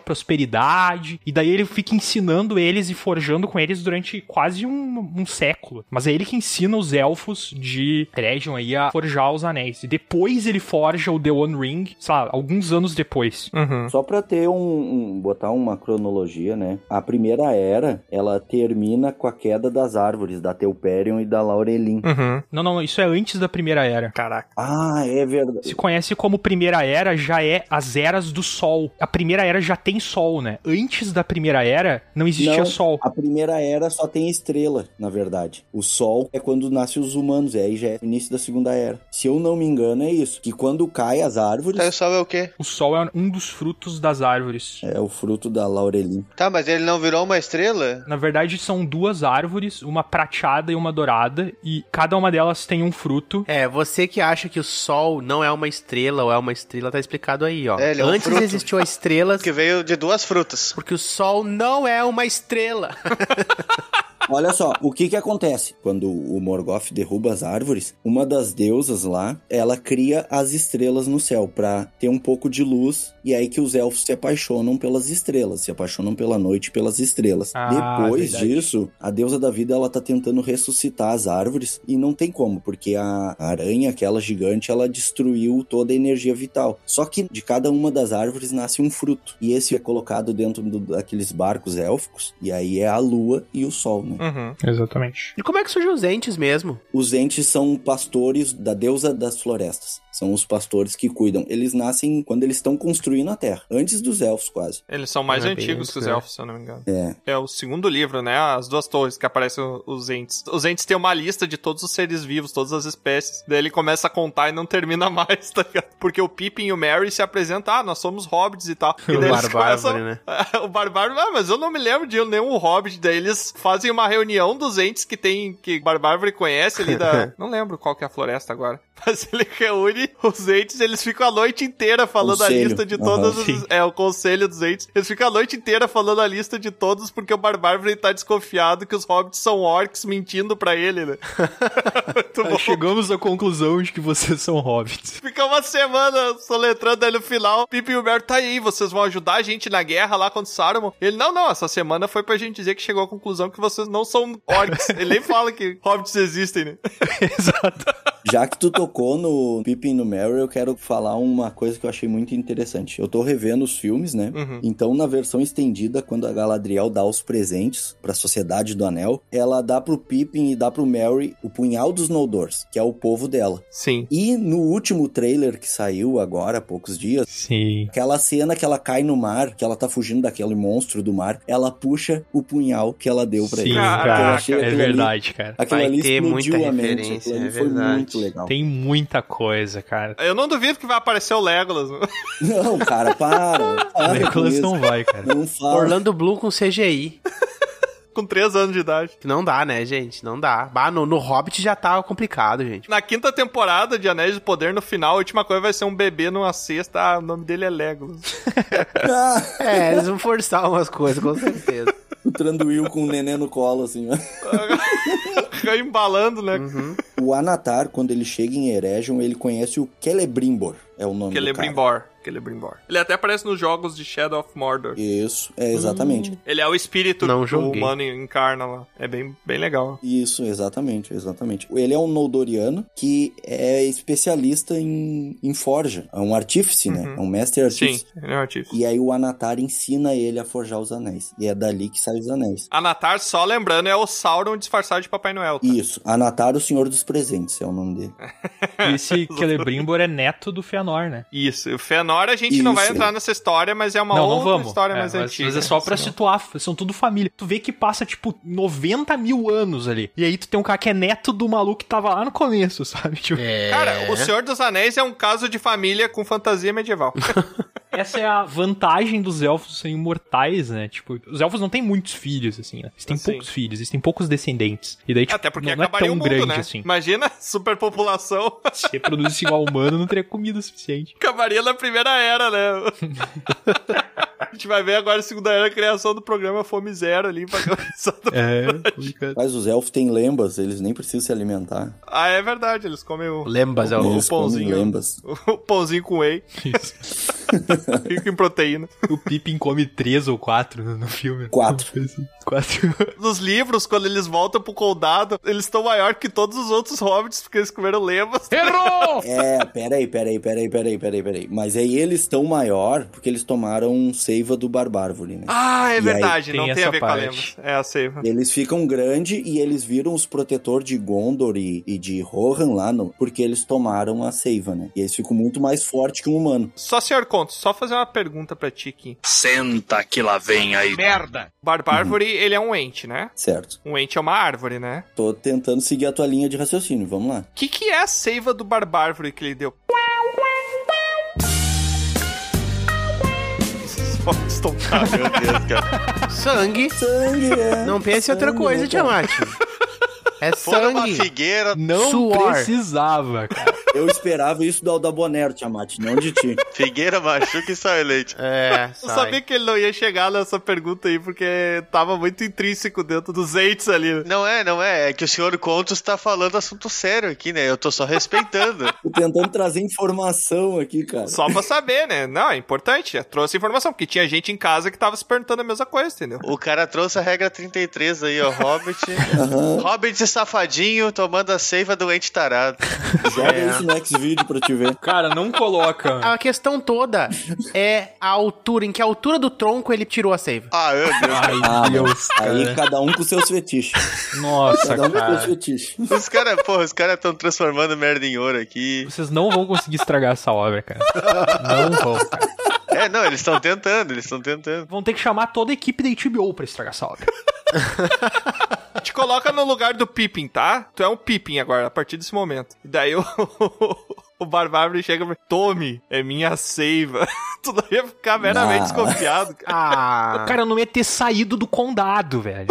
Speaker 5: prosperidade. E daí ele fica ensinando eles e forjando com eles durante quase um, um século. Mas é ele que ensina os elfos de Eregion aí a forjar os anéis. E depois ele forja o The One Ring, sei lá, alguns anos depois.
Speaker 6: Só pra ter um, um- botar uma cronologia, né? A primeira era, ela termina com a queda das árvores, da Teuperion e da Laurelin.
Speaker 5: Não, não, isso é antes da Primeira Era. Caraca.
Speaker 6: Ah, é verdade.
Speaker 5: Se conhece como Primeira Era, já é as eras do Sol. A Primeira Era já tem Sol, né? Antes da Primeira Era, não existia
Speaker 6: Não,
Speaker 5: Sol.
Speaker 6: A primeira era só tem estrela, na verdade. O sol é quando nascem os humanos, e aí já é o início da segunda era. Se eu não me engano, é isso. Que quando cai as árvores.
Speaker 4: Então o sol é o quê?
Speaker 5: O sol é um dos frutos das árvores.
Speaker 6: É o fruto da Laurelin.
Speaker 4: Tá, mas ele não virou uma estrela?
Speaker 5: Na verdade, são duas árvores, uma prateada e uma dourada, e cada uma delas tem um fruto.
Speaker 1: É, você que acha que o Sol não é uma estrela ou é uma estrela, tá explicado aí, ó.
Speaker 4: É, ele é um
Speaker 1: Antes
Speaker 4: fruto.
Speaker 1: existiu a estrela.
Speaker 4: Que veio de duas frutas.
Speaker 1: Porque o Sol não é uma estrela.
Speaker 6: Olha só, o que que acontece? Quando o Morgoth derruba as árvores, uma das deusas lá, ela cria as estrelas no céu pra ter um pouco de luz, e aí que os elfos se apaixonam pelas estrelas, se apaixonam pela noite e pelas estrelas.
Speaker 5: Ah,
Speaker 6: Depois
Speaker 5: verdade.
Speaker 6: disso, a deusa da vida, ela tá tentando ressuscitar as árvores, e não tem como, porque a aranha, aquela gigante, ela destruiu toda a energia vital. Só que de cada uma das árvores nasce um fruto, e esse é colocado dentro do- daqueles barcos élficos, e aí é a lua e o sol, né?
Speaker 3: Uhum.
Speaker 5: Exatamente.
Speaker 1: E como é que surgiu os entes mesmo?
Speaker 6: Os entes são pastores da deusa das florestas. São os pastores que cuidam. Eles nascem quando eles estão construindo a terra, antes dos elfos, quase.
Speaker 3: Eles são mais
Speaker 6: É, bem
Speaker 3: antigos que os
Speaker 6: antigo,
Speaker 3: elfos, se eu não me engano.
Speaker 6: É.
Speaker 3: É o segundo livro, né? As duas torres que aparecem o- os entes. Os entes têm uma lista de todos os seres vivos, todas as espécies. Daí ele começa a contar e não termina [laughs] mais, tá ligado? Porque o Pippin e o Merry se apresentam, ah, nós somos hobbits e
Speaker 6: [laughs]
Speaker 3: tal. E
Speaker 1: O
Speaker 3: daí eles
Speaker 1: Barbárvore,
Speaker 3: começam-
Speaker 1: né?
Speaker 3: [laughs] o Barbárvore, ah, mas eu não me lembro de nenhum hobbit. Daí eles fazem uma reunião dos entes que tem, que Barbárvore conhece ali
Speaker 6: [laughs]
Speaker 3: da... não lembro qual que é a floresta agora. [laughs] Mas ele reúne os entes, eles ficam a noite inteira falando a
Speaker 6: Conselho.
Speaker 3: lista de
Speaker 6: Aham,
Speaker 3: todas
Speaker 6: sim.
Speaker 3: as, é, o conselho dos entes. Eles ficam a noite inteira falando a lista de todos, porque o Barbárvore tá desconfiado que os hobbits são orcs mentindo pra ele, né? [laughs]
Speaker 5: Chegamos à conclusão de que vocês são hobbits.
Speaker 3: Fica uma semana soletrando aí no final. Pipe e o Humberto, tá aí, vocês vão ajudar a gente na guerra lá contra o Saruman. Ele, não, não, essa semana foi pra gente dizer que chegou à conclusão que vocês não são orcs. Ele nem fala que hobbits existem, né?
Speaker 6: Já que tu tocou tocou no Pippin e no Mary, eu quero falar uma coisa que eu achei muito interessante. Eu tô revendo os filmes, né?
Speaker 13: Uhum.
Speaker 6: Então, na versão estendida, quando a Galadriel dá os presentes pra Sociedade do Anel, ela dá pro Pippin e dá pro Mary o punhal dos Noldors, que é o povo dela.
Speaker 3: Sim.
Speaker 6: E no último trailer que saiu agora, há poucos dias,
Speaker 5: Sim.
Speaker 6: aquela cena que ela cai no mar, que ela tá fugindo daquele monstro do mar, ela puxa o punhal que ela deu pra
Speaker 5: Sim,
Speaker 6: ele.
Speaker 5: cara, é
Speaker 6: aquilo ali-
Speaker 5: verdade, cara.
Speaker 6: Aquilo
Speaker 5: Vai
Speaker 6: ali
Speaker 5: ter
Speaker 6: explodiu
Speaker 5: muita
Speaker 6: a mente.
Speaker 5: referência,
Speaker 6: Aquilo ali
Speaker 5: é
Speaker 6: foi
Speaker 5: verdade.
Speaker 6: muito legal.
Speaker 5: Tem muita coisa, cara.
Speaker 3: Eu não duvido que vai aparecer o Legolas. [laughs] né?
Speaker 6: Não, cara, para.
Speaker 5: [laughs]
Speaker 6: para
Speaker 5: O Nicholas
Speaker 6: com
Speaker 5: não
Speaker 6: isso. [laughs]
Speaker 5: vai, cara.
Speaker 6: Não fala.
Speaker 1: Orlando Bloom com CGI.
Speaker 3: com 3 anos de idade.
Speaker 1: Não dá, né, gente? Não dá. Bah, no, no Hobbit já tá complicado, gente.
Speaker 3: Na quinta temporada de Anéis do Poder, no final, a última coisa vai ser um bebê numa cesta. Ah, o nome dele é Legolas. [laughs]
Speaker 1: É, eles vão forçar umas coisas, com [laughs] certeza.
Speaker 6: [laughs] O Tranduil com o neném no colo, assim. ó.
Speaker 3: Embalando, né?
Speaker 1: Uhum,
Speaker 6: O Anatar, quando ele chega em Eregion, ele conhece o Celebrimbor. É o nome do
Speaker 3: Celebrimbor. Celebrimbor. Ele até aparece nos jogos de Shadow of Mordor.
Speaker 6: cara. Isso, é exatamente.
Speaker 3: Ele é o espírito
Speaker 1: Não
Speaker 3: que o
Speaker 1: joguei.
Speaker 3: humano encarna lá. É bem, bem legal.
Speaker 6: Isso, exatamente, exatamente. Ele é um Noldoriano que é especialista em, em forja. É um artífice, né? É um mestre artífice.
Speaker 3: Sim, ele é um artífice.
Speaker 6: E aí o Anatar ensina ele a forjar os anéis. E é dali que saem os anéis.
Speaker 3: Anatar, só lembrando, é o Sauron disfarçado de Papai Noel. tá?
Speaker 6: Isso, Anatar, o Senhor dos Presentes, é o nome dele.
Speaker 5: E esse Celebrimbor é neto do Feanor, né?
Speaker 3: Isso. O Fëanor a gente não vai
Speaker 6: Isso.
Speaker 3: entrar nessa história, mas é uma
Speaker 5: não, não
Speaker 3: outra
Speaker 5: vamos.
Speaker 3: história
Speaker 5: É,
Speaker 3: mais
Speaker 5: mas,
Speaker 3: antiga.
Speaker 5: mas é só pra
Speaker 3: Senão-
Speaker 5: situar, são tudo família. Tu vê que passa, tipo, 90 mil anos ali. E aí tu tem um cara que é neto do maluco que tava lá no começo, [laughs] sabe? Tipo,
Speaker 3: Cara, o Senhor dos Anéis é um caso de família com fantasia medieval.
Speaker 5: Essa é a vantagem dos elfos serem imortais, né? Tipo, os elfos não têm muitos filhos, assim, né? Eles têm
Speaker 3: Sim.
Speaker 5: poucos filhos, eles têm poucos descendentes. E daí, tipo,
Speaker 3: Até porque
Speaker 5: não, não é
Speaker 3: acabaria
Speaker 5: tão
Speaker 3: o mundo,
Speaker 5: grande
Speaker 3: né?
Speaker 5: assim.
Speaker 3: Imagina, [laughs] superpopulação. [laughs]
Speaker 5: Se reproduzisse igual humano, não teria comida suficiente.
Speaker 3: Acabaria na primeira era, [laughs] né? a gente vai ver agora a segunda era a criação do programa Fome Zero ali. [laughs] Pra...
Speaker 5: É,
Speaker 6: Mas os elfos têm lembas, eles nem precisam se alimentar.
Speaker 3: ah, é verdade, eles comem o,
Speaker 1: Lembas, é
Speaker 3: o
Speaker 1: o...
Speaker 6: Eles comem
Speaker 3: pãozinho.
Speaker 6: lembas.
Speaker 3: O pãozinho com whey. [laughs] Rico em proteína.
Speaker 5: O Pippin come três ou quatro no, no filme.
Speaker 6: Quatro.
Speaker 5: [laughs] Quatro.
Speaker 3: Nos livros, quando eles voltam pro Condado, eles estão maior que todos os outros hobbits, porque eles comeram lembas.
Speaker 2: Errou!
Speaker 6: É, peraí, peraí, peraí, peraí, peraí, peraí. Mas aí eles estão maior porque eles tomaram seiva do Barbárvore, né?
Speaker 3: Ah, é
Speaker 6: aí
Speaker 3: verdade,
Speaker 5: tem
Speaker 3: não tem a
Speaker 5: essa
Speaker 3: ver
Speaker 5: parte.
Speaker 3: com a lembas. É a seiva.
Speaker 6: Eles ficam grande e eles viram os protetor de Gondor e, e de Rohan lá, no, porque eles tomaram a seiva, né? E eles ficam muito mais forte que um humano.
Speaker 3: Só, senhor Contos, só fazer uma pergunta pra ti aqui.
Speaker 13: Senta que lá vem aí.
Speaker 7: Merda!
Speaker 3: Barbárvore, ele é um ente, né?
Speaker 6: Certo.
Speaker 3: Um ente é uma árvore, né?
Speaker 6: Tô tentando seguir a tua linha de raciocínio, vamos lá.
Speaker 3: O que, que é a seiva do Barbárvore que ele [laughs] deu? Só estompado.
Speaker 4: Meu Deus, [laughs] cara.
Speaker 1: Sangue.
Speaker 6: Sangue é.
Speaker 1: Não pense em outra
Speaker 6: sangue, né,
Speaker 1: coisa,
Speaker 6: cara?
Speaker 1: Tiamat. É
Speaker 4: Fora uma
Speaker 1: sangue.
Speaker 4: figueira.
Speaker 5: Não
Speaker 1: Suor.
Speaker 5: precisava, cara.
Speaker 6: Eu esperava isso do Alda Bonero, Tiamat, não de ti.
Speaker 4: Figueira machuca e sai leite.
Speaker 1: É,
Speaker 3: Eu
Speaker 1: sai.
Speaker 3: sabia que ele não ia chegar nessa pergunta aí, porque tava muito intrínseco dentro dos entes ali. né?
Speaker 4: Não é, não é. É que o senhor Contos tá falando assunto sério aqui, né? Eu tô só
Speaker 3: [laughs]
Speaker 4: respeitando.
Speaker 6: Tô tentando trazer informação aqui, cara.
Speaker 3: Só pra saber, né? Não, é importante. Eu trouxe informação, porque tinha gente em casa que tava se perguntando a mesma coisa, entendeu?
Speaker 4: O cara trouxe a regra 33 aí, ó. Hobbit. Hobbit safadinho tomando a seiva doente tarado.
Speaker 6: Joga
Speaker 1: é.
Speaker 6: isso no X-Video pra te ver.
Speaker 5: Cara, não coloca.
Speaker 1: A questão toda é a altura, em que altura do tronco ele tirou a seiva.
Speaker 4: Ah, meu
Speaker 3: [laughs]
Speaker 4: Deus.
Speaker 5: Ai, Deus,
Speaker 6: Aí
Speaker 5: cara.
Speaker 6: cada um com seus fetiches.
Speaker 5: Nossa,
Speaker 6: Cada um com seus
Speaker 5: cara.
Speaker 6: fetiches.
Speaker 4: Os caras, porra, os caras estão transformando merda em ouro aqui.
Speaker 5: Vocês não vão conseguir estragar essa obra, cara. Não vão, cara.
Speaker 4: É, não, eles estão tentando, eles estão tentando.
Speaker 5: Vão ter que chamar toda a equipe da HBO pra estragar essa obra.
Speaker 3: Te coloca no lugar do Pippin, tá? Tu é um Pippin agora, a partir desse momento. E daí o, [laughs] o Barbárvore chega e fala, Tome, é minha seiva. [laughs] tu não ia ficar meramente
Speaker 6: Não.
Speaker 3: desconfiado, cara.
Speaker 1: Ah,
Speaker 5: Cara, eu não ia ter saído do condado, velho.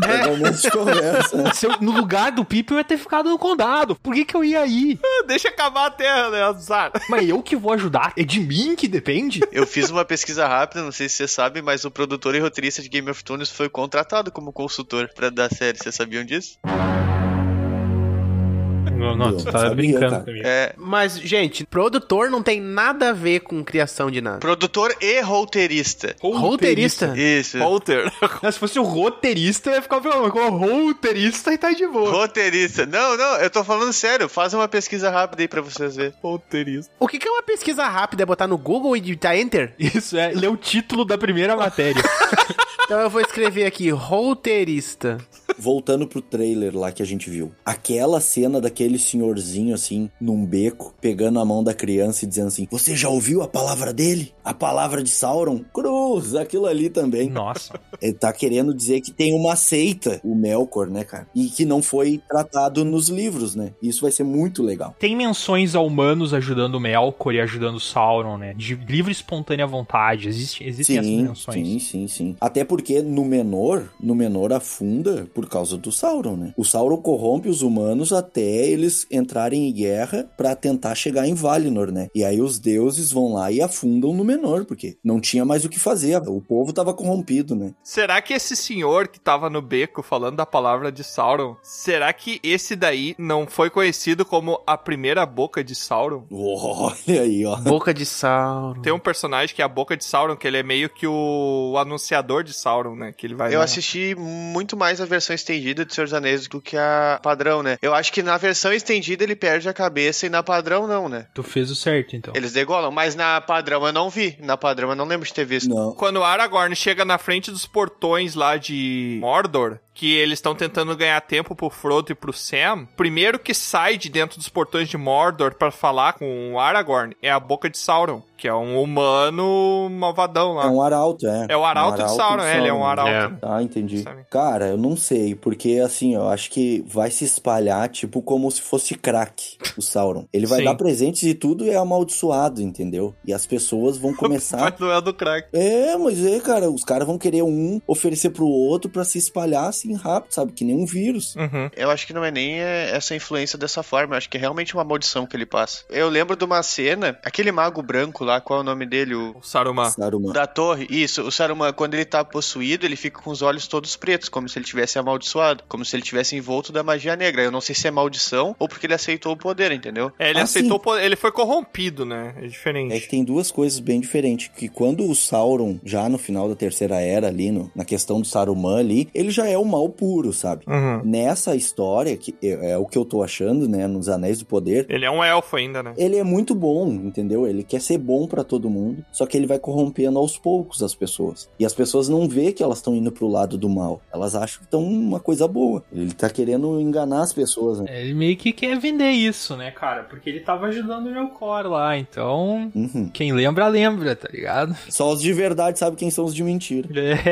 Speaker 6: Pegou um monte
Speaker 1: É.
Speaker 6: de conversa.
Speaker 5: Se eu- no lugar do Pipe, eu ia ter ficado no condado. Por que que eu ia ir?
Speaker 3: Ah, Deixa acabar a terra, né? Azar.
Speaker 5: Mas eu que vou ajudar. É de mim que depende?
Speaker 4: Eu fiz uma pesquisa rápida, não sei se você sabe, mas o produtor e roteirista de Game of Thrones foi contratado como consultor pra dar série. Vocês sabiam disso?
Speaker 5: Não, não, tu tá
Speaker 6: sabia,
Speaker 5: brincando
Speaker 6: cara.
Speaker 5: comigo.
Speaker 4: É,
Speaker 1: Mas, gente, produtor não tem nada a ver com criação de nada.
Speaker 4: produtor e roteirista.
Speaker 1: Roteirista?
Speaker 4: Isso.
Speaker 3: Holter.
Speaker 5: Ah, Se fosse o roteirista, eu ia ficar falando com o roteirista e tá de boa.
Speaker 4: Roteirista. Não, não, eu tô falando sério. Faz uma pesquisa rápida aí pra vocês verem.
Speaker 3: Roteirista.
Speaker 1: O que que é uma pesquisa rápida? É botar no Google e digitar Enter?
Speaker 5: Isso, é ler o título da primeira matéria.
Speaker 1: Então eu vou escrever aqui, roteirista.
Speaker 6: Voltando pro trailer lá que a gente viu. Aquela cena daquele senhorzinho assim, num beco, pegando a mão da criança e dizendo assim: Você já ouviu a palavra dele? A palavra de Sauron? Cruz, aquilo ali também.
Speaker 5: Nossa.
Speaker 6: Ele tá querendo dizer que tem uma seita, o Melkor, né, cara? E que não foi tratado nos livros, né? Isso vai ser muito legal.
Speaker 5: Tem menções a humanos ajudando o Melkor e ajudando o Sauron, né? De livre e espontânea vontade. Existe, existem essas menções.
Speaker 6: sim, sim, sim. Até porque no menor, no menor afunda por causa do Sauron, né? O Sauron corrompe os humanos até eles entrarem em guerra pra tentar chegar em Valinor, né? E aí os deuses vão lá e afundam no menor, porque não tinha mais o que fazer. O povo tava corrompido, né? [laughs]
Speaker 3: Será que esse senhor que tava no beco falando da palavra de Sauron, será que esse daí não foi conhecido como a primeira boca de Sauron?
Speaker 6: Olha aí, ó.
Speaker 1: Boca de Sauron.
Speaker 4: Hum.
Speaker 3: Tem um personagem que é a boca de Sauron, que ele é meio que o anunciador de Sauron, né? Que ele vai.
Speaker 4: Eu
Speaker 3: lá.
Speaker 4: assisti muito mais a versão estendida de Senhor dos Anéis do que a padrão, né? Eu acho que na versão estendida ele perde a cabeça e na padrão não, né?
Speaker 5: Tu fez o certo, então.
Speaker 4: Eles degolam, mas na padrão eu não vi. Na padrão eu não lembro de ter visto.
Speaker 6: Não.
Speaker 3: Quando o Aragorn chega na frente dos portões lá de Mordor, que eles estão tentando ganhar tempo pro Frodo e pro Sam, primeiro que sai de dentro dos portões de Mordor pra falar com o Aragorn é a boca de Sauron, que é um humano malvadão lá.
Speaker 6: É um arauto, é.
Speaker 3: É o arauto,
Speaker 6: Um
Speaker 3: de Sauron, é, ele é um arauto.
Speaker 5: É.
Speaker 6: Ah, entendi.
Speaker 3: Sabe?
Speaker 6: Cara, eu não sei, porque assim, eu acho que vai se espalhar, tipo, como se fosse crack, o Sauron. Ele vai
Speaker 5: Sim.
Speaker 6: dar presentes e tudo e é amaldiçoado, entendeu? E as pessoas
Speaker 3: [laughs]
Speaker 6: vão
Speaker 3: Vai
Speaker 6: começar.
Speaker 3: doer do crack.
Speaker 6: É, mas é, cara, os caras vão querer um oferecer pro outro pra se espalhar assim rápido, sabe? Que nem um vírus.
Speaker 3: Uhum.
Speaker 4: Eu acho que não é nem é, essa influência dessa forma, eu acho que é realmente uma maldição que ele passa. Eu lembro de uma cena, aquele mago branco lá, qual é o nome dele? O
Speaker 3: O Saruman.
Speaker 6: Saruman.
Speaker 4: da torre, isso, o Saruman, quando ele tá possuído, ele fica com os olhos todos pretos, como se ele tivesse amaldiçoado, como se ele tivesse envolto da magia negra. Eu não sei se é maldição ou porque ele aceitou o poder, entendeu?
Speaker 3: É, ele
Speaker 6: Ah,
Speaker 3: aceitou,
Speaker 6: sim.
Speaker 3: po- ele foi corrompido, né? É diferente.
Speaker 6: É que tem duas coisas bem diferentes. Que quando o Sauron, já no final da Terceira Era, ali, no- na questão do Saruman ali, ele já é o mal puro, sabe?
Speaker 3: Uhum.
Speaker 6: Nessa história, que é é o que eu tô achando, né? Nos Anéis do Poder,
Speaker 3: Ele é um elfo ainda, né?
Speaker 6: ele é muito bom, entendeu? Ele quer ser bom pra todo mundo, só que ele vai corrompendo aos poucos as pessoas. E as pessoas não vê que elas estão indo pro lado do mal. Elas acham que estão uma coisa boa. Ele tá querendo enganar as pessoas, né?
Speaker 5: Ele meio que quer vender isso, né, cara? Porque ele tava ajudando o meu core lá, então.
Speaker 6: Uhum.
Speaker 5: Quem lembra, lembra, tá ligado? [laughs]
Speaker 6: Só os de verdade sabem quem são os de mentira.
Speaker 5: É.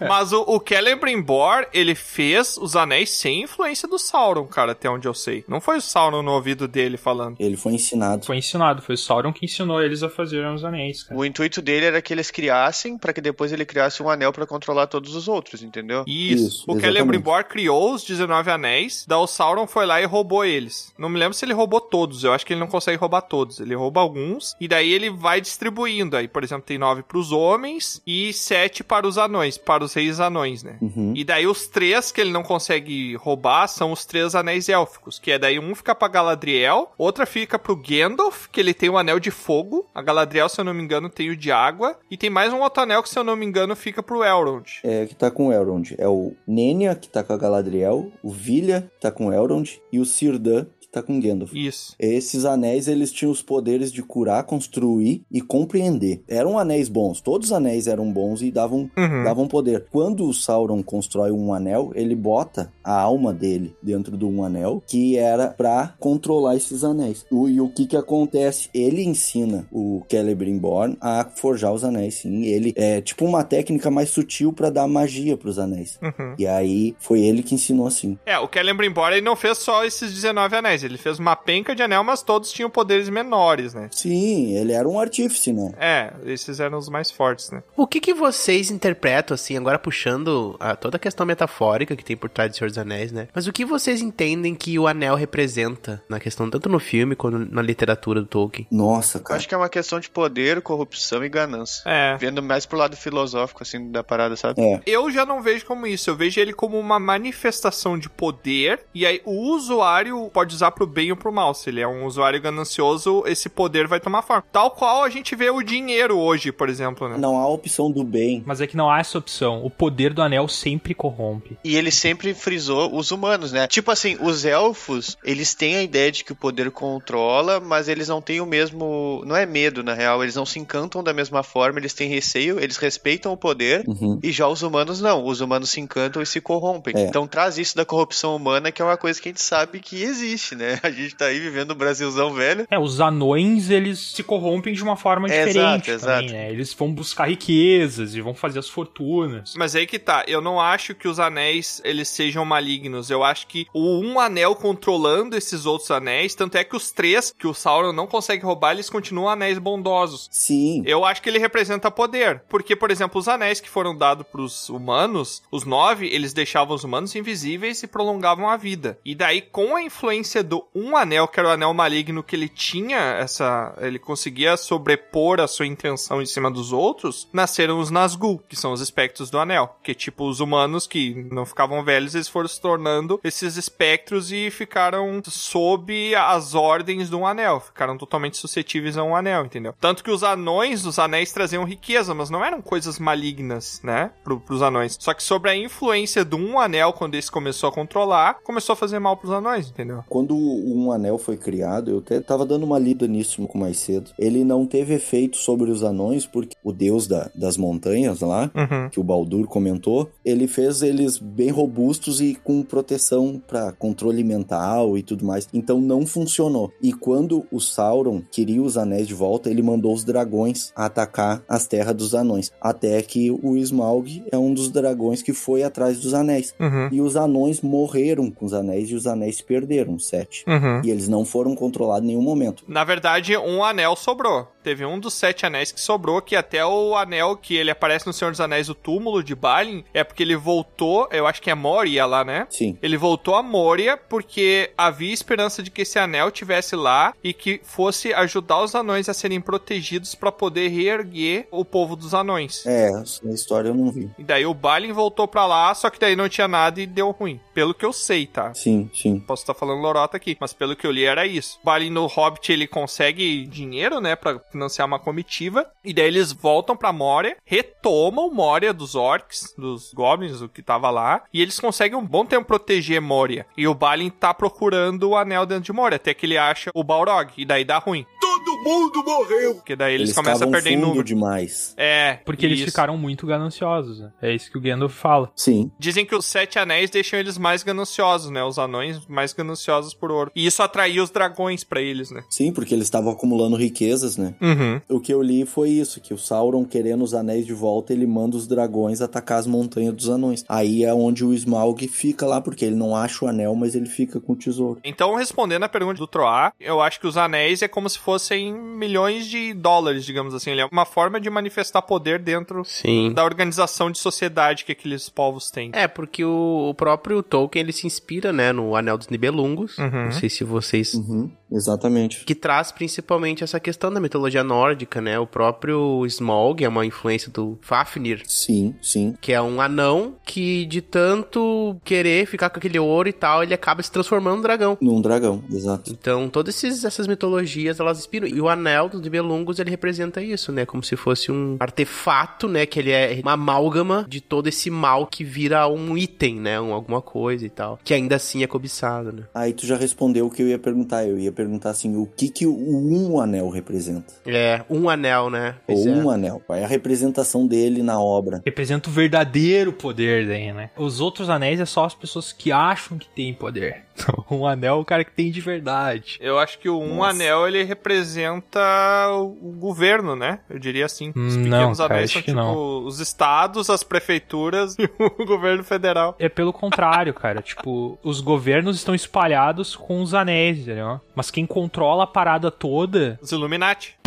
Speaker 1: É.
Speaker 3: Mas o, o Celebrimbor, ele fez os anéis sem influência do Sauron, cara, até onde eu sei. Não foi o Sauron no ouvido dele falando.
Speaker 6: Ele foi ensinado.
Speaker 5: Foi ensinado, foi o Sauron que ensinou eles a fazerem os anéis, cara.
Speaker 4: O intuito dele era que eles criassem pra que depois ele criasse um anel pra controlar todos os outros, entendeu?
Speaker 3: Isso.
Speaker 6: Isso,
Speaker 3: o
Speaker 6: exatamente.
Speaker 3: Celebrimbor criou os 19 anéis, daí o Sauron foi lá e roubou eles. Não me lembro se ele roubou todos, eu acho que ele não consegue roubar todos. Ele rouba alguns e daí ele vai distribuindo. Aí, por exemplo, tem nove pros homens e sete para os anões, para os reis anões, né?
Speaker 6: Uhum.
Speaker 3: E daí os três que ele não consegue roubar são os três anéis élficos, que é daí um fica pra Galadriel, outra fica pro Gandalf, que ele tem o anel de fogo, a Galadriel, se eu não me engano, tem o de água, e tem mais um outro anel que, se eu não me engano, fica pro Elrond.
Speaker 6: É, que tá com o Elrond. É o Nenya, que tá com a Galadriel, o Vilha, que tá com o Elrond, e o Círdan, que tá com Gandalf.
Speaker 3: Isso.
Speaker 6: Esses anéis, eles tinham os poderes de curar, construir e compreender. Eram anéis bons, todos os anéis eram bons e davam,
Speaker 3: Uhum.
Speaker 6: davam poder. Quando o Sauron constrói um anel, ele bota a alma dele dentro de um anel, que era pra controlar esses anéis. O- e o que que acontece? Ele ensina o Celebrimbor a forjar os anéis, sim. Ele é tipo uma técnica mais sutil pra dar magia pros anéis.
Speaker 3: Uhum.
Speaker 6: E aí, foi ele que ensinou assim.
Speaker 3: É, o Celebrimbor, ele não fez só esses 19 anéis, ele fez uma penca de anel, mas todos tinham poderes menores, né?
Speaker 6: Sim, ele era um artífice, né?
Speaker 3: É, esses eram os mais fortes, né?
Speaker 1: O que, que vocês interpretam, assim, agora puxando a- toda a questão metafórica que tem por trás de Senhor dos Anéis, né? Mas o que vocês entendem que o anel representa na questão, tanto no filme quanto na literatura do Tolkien?
Speaker 6: Nossa,
Speaker 4: Eu
Speaker 6: cara.
Speaker 4: acho que é uma questão de poder, corrupção e ganância.
Speaker 3: É.
Speaker 4: Vendo mais pro lado filosófico, assim, da parada, sabe?
Speaker 6: É.
Speaker 3: Eu já não vejo como isso. Eu vejo ele como uma manifestação de poder. E aí o usuário pode usar usar pro bem ou pro mal. Se ele é um usuário ganancioso, esse poder vai tomar forma. Tal qual a gente vê o dinheiro hoje, por exemplo, né?
Speaker 6: Não há opção do bem.
Speaker 5: Mas é que não há essa opção. O poder do anel sempre corrompe.
Speaker 4: E ele sempre frisou os humanos, né? Tipo assim, os elfos, eles têm a ideia de que o poder controla, mas eles não têm o mesmo. Não é medo, na real. Eles não se encantam da mesma forma, eles têm receio, eles respeitam o poder. E já os humanos não. Os humanos se encantam e se corrompem.
Speaker 6: É.
Speaker 4: Então traz isso da corrupção humana, que é uma coisa que a gente sabe que existe, né? A gente tá aí vivendo um Brasilzão velho.
Speaker 5: É, os anões, eles se corrompem de uma forma
Speaker 4: É,
Speaker 5: diferente.
Speaker 4: exato,
Speaker 5: também,
Speaker 4: exato.
Speaker 5: né? Eles vão buscar riquezas e vão fazer as fortunas.
Speaker 3: Mas aí que tá, eu não acho que os anéis eles sejam malignos. Eu acho que o um anel controlando esses outros anéis, tanto é que os três que o Sauron não consegue roubar, eles continuam anéis bondosos.
Speaker 6: Sim.
Speaker 3: Eu acho que ele representa poder, porque por exemplo, os anéis que foram dados pros humanos, os nove, eles deixavam os humanos invisíveis e prolongavam a vida. E daí com a influência do um anel, que era o anel maligno que ele tinha essa, ele conseguia sobrepor a sua intenção em cima dos outros, nasceram os Nazgûl, que são os espectros do anel, que tipo os humanos que não ficavam velhos, eles foram se tornando esses espectros e ficaram sob as ordens de um anel, ficaram totalmente suscetíveis a um anel, entendeu? Tanto que os anões, os anéis traziam riqueza, mas não eram coisas malignas, né, pro, pros anões. Só que sobre a influência de um anel quando esse começou a controlar, começou a fazer mal pros anões, entendeu?
Speaker 6: Quando um anel foi criado, eu até tava dando uma lida nisso um pouco mais cedo. Ele não teve efeito sobre os anões, porque o deus da- das montanhas lá,
Speaker 3: Uhum.
Speaker 6: que o Baldur comentou, ele fez eles bem robustos e com proteção para controle mental e tudo mais. Então não funcionou. E quando o Sauron queria os anéis de volta, ele mandou os dragões atacar as terras dos anões. Até que o Smaug é um dos dragões que foi atrás dos anéis.
Speaker 3: Uhum.
Speaker 6: E os anões morreram com os anéis e os anéis se perderam, sete.
Speaker 3: Uhum.
Speaker 6: E eles não foram controlados em nenhum momento.
Speaker 3: Na verdade, um anel sobrou. Teve um dos sete anéis que sobrou, que até o anel que ele aparece no Senhor dos Anéis, o túmulo de Balin, é porque ele voltou, eu acho que é Moria lá, né?
Speaker 6: Sim.
Speaker 3: Ele voltou a Moria porque havia esperança de que esse anel tivesse lá e que fosse ajudar os anões a serem protegidos para poder reerguer o povo dos anões.
Speaker 6: É, essa história eu não vi.
Speaker 3: E daí o Balin voltou pra lá, só que daí não tinha nada e deu ruim. Pelo que eu sei, tá?
Speaker 6: Sim, sim.
Speaker 3: Posso estar falando lorota aqui, mas pelo que eu li era isso. Balin no Hobbit ele consegue dinheiro, né, Pra financiar uma comitiva, e daí eles voltam pra Moria, retomam Moria dos orcs, dos goblins, o que tava lá, e eles conseguem um bom tempo proteger Moria. E o Balin tá procurando o anel dentro de Moria, até que ele acha o Balrog, e daí dá ruim.
Speaker 7: Todo mundo morreu!
Speaker 3: Porque daí eles, começam a
Speaker 6: estavam
Speaker 3: perder em
Speaker 6: fundo
Speaker 3: número.
Speaker 6: demais.
Speaker 3: É,
Speaker 5: Porque eles
Speaker 3: isso.
Speaker 5: ficaram muito gananciosos, né? É isso que o Gandalf fala.
Speaker 6: Sim.
Speaker 3: Dizem que os sete anéis deixam eles mais gananciosos, né? Os anões mais gananciosos por ouro. E isso atraía os dragões pra eles, né?
Speaker 6: Sim, porque eles estavam acumulando riquezas, né?
Speaker 3: Uhum.
Speaker 6: O que eu li foi isso, que o Sauron querendo os anéis de volta, ele manda os dragões atacar as montanhas dos anões. Aí é onde o Smaug fica lá, porque ele não acha o anel, mas ele fica com o tesouro.
Speaker 3: Então, respondendo a pergunta do Troar, eu acho que os anéis é como se fossem milhões de dólares, digamos assim. Ele é uma forma de manifestar poder dentro
Speaker 1: Sim.
Speaker 3: da organização de sociedade que aqueles povos têm.
Speaker 1: É, porque o, o próprio Tolkien ele se inspira, né, no Anel dos Nibelungos.
Speaker 3: Uhum.
Speaker 1: Não sei se vocês.
Speaker 6: Uhum, Exatamente.
Speaker 1: Que traz principalmente essa questão da mitologia nórdica, né? O próprio Smaug é uma influência do Fafnir.
Speaker 6: Sim, sim.
Speaker 1: Que é um anão que, de tanto querer ficar com aquele ouro e tal, ele acaba se transformando num dragão.
Speaker 6: Num dragão, exato.
Speaker 1: Então, todas esses- essas mitologias, elas inspiram. E o anel dos Nibelungos, ele representa isso, né? Como se fosse um artefato, né? Que ele é uma amálgama de todo esse mal que vira um item, né? Um, alguma coisa e tal. Que ainda assim é cobiçado, né?
Speaker 6: Aí tu já respondeu o que eu ia perguntar. Eu ia perguntar assim, o que que o um anel representa?
Speaker 1: É, um anel, né?
Speaker 6: Ou
Speaker 1: Pois é.
Speaker 6: um anel. Qual é a representação dele na obra?
Speaker 5: Representa o verdadeiro poder daí, né? Os outros anéis é só as pessoas que acham que tem poder. [laughs] Então, um anel é o cara que tem de verdade.
Speaker 3: Eu acho que o Um
Speaker 5: Nossa.
Speaker 3: Anel, ele representa o o governo, né? Eu diria assim. Os
Speaker 5: Hum,
Speaker 3: pequenos
Speaker 5: não, cara,
Speaker 3: anéis
Speaker 5: acho
Speaker 3: são
Speaker 5: que
Speaker 3: tipo
Speaker 5: não.
Speaker 3: os estados, as prefeituras [laughs] e o governo federal.
Speaker 5: É pelo contrário, cara. [laughs] tipo, os governos estão espalhados com os anéis, entendeu? Mas quem controla a parada toda
Speaker 3: Os Illuminati.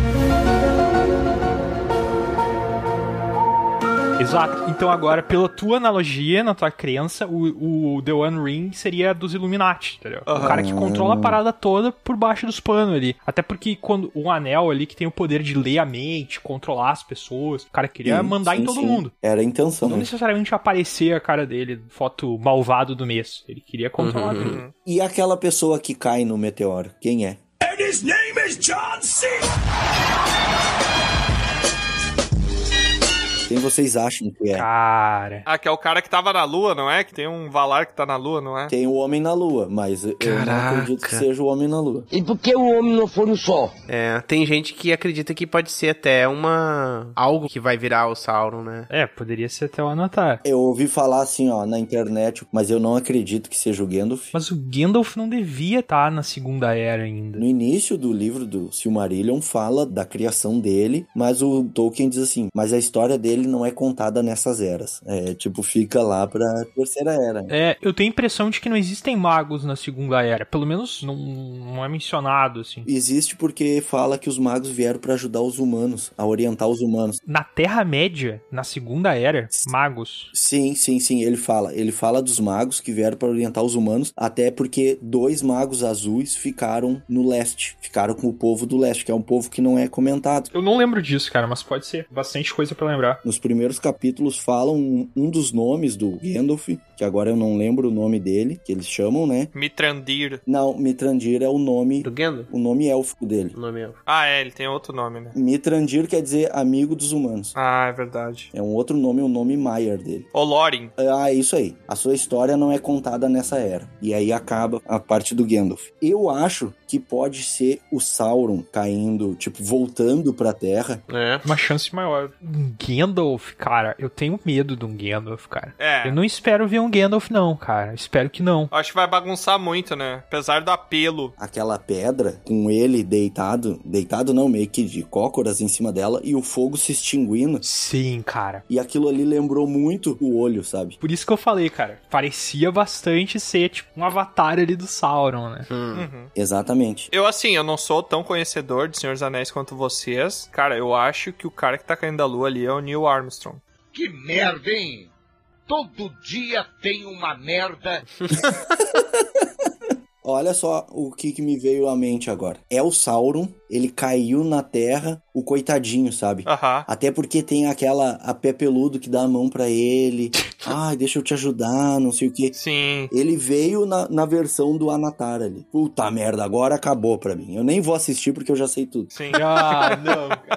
Speaker 5: Exato. Então agora, pela tua analogia, na tua crença, o, o The One Ring seria dos Illuminati, entendeu? O cara que
Speaker 6: Ah.
Speaker 5: controla a parada toda por baixo dos panos ali. Até porque quando o anel ali que tem o poder de ler a mente, controlar as pessoas, o cara queria
Speaker 6: Sim,
Speaker 5: mandar em
Speaker 6: sim,
Speaker 5: todo
Speaker 6: sim.
Speaker 5: mundo.
Speaker 6: Era a intenção.
Speaker 5: Não necessariamente aparecer a cara dele, foto malvado do mês. Ele queria controlar tudo.
Speaker 6: E aquela pessoa que cai no meteoro, quem é?
Speaker 7: And his name is John C.
Speaker 6: Quem vocês acham que é?
Speaker 5: Cara.
Speaker 3: Ah, que é o cara que tava na lua, não é? Que tem um Valar que tá na lua, não é?
Speaker 6: Tem o Homem na Lua, mas eu não
Speaker 1: Caraca.
Speaker 6: acredito que seja o Homem na Lua.
Speaker 1: E por que o homem não foi no sol? É, tem gente que acredita que pode ser até uma. algo que vai virar o Sauron, né?
Speaker 5: É, poderia ser até o Anatar.
Speaker 6: Eu ouvi falar assim, ó, na internet, mas eu não acredito que seja o Gandalf.
Speaker 5: Mas o Gandalf não devia estar na Segunda Era ainda.
Speaker 6: No início do livro do Silmarillion fala da criação dele, mas o Tolkien diz assim, mas a história dele não é contada nessas eras. É, tipo, fica lá pra terceira era.
Speaker 5: É, eu tenho a impressão de que não existem magos na Segunda Era. Pelo menos não, não é mencionado, assim.
Speaker 6: Existe porque fala que os magos vieram pra ajudar os humanos, a orientar os humanos.
Speaker 5: Na Terra-média, na Segunda Era, magos.
Speaker 6: Sim, sim, sim, ele fala. Ele fala dos magos que vieram para orientar os humanos, até porque dois magos azuis ficaram no leste, ficaram com o povo do leste, que é um povo que não é comentado.
Speaker 5: Eu não lembro disso, cara, mas pode ser bastante coisa pra lembrar.
Speaker 6: Nos primeiros capítulos falam um, um dos nomes do Gandalf, que agora eu não lembro o nome dele, que eles chamam, né?
Speaker 3: Mitrandir.
Speaker 6: Não, Mitrandir é o nome do
Speaker 1: Gandalf,
Speaker 6: o nome élfico dele.
Speaker 1: O nome élfico.
Speaker 3: Ah, é, ele tem outro nome, né?
Speaker 6: Mitrandir quer dizer amigo dos humanos.
Speaker 3: Ah, é verdade.
Speaker 6: É um outro nome, o nome Maier dele.
Speaker 3: Olorin.
Speaker 6: Ah, é isso aí. A sua história não é contada nessa era. E aí acaba a parte do Gandalf. Eu acho que pode ser o Sauron caindo, tipo, voltando pra Terra.
Speaker 1: É.
Speaker 5: Uma chance maior. Um Gandalf, cara, eu tenho medo de um Gandalf, cara.
Speaker 3: É.
Speaker 5: Eu não espero ver um Gandalf, não, cara. Espero que não.
Speaker 3: Acho que vai bagunçar muito, né? Apesar do apelo.
Speaker 6: Aquela pedra, com ele deitado, deitado não, meio que de cócoras em cima dela, e o fogo se extinguindo.
Speaker 5: Sim, cara.
Speaker 6: E aquilo ali lembrou muito o olho, sabe?
Speaker 5: Por isso que eu falei, cara. Parecia bastante ser, tipo, um avatar ali do Sauron, né?
Speaker 3: Uhum.
Speaker 6: Exatamente.
Speaker 3: Eu, assim, eu não sou tão conhecedor de Senhor dos Anéis quanto vocês. Cara, eu acho que o cara que tá caindo da lua ali é o Neil Armstrong.
Speaker 7: Que merda, hein? Todo dia tem uma merda.
Speaker 6: Olha só o que, que me veio à mente agora. É o Sauron, ele caiu na terra, o coitadinho, sabe?
Speaker 3: Aham.
Speaker 6: Até porque tem aquela a pé peludo que dá a mão pra ele. Ai, deixa eu te ajudar, não sei o quê.
Speaker 3: Sim.
Speaker 6: Ele veio na, na versão do Anatar ali. Puta merda, agora acabou pra mim. Eu nem vou assistir porque eu já sei tudo.
Speaker 3: Sim.
Speaker 5: Ah, não,
Speaker 6: cara.
Speaker 1: [laughs]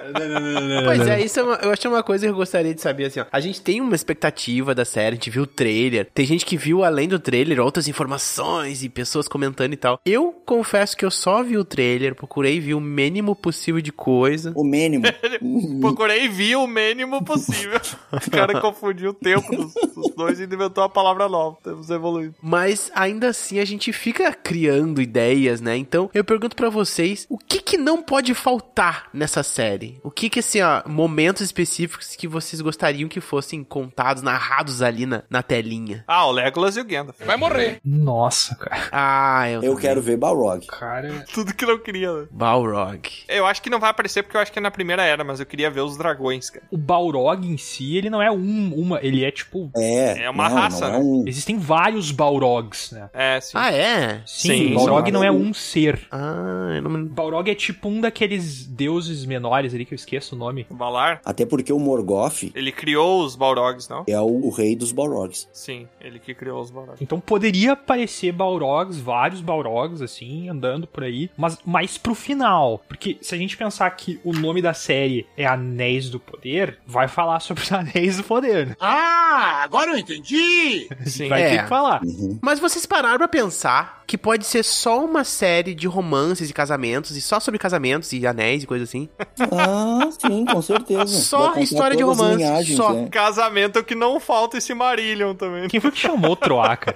Speaker 1: Pois é, isso é uma- eu acho uma coisa que eu gostaria de saber, assim, ó. A gente tem uma expectativa da série, a gente viu o trailer, tem gente que viu além do trailer outras informações e pessoas comentando e tal. Eu confesso que eu só vi o trailer, procurei ver o mínimo possível de coisa.
Speaker 6: O mínimo? Uhum.
Speaker 3: Procurei e vi o mínimo possível. o cara confundiu o tempo dos, dos dois e inventou a palavra nova. Temos evoluído.
Speaker 1: Mas ainda assim a gente fica criando ideias, né? Então eu pergunto pra vocês, o que que não pode faltar nessa série? O que que, assim, ó, momentos específicos que vocês gostariam que fossem contados, narrados ali na, na telinha?
Speaker 3: Ah, o Legolas e o Gandalf. Vai morrer.
Speaker 5: Nossa, cara.
Speaker 1: Ah, eu,
Speaker 6: Eu quero ver Balrog.
Speaker 5: Cara.
Speaker 3: Tudo que não queria, né?
Speaker 1: Balrog.
Speaker 3: Eu acho que não vai aparecer porque eu acho que é na primeira era, mas eu queria ver os dragões, cara.
Speaker 5: O Balrog em si, ele não é um, uma, ele é tipo.
Speaker 6: É,
Speaker 3: É uma não, raça, não é né? um-
Speaker 5: Existem vários Balrogs, né?
Speaker 3: É, sim.
Speaker 1: Ah, é?
Speaker 5: Sim, o Balrog não é um ser.
Speaker 1: Ah, eu não me...
Speaker 5: Balrog é tipo um daqueles deuses menores ali que eu esqueço o nome.
Speaker 3: Valar,
Speaker 6: Até porque o Morgoth
Speaker 3: ele criou os Balrogs, não?
Speaker 6: é o, o rei dos Balrogs.
Speaker 3: Sim, ele que criou os Balrogs.
Speaker 5: Então poderia aparecer Balrogs, vários Balrogs, assim, andando por aí, mas mais pro final. Porque se a gente pensar que o nome da série é Anéis do Poder, vai falar sobre os [laughs] Anéis do Poder, né?
Speaker 7: Ah, agora eu entendi.
Speaker 3: Sim.
Speaker 5: Vai ter que falar.
Speaker 6: Uhum.
Speaker 1: [laughs] Mas vocês pararam pra pensar que pode ser só uma série de romances e casamentos, e só sobre casamentos e anéis e coisa assim?
Speaker 6: Ah, sim, com certeza. Vai
Speaker 1: Só
Speaker 6: contar
Speaker 1: história de
Speaker 6: todas as
Speaker 1: romance.
Speaker 6: linhagens,
Speaker 1: só.
Speaker 6: né?
Speaker 3: Um Casamento que não falta esse Marillion também.
Speaker 5: Quem foi que chamou o Troá, cara?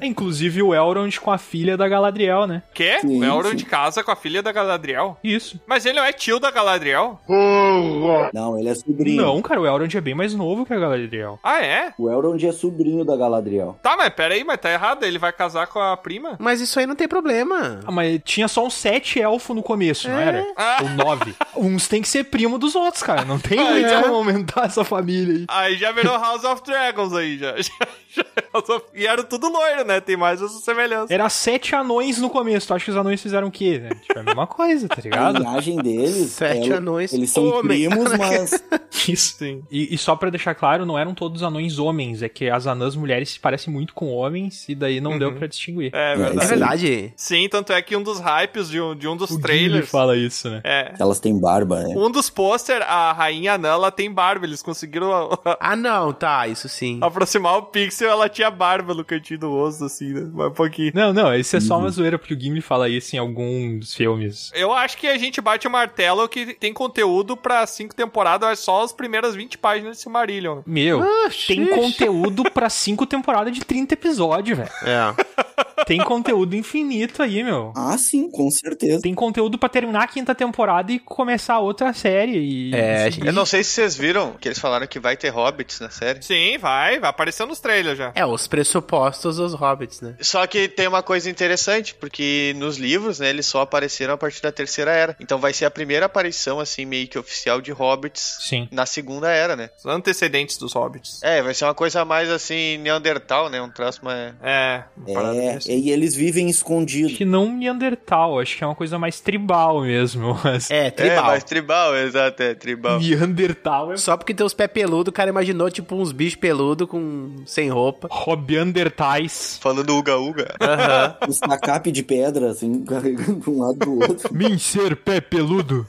Speaker 5: É, Inclusive o Elrond com a filha da Galadriel, né?
Speaker 3: Quê?
Speaker 6: Sim,
Speaker 3: o Elrond
Speaker 6: sim.
Speaker 3: casa com a filha da Galadriel?
Speaker 5: Isso.
Speaker 3: Mas ele não é tio da Galadriel?
Speaker 6: Não, ele é sobrinho.
Speaker 5: Não, cara, o Elrond é bem mais novo que a Galadriel.
Speaker 3: Ah, é?
Speaker 6: O Elrond é sobrinho da Galadriel.
Speaker 3: Tá, mas pera aí, mas tá errado. Ele vai casar com a prima?
Speaker 1: Mas isso aí não tem problema.
Speaker 5: Ah, mas tinha só uns sete elfos no começo, não
Speaker 1: É.
Speaker 5: era? Ou nove. [laughs] então. Uns tem que ser primo dos outros, cara. Não [laughs] tem
Speaker 3: Ah,
Speaker 5: muito
Speaker 3: é.
Speaker 5: como aumentar essa família aí.
Speaker 3: Aí já
Speaker 6: [laughs]
Speaker 3: virou House of Dragons aí, já. [laughs] já, já- House of- e era tudo loiro, né? Tem mais essa semelhança.
Speaker 5: Era sete anões no começo. Tu acha que os anões fizeram o quê, né? Tipo, é a mesma coisa, tá
Speaker 6: A
Speaker 5: [laughs] ligado?
Speaker 6: linhagem deles.
Speaker 1: [laughs] Sete
Speaker 6: é-
Speaker 1: anões. É
Speaker 6: Eles são
Speaker 1: Homem. [laughs]
Speaker 6: primos, mas.
Speaker 5: É Isso. Sim. E, e só pra deixar claro, não eram todos anões homens. É que as anãs mulheres se parecem muito com homens e daí não deu pra distinguir.
Speaker 3: É verdade.
Speaker 1: É verdade.
Speaker 3: Sim, tanto é que um dos hypes de um, de um dos
Speaker 5: Ele
Speaker 3: trailers.
Speaker 5: fala isso, né?
Speaker 3: É.
Speaker 6: Elas têm barba, né?
Speaker 3: Um dos pôster, a rainha anã, ela tem barba. Eles conseguiram a-
Speaker 1: Ah, não, tá, isso sim.
Speaker 3: aproximar o pixel, ela tinha barba no cantinho do rosto, assim, né? Mas um pouquinho.
Speaker 5: Não, não, isso é só uma zoeira, porque o Gimli fala isso em alguns filmes.
Speaker 3: Eu acho que a gente bate o martelo que tem conteúdo pra cinco temporadas, mas só as primeiras 20 páginas de Silmarillion.
Speaker 5: Meu,
Speaker 1: Ah,
Speaker 5: tem
Speaker 1: xixi.
Speaker 5: conteúdo pra cinco temporadas de 30 episódios, velho.
Speaker 1: É.
Speaker 5: Tem conteúdo infinito aí, meu.
Speaker 6: Ah, sim, com certeza.
Speaker 5: Tem conteúdo pra terminar a quinta temporada e começar outra série. E... assim.
Speaker 1: É,
Speaker 5: e seguir.
Speaker 4: Eu não sei se vocês viram que eles falaram que vai ter hobbits na série.
Speaker 3: Sim, vai, vai aparecer nos trailers já.
Speaker 1: É, os pressupostos dos hobbits, né?
Speaker 4: Só que tem uma coisa interessante, porque nos livros, né, eles só apareceram a partir da Terceira Era. Então vai ser a primeira aparição, assim, meio que oficial de hobbits
Speaker 5: Sim.
Speaker 4: na Segunda Era, né?
Speaker 3: Os antecedentes dos hobbits.
Speaker 4: É, vai ser uma coisa mais, assim, Neandertal, né? Um traço mais...
Speaker 3: É, uma parada
Speaker 6: É,
Speaker 3: dessa.
Speaker 6: e eles vivem
Speaker 5: Acho
Speaker 6: escondidos.
Speaker 5: que não Neandertal, acho que é uma coisa mais tribal mesmo. mas-
Speaker 1: É,
Speaker 4: É,
Speaker 1: tribal.
Speaker 4: mais tribal, exato, é tribal.
Speaker 5: Neandertal é
Speaker 1: Só porque tem os pés peludos, o cara imaginou, tipo, uns bichos peludos com... sem roupa.
Speaker 5: Robiandertais.
Speaker 4: Falando uga-uga.
Speaker 6: Os tacape de pedra, assim, [laughs] carregando de um lado do outro.
Speaker 5: Min ser pé peludo.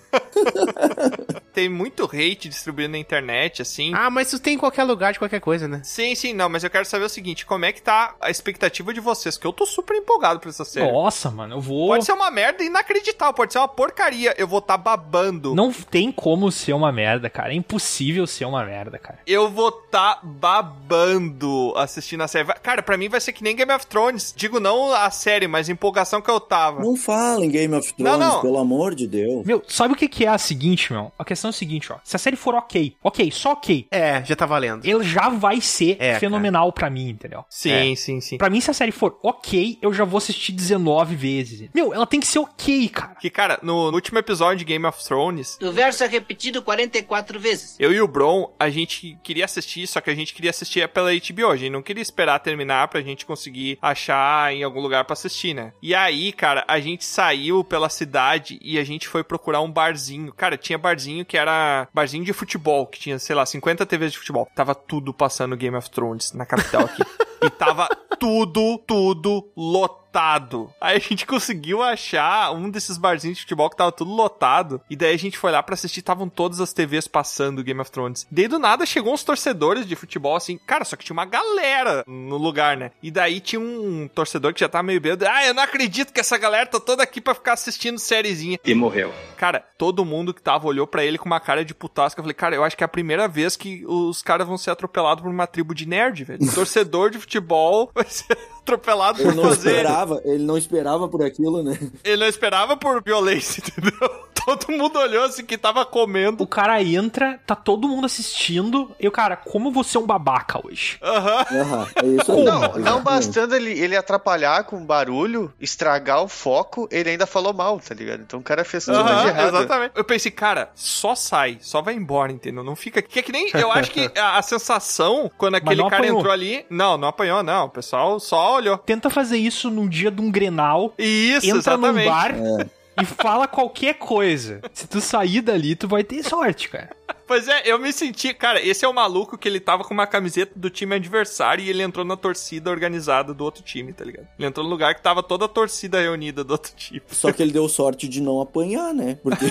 Speaker 3: Tem muito hate distribuído na internet, assim.
Speaker 1: Ah, mas isso tem em qualquer lugar, de qualquer coisa, né?
Speaker 3: Sim, sim, não, mas eu quero saber o seguinte, como é que tá a expectativa de vocês? Que eu tô super empolgado pra essa série.
Speaker 5: Nossa, mano, eu vou.
Speaker 3: Pode ser uma merda inacreditável, pode ser uma porcaria. Eu vou tá babando.
Speaker 5: Não tem como ser uma merda, cara. É impossível ser uma merda, cara.
Speaker 3: Eu vou tá babando assistindo a série. Vai- Cara, pra mim vai ser que nem Game of Thrones. Digo não a série, mas a empolgação que eu tava.
Speaker 6: Não fala em Game of Thrones,
Speaker 3: Não, não.
Speaker 6: pelo amor de Deus.
Speaker 5: Meu, sabe o que que é a seguinte, meu? A questão é a seguinte, ó. Se a série for ok, ok, só ok,
Speaker 1: É, já tá valendo.
Speaker 5: ele já vai ser
Speaker 1: É, cara.
Speaker 5: fenomenal pra mim, entendeu?
Speaker 3: Sim, sim, sim.
Speaker 5: Pra mim, se a série for ok, eu já vou assistir 19 vezes. Meu, ela tem que ser ok, cara.
Speaker 3: Que, cara, no no último episódio de Game of Thrones,
Speaker 10: O verso é repetido 44 vezes.
Speaker 3: Eu e o Bron, a gente queria assistir, só que a gente queria assistir pela HBO. A gente não queria esperar terminar pra gente conseguir achar em algum lugar pra assistir, né? E aí, cara, a gente saiu pela cidade e a gente foi procurar um barzinho. Cara, tinha barzinho que era barzinho de futebol, que tinha, sei lá, 50 TVs de futebol. Tava tudo passando Game of Thrones na capital aqui. e tava tudo, tudo lotado lotado. Aí a gente conseguiu achar um desses barzinhos de futebol que tava tudo lotado. E daí a gente foi lá pra assistir, estavam todas as TVs passando Game of Thrones. Daí do nada chegou uns torcedores de futebol assim. Cara, só que tinha uma galera no lugar, né? E daí tinha um torcedor que já tava meio bêbado. Ah, eu não acredito que essa galera tá toda aqui pra ficar assistindo sériezinha.
Speaker 13: E morreu.
Speaker 3: Cara, todo mundo que tava olhou pra ele com uma cara de putasca. Eu falei, cara, eu acho que é a primeira vez que os caras vão ser atropelados por uma tribo de nerd, velho. Torcedor de futebol vai ser [laughs] atropelado
Speaker 6: Ele
Speaker 3: por
Speaker 6: não
Speaker 3: fazer.
Speaker 6: esperava, ele não esperava por aquilo, né?
Speaker 3: Ele não esperava por violência, [laughs] entendeu? Todo mundo olhou assim que tava
Speaker 5: O
Speaker 3: comendo.
Speaker 5: cara entra, tá todo mundo assistindo. E o cara, como você é um babaca hoje?
Speaker 3: Aham.
Speaker 6: Aham, é isso aí.
Speaker 4: Não, não
Speaker 6: Exatamente.
Speaker 4: bastando ele, ele atrapalhar com barulho, estragar o foco, ele ainda falou mal, tá ligado? Então o cara fez tudo
Speaker 3: Aham,
Speaker 4: de errado.
Speaker 3: exatamente. Eu pensei, cara, só sai, só vai embora, entendeu? Não fica aqui. Que é que nem. Eu acho que a, a sensação quando aquele
Speaker 5: não
Speaker 3: cara
Speaker 5: apanhou.
Speaker 3: entrou ali. Não, não apanhou, não. O pessoal só olhou.
Speaker 5: Tenta fazer isso num dia de um grenal.
Speaker 3: Isso,
Speaker 5: entra
Speaker 3: exatamente.
Speaker 5: num bar e fala qualquer coisa. Se tu sair dali, tu vai ter sorte, cara.
Speaker 3: Pois é, eu me senti. Cara, esse é o maluco que ele tava com uma camiseta do time adversário e ele entrou na torcida organizada do outro time, tá ligado? Ele entrou no lugar que tava toda a torcida reunida do outro time.
Speaker 6: Só que ele deu sorte de não apanhar, né? Porque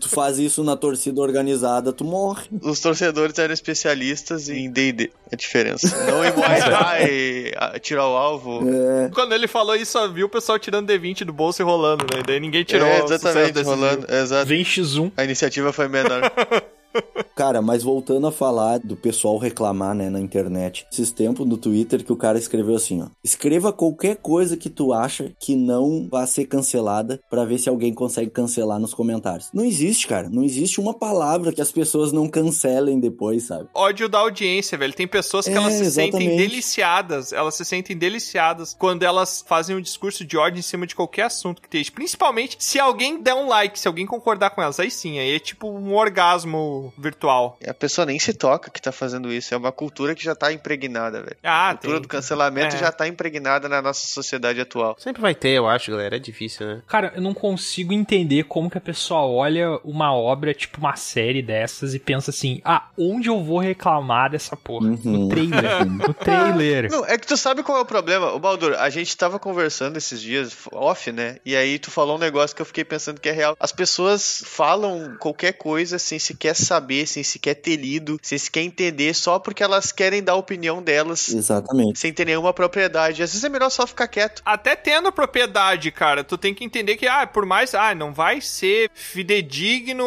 Speaker 6: tu faz isso na torcida organizada, tu morre.
Speaker 4: Os torcedores eram especialistas em D&D, a diferença. Não em Muay Thai, a- tirar o alvo.
Speaker 3: É,
Speaker 4: É,
Speaker 3: Quando ele falou isso, só viu o pessoal tirando D20 do bolso e rolando, né? Daí ninguém tirou
Speaker 4: É,
Speaker 3: o sucesso
Speaker 4: exatamente,
Speaker 3: decisivo.
Speaker 4: rolando. Exato.
Speaker 5: Vem X1.
Speaker 4: A iniciativa foi menor.
Speaker 6: Cara, mas voltando a falar do pessoal reclamar, né, na internet. Esses tempos no Twitter que o cara escreveu assim, ó. Escreva qualquer coisa que tu acha que não vai ser cancelada pra ver se alguém consegue cancelar nos comentários. Não existe, cara. Não existe uma palavra que as pessoas não cancelem depois, sabe?
Speaker 3: Ódio da audiência, velho. Tem pessoas que
Speaker 6: É,
Speaker 3: elas se sentem
Speaker 6: exatamente.
Speaker 3: deliciadas. Elas se sentem deliciadas quando elas fazem um discurso de ódio em cima de qualquer assunto que esteja. Principalmente se alguém der um like, se alguém concordar com elas. Aí sim, aí é tipo um orgasmo virtual.
Speaker 4: A pessoa nem se toca que tá fazendo isso. É uma cultura que já tá impregnada, velho.
Speaker 3: Ah,
Speaker 4: a cultura
Speaker 3: tem.
Speaker 4: do cancelamento
Speaker 3: É.
Speaker 4: já tá impregnada na nossa sociedade atual.
Speaker 1: Sempre vai ter, eu acho, galera. É difícil, né?
Speaker 5: Cara, eu não consigo entender como que a pessoa olha uma obra, tipo uma série dessas, e pensa assim: ah, onde eu vou reclamar dessa porra? No trailer. no trailer.
Speaker 4: Não, é que tu sabe qual é o problema. Ô, Baldur, a gente tava conversando esses dias, off, né? E aí tu falou um negócio que eu fiquei pensando que é real. As pessoas falam qualquer coisa sem sequer saber, sem sequer ter lido, sem sequer entender, só porque elas querem dar a opinião delas.
Speaker 6: Exatamente.
Speaker 4: Sem ter nenhuma propriedade. Às vezes é melhor só ficar quieto.
Speaker 3: Até tendo propriedade, cara, tu tem que entender que, ah, por mais, ah, não vai ser fidedigno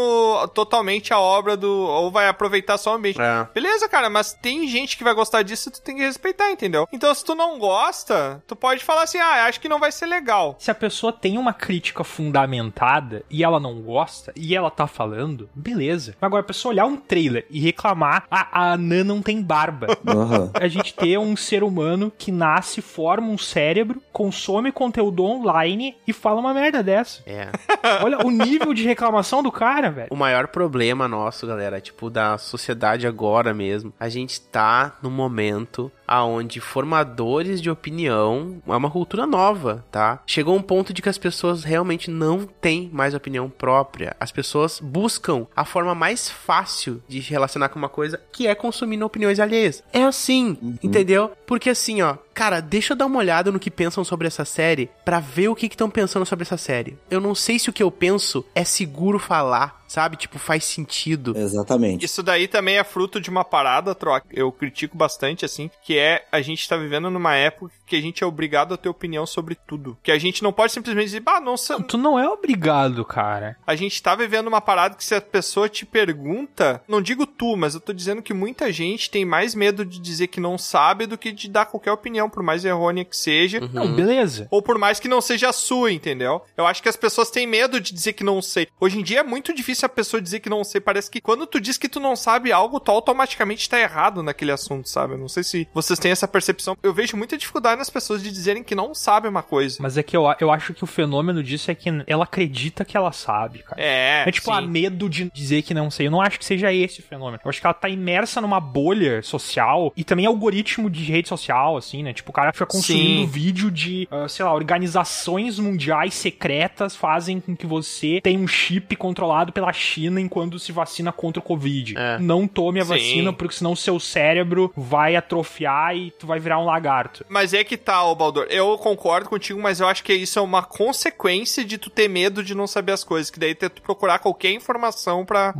Speaker 3: totalmente a obra do, ou vai aproveitar só o ambiente.
Speaker 1: É.
Speaker 3: Beleza, cara, mas tem gente que vai gostar disso e tu tem que respeitar, entendeu? Então, se tu não gosta, tu pode falar assim, ah, acho que não vai ser legal.
Speaker 5: Se a pessoa tem uma crítica fundamentada e ela não gosta e ela tá falando, beleza. Mas agora, a pessoa olhar um trailer e reclamar, ah, a Anã não tem barba.
Speaker 6: Aham.
Speaker 5: A gente ter um ser humano que nasce, forma um cérebro, consome conteúdo online e fala uma merda dessa.
Speaker 1: É. [laughs]
Speaker 5: Olha o nível de reclamação do cara, velho.
Speaker 1: O maior problema nosso, galera, é, tipo, da sociedade agora mesmo. A gente tá num momento aonde formadores de opinião é uma cultura nova, tá? Chegou um ponto de que as pessoas realmente não têm mais opinião própria. As pessoas buscam a forma mais fácil de se relacionar com uma coisa, que é consumindo opiniões alheias. É assim, entendeu? Porque assim, ó, Cara, deixa eu dar uma olhada no que pensam sobre essa série pra ver o que estão pensando sobre essa série. Eu não sei se o que eu penso é seguro falar, sabe? Tipo, faz sentido.
Speaker 6: Exatamente.
Speaker 3: Isso daí também é fruto de uma parada, troca. Eu critico bastante, assim, que é a gente tá vivendo numa época que a gente é obrigado a ter opinião sobre tudo. Que a gente não pode simplesmente dizer, bah, não, sei.
Speaker 5: Tu não é obrigado, cara.
Speaker 3: A gente tá vivendo uma parada que se a pessoa te pergunta, não digo tu, mas eu tô dizendo que muita gente tem mais medo de dizer que não sabe do que de dar qualquer opinião, por mais errônea que seja.
Speaker 5: Não, beleza.
Speaker 3: Ou por mais que não seja a sua, entendeu? Eu acho que as pessoas têm medo de dizer que não sei. Hoje em dia é muito difícil a pessoa dizer que não sei. Parece que quando tu diz que tu não sabe algo, tu automaticamente tá errado naquele assunto, sabe? Eu não sei se vocês têm essa percepção. Eu vejo muita dificuldade nas pessoas de dizerem que não sabem uma coisa.
Speaker 5: Mas é que eu, eu acho que o fenômeno disso é que ela acredita que ela sabe, cara.
Speaker 3: É,
Speaker 5: É tipo, a medo de dizer que não sei. Eu não acho que seja esse o fenômeno. Eu acho que ela tá imersa numa bolha social e também algoritmo de rede social, assim, né? Tipo, o cara fica consumindo
Speaker 3: Sim.
Speaker 5: vídeo de, ah, sei lá, organizações mundiais secretas fazem com que você tenha um chip controlado pela China enquanto se vacina contra o Covid. Não tome a
Speaker 3: É. Sim.
Speaker 5: vacina, porque senão seu cérebro vai atrofiar e tu vai virar um lagarto.
Speaker 3: Mas é que tá, ô Baldur. Eu concordo contigo, mas eu acho que isso é uma consequência de tu ter medo de não saber as coisas. Que daí ter tu procurar qualquer informação pra.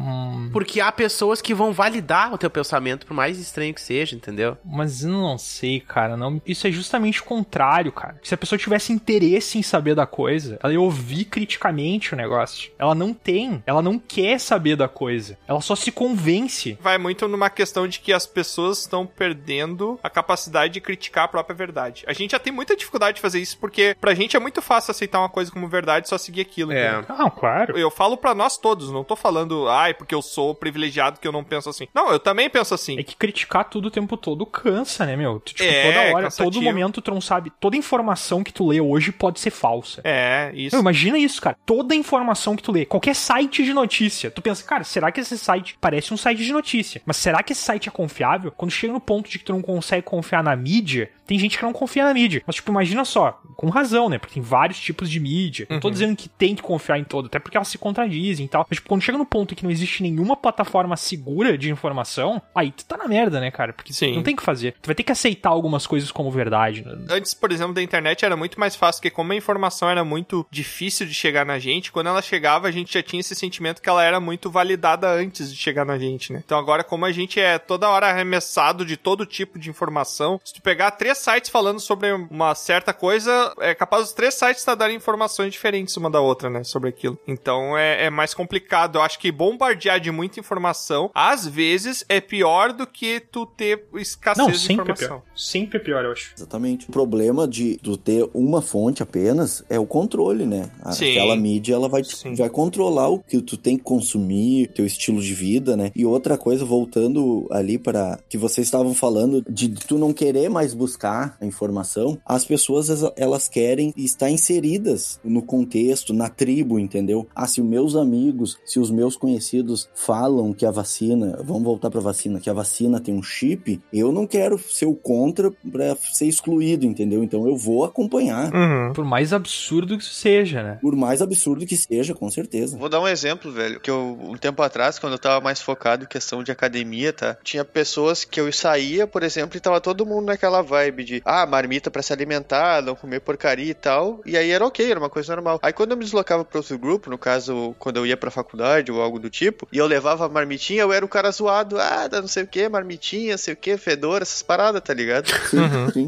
Speaker 1: Porque há pessoas que vão validar o teu pensamento, por mais estranho que seja, entendeu?
Speaker 5: Mas eu não sei, cara. Não... Isso é justamente o contrário, cara. Se a pessoa tivesse interesse em saber da coisa, ela ia ouvir criticamente o negócio. Ela não tem, ela não quer saber da coisa. Ela só se convence.
Speaker 3: Vai muito numa questão de que as pessoas estão perdendo a capacidade de criticar a própria verdade. A gente já tem muita dificuldade de fazer isso, porque pra gente é muito fácil aceitar uma coisa como verdade e só seguir aquilo. entendeu?
Speaker 5: Não, claro.
Speaker 3: Eu falo pra nós todos, não tô falando, ai, porque eu sou privilegiado que eu não penso assim. Não, eu também penso assim.
Speaker 5: É que criticar tudo o tempo todo cansa, né, meu? Tu, Tipo,
Speaker 3: É,
Speaker 5: toda hora,
Speaker 3: cansativo.
Speaker 5: todo momento tu não sabe. Toda informação que tu lê hoje pode ser falsa.
Speaker 3: É, isso.
Speaker 5: Meu, imagina isso, cara. Toda informação que tu lê, qualquer site de notícia, tu pensa, cara, será que esse site parece um site de notícia? Mas será que esse site é confiável? Quando chega no ponto de que tu não consegue confiar na mídia, tem gente que não confia na mídia. Mas, tipo, imagina só, com razão, né? Porque tem vários tipos de mídia. Não tô dizendo que tem que confiar em todo, até porque elas se contradizem e tal. Mas, tipo, quando chega no ponto que não existe nenhuma plataforma segura de informação, aí tu tá na merda, né, cara? Porque
Speaker 3: Sim.
Speaker 5: não tem o que fazer. Tu vai ter que aceitar algumas coisas como verdade. né?
Speaker 3: Antes, por exemplo, da internet era muito mais fácil, porque como a informação era muito difícil de chegar na gente, quando ela chegava, a gente já tinha esse sentimento que ela era muito validada antes de chegar na gente, né? Então agora, como a gente é toda hora arremessado de todo tipo de informação, se tu pegar três sites falando sobre uma certa coisa, é capaz os três sites estar darem informações diferentes uma da outra, né? Sobre aquilo. Então é, é mais complicado. Eu acho que bombardear de muita informação, às vezes, é pior do que tu ter escassez
Speaker 5: Não,
Speaker 3: de
Speaker 5: sempre é
Speaker 3: informação.
Speaker 5: pior. Sempre é pior, eu acho.
Speaker 6: Exatamente. O problema de tu ter uma fonte apenas é o controle, né? A-
Speaker 3: Sim.
Speaker 6: Aquela mídia, ela vai, te- vai controlar o que tu tem que consumir, teu estilo de vida, né? E outra coisa, voltando ali para que vocês estavam falando de tu não querer mais buscar a informação, as pessoas, elas- elas querem estar inseridas no contexto, na tribo, entendeu? Ah, se os meus amigos, se os meus conhecidos falam que a vacina, vamos voltar pra vacina, que a vacina tem um chip, eu não quero ser o contra pra ser excluído, entendeu? Então eu vou acompanhar.
Speaker 3: Uhum.
Speaker 5: Por mais absurdo que isso seja, né?
Speaker 6: Por mais absurdo que seja, com certeza.
Speaker 4: Vou dar um exemplo, velho, que eu, um tempo atrás, quando eu tava mais focado em questão de academia, tá? Tinha pessoas que eu saía, por exemplo, e tava todo mundo naquela vibe de, ah, marmita pra se alimentar, não comer porcaria e tal. E aí era ok, era uma coisa normal. Aí quando eu me deslocava pra outro grupo, no caso, quando eu ia pra faculdade ou algo do tipo, e eu levava a marmitinha, eu era o cara zoado, ah, dá não sei o que, marmitinha, sei o que, fedor, essas paradas, tá ligado?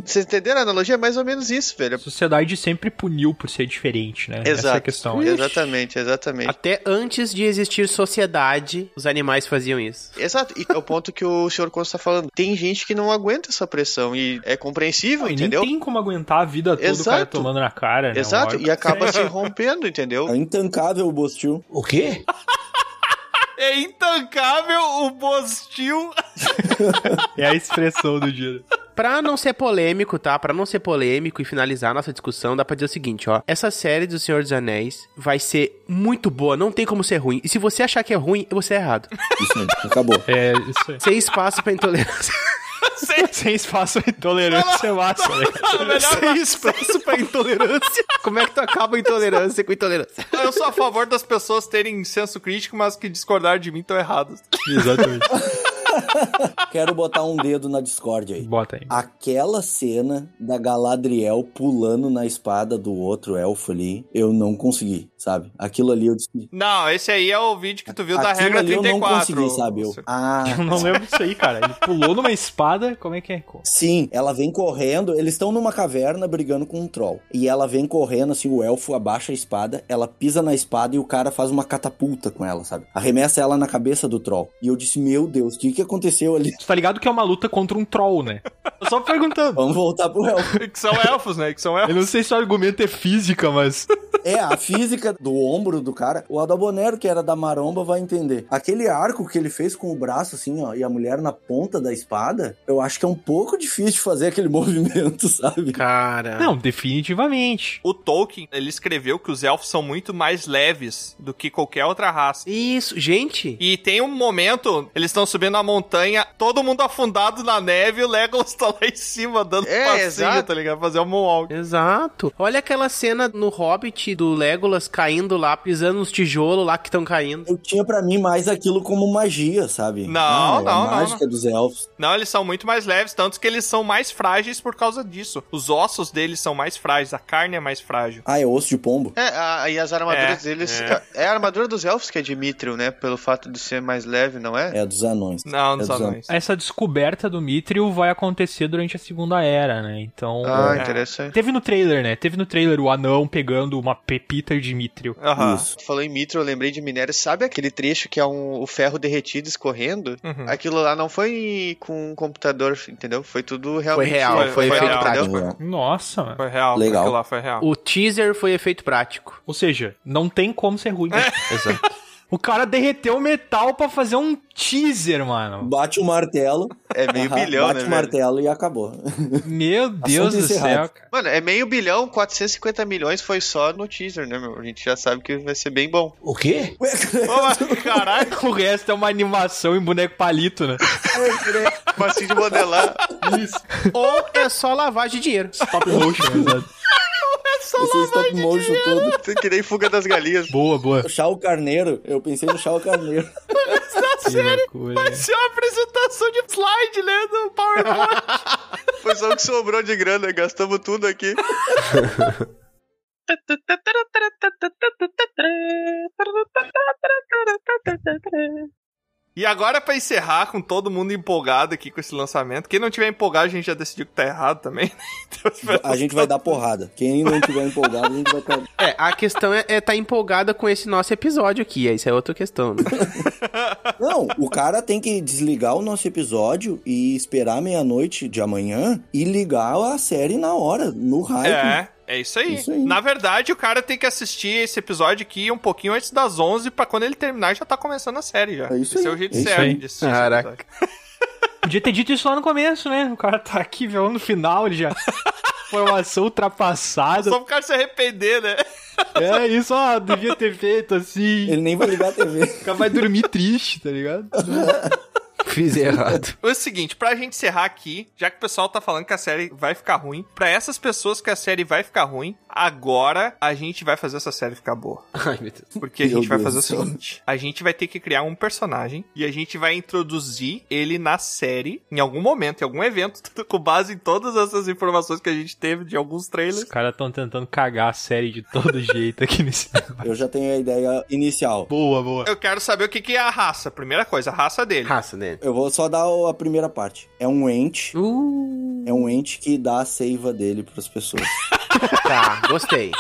Speaker 4: Vocês entenderam a analogia? É mais ou menos isso, velho.
Speaker 5: A sociedade sempre puniu por ser diferente, né? Essa é a
Speaker 4: Exato.
Speaker 5: questão.
Speaker 4: Exatamente, exatamente.
Speaker 1: Até antes de existir sociedade, os animais faziam isso.
Speaker 4: Exato, e é o ponto que o senhor Costa tá falando. Tem gente que não aguenta essa pressão e é compreensível,
Speaker 5: E nem
Speaker 4: entendeu?
Speaker 5: tem como aguentar a vida toda o cara
Speaker 4: Exato.
Speaker 5: tomando na cara, né?
Speaker 4: Exato,
Speaker 5: Uma
Speaker 4: e
Speaker 5: hora- [laughs]
Speaker 4: acaba se rompendo, entendeu?
Speaker 6: É intancável o Bostil. O quê?
Speaker 3: É intancável o Bostil.
Speaker 5: É a expressão do dia.
Speaker 1: Pra não ser polêmico, tá? Pra não ser polêmico e finalizar a nossa discussão, dá pra dizer o seguinte, ó. Essa série do Senhor dos Anéis vai ser muito boa, não tem como ser ruim. E se você achar que é ruim, você é errado.
Speaker 6: Isso aí, acabou.
Speaker 5: É, isso
Speaker 4: [laughs]
Speaker 5: aí.
Speaker 1: Sem espaço pra intolerância.
Speaker 5: Sem espaço pra intolerância é massa, né?
Speaker 1: Sem espaço é pra intolerância. [laughs] Como é que tu acaba a intolerância com intolerância?
Speaker 3: Eu sou a favor das pessoas terem senso crítico, mas que discordaram de mim estão errados.
Speaker 5: [laughs] Exatamente.
Speaker 6: Quero botar um dedo na Discord aí.
Speaker 5: Bota aí.
Speaker 6: Aquela cena da Galadriel pulando na espada do outro elfo ali, eu não consegui, sabe? Aquilo ali eu disse.
Speaker 3: Não, esse aí é o vídeo que tu viu da
Speaker 6: Aquilo
Speaker 3: regra
Speaker 6: ali eu não
Speaker 3: 34.
Speaker 6: consegui, sabe? Eu, ah,
Speaker 5: Eu não lembro disso aí, cara. Ele pulou numa espada, como é que é?
Speaker 6: Sim, ela vem correndo, eles estão numa caverna brigando com um troll. E ela vem correndo, assim, o elfo abaixa a espada, ela pisa na espada e o cara faz uma catapulta com ela, sabe? Arremessa ela na cabeça do troll. E eu disse, meu Deus, o que, que aconteceu ali? [laughs]
Speaker 5: Tu tá ligado que é uma luta contra um troll, né? Tô só perguntando.
Speaker 6: Vamos voltar pro elfo.
Speaker 3: Que
Speaker 6: [laughs]
Speaker 3: são elfos, né? Que são elfos.
Speaker 5: Eu não sei se o argumento é física, mas.
Speaker 6: É, a física do ombro do cara, o Adabonero, que era da maromba, vai entender. Aquele arco que ele fez com o braço, assim, ó, e a mulher na ponta da espada, eu acho que é um pouco difícil de fazer aquele [laughs] movimento, sabe?
Speaker 4: É.
Speaker 1: Cara.
Speaker 5: Não, definitivamente.
Speaker 3: O Tolkien, ele escreveu que os elfos são muito mais leves do que qualquer outra raça.
Speaker 1: Isso, gente.
Speaker 3: E tem um momento, eles estão subindo a montanha, todo mundo afundado na neve e o Legolas tá lá em cima dando
Speaker 4: É,
Speaker 3: passinho,
Speaker 4: exato.
Speaker 3: tá ligado? Fazer um moonwalk.
Speaker 1: Exato. Olha aquela cena no Hobbit do Legolas caindo lá, pisando nos tijolos lá que estão caindo.
Speaker 6: Eu tinha pra mim mais aquilo como magia, sabe?
Speaker 3: Não,
Speaker 6: é a
Speaker 3: não, não,
Speaker 6: mágica dos elfos.
Speaker 3: Não, eles são muito mais leves, tanto que eles são mais frágeis por causa disso. Os ossos deles são mais frágeis, a carne é mais frágil.
Speaker 6: Ah, é osso de pombo.
Speaker 4: É, a- e as armaduras
Speaker 3: É,
Speaker 4: deles.
Speaker 3: é.
Speaker 4: É. a armadura dos elfos que é Dimitrio, né? Pelo fato de ser mais leve, não é?
Speaker 6: É a dos anões.
Speaker 3: Não,
Speaker 6: É
Speaker 3: não
Speaker 6: dos
Speaker 3: são
Speaker 6: anões.
Speaker 3: anões.
Speaker 5: Essa descoberta do Mithril vai acontecer durante a Segunda Era, né? Então.
Speaker 4: Ah,
Speaker 5: é.
Speaker 4: interessante.
Speaker 5: Teve no trailer, né? Teve no trailer o anão pegando uma pepita de Mithril.
Speaker 3: Aham.
Speaker 4: Tu falou em mitro, eu lembrei de minério. Sabe aquele trecho que é um, o ferro derretido escorrendo?
Speaker 5: Uhum.
Speaker 4: Aquilo lá não foi com um computador, entendeu? Foi tudo realmente.
Speaker 1: real, foi efeito
Speaker 4: real,
Speaker 6: É.
Speaker 1: prático.
Speaker 4: entendeu?
Speaker 5: Nossa, mano.
Speaker 3: Foi real,
Speaker 6: Legal.
Speaker 3: aquilo lá foi real.
Speaker 1: O teaser foi efeito [laughs] prático.
Speaker 5: Ou seja, não tem como ser ruim.
Speaker 1: Exato.
Speaker 5: o cara derreteu metal pra fazer um teaser, mano.
Speaker 6: Bate o martelo.
Speaker 4: É meio
Speaker 6: aham,
Speaker 4: bilhão,
Speaker 6: Bate
Speaker 4: né,
Speaker 6: o
Speaker 4: velho?
Speaker 6: martelo e acabou.
Speaker 5: Meu Deus do
Speaker 6: encerrado.
Speaker 5: céu, cara.
Speaker 4: Mano, é meio bilhão, 450 milhões foi só no teaser, né, meu? A gente já sabe que vai ser bem bom.
Speaker 6: O quê? [laughs]
Speaker 3: Ô, caralho.
Speaker 5: O resto é uma animação em boneco palito, né?
Speaker 4: [laughs] Facinho de modelar.
Speaker 1: Ou é só lavagem de dinheiro.
Speaker 5: Stop motion, exato.
Speaker 6: Esse stop motion todo.
Speaker 4: Que nem fuga das galinhas.
Speaker 5: Boa, boa.
Speaker 6: O Chá o Carneiro, eu pensei no Chá o Carneiro.
Speaker 3: antes da
Speaker 5: Que
Speaker 3: série.
Speaker 5: loucura.
Speaker 3: Vai ser uma apresentação de slide, né? Do PowerPoint.
Speaker 4: Foi só o que sobrou de grana, gastamos tudo aqui.
Speaker 3: E agora, pra encerrar, com todo mundo empolgado aqui com esse lançamento. Quem não tiver empolgado, a gente já decidiu que tá errado também.
Speaker 6: [laughs] A gente vai dar porrada. Quem não tiver empolgado, a gente vai cair.
Speaker 1: É, a questão é, é tá empolgada com esse nosso episódio aqui, é, isso é outra questão. Né?
Speaker 6: Não, o cara tem que desligar o nosso episódio e esperar meia-noite de amanhã e ligar a série na hora, no raio.
Speaker 3: É, é isso aí. Na verdade, o cara tem que assistir esse episódio aqui um pouquinho antes das 11, pra quando ele terminar já tá começando a série já.
Speaker 6: É isso
Speaker 3: Esse
Speaker 6: aí.
Speaker 3: é o jeito
Speaker 6: É isso aí.
Speaker 3: certo de assistir. esse
Speaker 1: Caraca.
Speaker 3: episódio.
Speaker 5: Podia ter dito isso lá no começo, né? O cara tá aqui violando no final, ele já. Formação ultrapassada.
Speaker 3: Só pro cara se arrepender, né?
Speaker 5: É isso, ó, devia ter feito assim.
Speaker 6: Ele nem vai ligar a TV. O
Speaker 5: cara vai dormir triste, tá ligado?
Speaker 1: Fiz errado.
Speaker 3: É o seguinte, pra gente encerrar aqui, já que o pessoal tá falando que a série vai ficar ruim, pra essas pessoas que a série vai ficar ruim, agora a gente vai fazer essa série ficar
Speaker 5: [laughs]
Speaker 3: boa.
Speaker 1: Ai, meu Deus.
Speaker 3: Porque a gente
Speaker 6: Meu
Speaker 3: vai
Speaker 6: Deus
Speaker 3: fazer o
Speaker 6: do céu.
Speaker 3: seguinte: a gente vai ter que criar um personagem e a gente vai introduzir ele na série em algum momento, em algum evento, [laughs] tudo com base em todas essas informações que a gente teve de alguns
Speaker 5: Os
Speaker 3: trailers.
Speaker 5: caras estão tentando cagar a série de todo jeito aqui [laughs] nesse negócio.
Speaker 6: Eu já tenho a ideia inicial.
Speaker 5: Boa, boa.
Speaker 3: Eu quero saber o que, que é a raça. Primeira coisa, a raça
Speaker 1: [laughs]
Speaker 3: dele.
Speaker 1: Raça né? dele.
Speaker 6: Eu vou só dar o- a primeira parte. É um ente.
Speaker 1: Uh.
Speaker 6: É um ente que dá a seiva dele pras pessoas.
Speaker 1: Tá, gostei.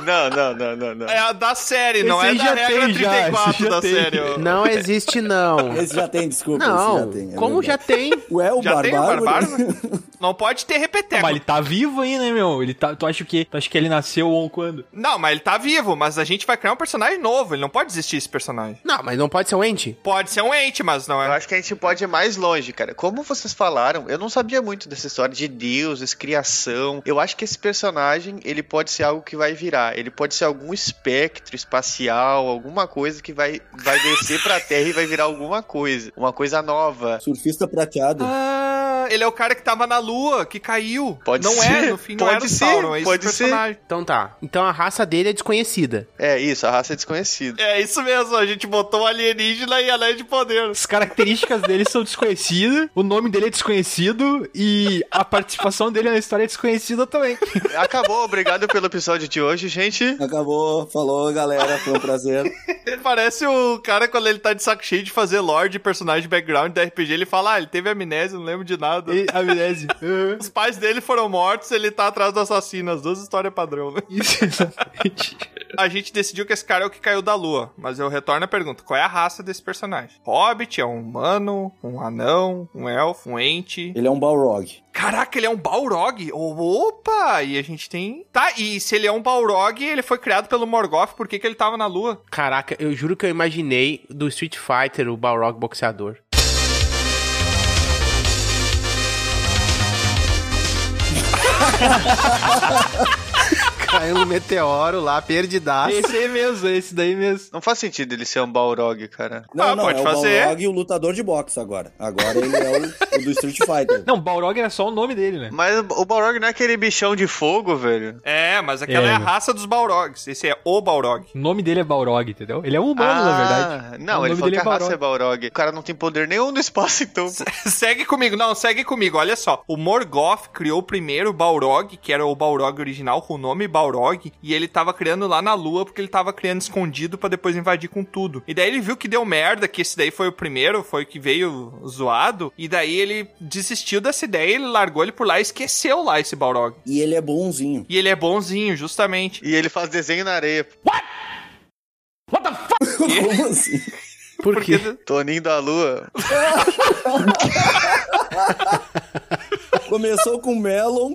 Speaker 4: Não, não, não, não, não.
Speaker 3: É a da série, não
Speaker 5: Esse
Speaker 3: é
Speaker 5: aí
Speaker 3: da
Speaker 5: já
Speaker 3: regra
Speaker 5: tem, já,
Speaker 3: 34
Speaker 5: esse já
Speaker 3: da
Speaker 5: tem.
Speaker 3: série. ô.
Speaker 1: Não existe, não.
Speaker 6: Esse já tem, desculpa. esse já
Speaker 1: Não,
Speaker 6: tem, é
Speaker 1: como já
Speaker 6: verdade.
Speaker 1: tem?
Speaker 6: Ué, o
Speaker 3: Já tem o
Speaker 6: barbaro?
Speaker 3: Barbaro? Não pode ter repeteco.
Speaker 5: Mas ele tá vivo aí, né, meu? Ele tá, tu acha que tu acha que ele nasceu ou quando?
Speaker 3: Não, mas ele tá vivo, mas a gente vai criar um personagem novo. Ele não pode existir esse personagem.
Speaker 1: Não, mas não pode ser um ente?
Speaker 3: Pode ser um ente, mas não
Speaker 4: Eu
Speaker 3: é.
Speaker 4: acho que a gente pode ir mais longe, cara. Como vocês falaram, eu não sabia muito dessa história de deuses, criação. Eu acho que esse personagem, ele pode ser algo que vai virar. Ele pode ser algum espectro espacial, alguma coisa que vai, vai descer pra Terra e vai virar alguma coisa. Uma coisa nova.
Speaker 6: [laughs] Surfista prateado.
Speaker 3: Ah, ele é o cara que tava na lua, que caiu.
Speaker 4: Pode
Speaker 3: não
Speaker 4: ser.
Speaker 3: é, no fim não
Speaker 4: pode
Speaker 3: era o
Speaker 4: ser,
Speaker 3: Sauron, é esse
Speaker 4: pode ser.
Speaker 3: personagem.
Speaker 1: Então tá. Então a raça dele é desconhecida.
Speaker 4: É isso, a raça é desconhecida.
Speaker 3: É isso mesmo, a gente botou um alienígena e anéis de poder. né?
Speaker 5: As características dele são desconhecidas, o nome dele é desconhecido e a participação dele na história é desconhecida também.
Speaker 4: Acabou, obrigado pelo episódio de hoje, gente.
Speaker 6: Acabou, falou, galera. Foi um prazer.
Speaker 3: Ele parece o cara quando ele tá de saco cheio de fazer lore, personagem, background da RPG. Ele fala, ah, ele teve amnésia, não lembro de nada.
Speaker 5: E amnésia. Uhum.
Speaker 3: [laughs] Os pais dele foram mortos, ele tá atrás do assassino. As duas histórias padrão, né?
Speaker 5: Isso, exatamente.
Speaker 3: [laughs] A gente decidiu que esse cara é o que caiu da lua, mas eu retorno a pergunta: qual é a raça desse personagem? Hobbit é um humano, um anão, um elfo, um ente.
Speaker 6: Ele é um Balrog.
Speaker 3: Caraca, ele é um Balrog? O- Opa! E a gente tem. Tá, e se ele é um Balrog, ele foi criado pelo Morgoth, por que, que ele tava na lua?
Speaker 1: Caraca, eu juro que eu imaginei do Street Fighter o Balrog boxeador. Caiu um meteoro lá, perdidaço.
Speaker 5: Esse aí mesmo, esse daí mesmo.
Speaker 4: Não faz sentido ele ser um Balrog, cara.
Speaker 6: Não,
Speaker 3: Ah,
Speaker 6: não,
Speaker 3: pode
Speaker 6: é o
Speaker 3: fazer.
Speaker 6: Balrog e o lutador de boxe agora. Agora ele é o, o do Street Fighter.
Speaker 5: Não, Balrog era só o nome dele, né?
Speaker 4: Mas o Balrog não é aquele bichão de fogo, velho.
Speaker 3: É, mas aquela é,
Speaker 5: É.
Speaker 3: a raça dos Balrogs. Esse é o Balrog. [laughs]
Speaker 5: O nome dele é Balrog, entendeu? Ele é um humano, na verdade.
Speaker 4: Ah, Não,
Speaker 5: o
Speaker 4: ele
Speaker 5: nome dele
Speaker 4: falou que a
Speaker 5: é Balrog.
Speaker 4: raça é Balrog. O cara não tem poder nenhum no
Speaker 5: [laughs]
Speaker 4: espaço, então.
Speaker 3: segue comigo, não, segue comigo. Olha só. O Morgoth criou o primeiro Balrog, que era o Balrog original, com o nome Balrog, e ele tava criando lá na lua porque ele tava criando escondido pra depois invadir com tudo. E daí ele viu que deu merda, que esse daí foi o primeiro, foi o que veio zoado, e daí ele desistiu dessa ideia, ele largou ele por lá e esqueceu lá esse Balrog.
Speaker 6: E ele é bonzinho.
Speaker 3: E ele é bonzinho, justamente.
Speaker 4: E ele faz desenho na areia.
Speaker 6: Como assim?
Speaker 1: Por quê?
Speaker 4: Toninho da Lua.
Speaker 6: Começou com Melon,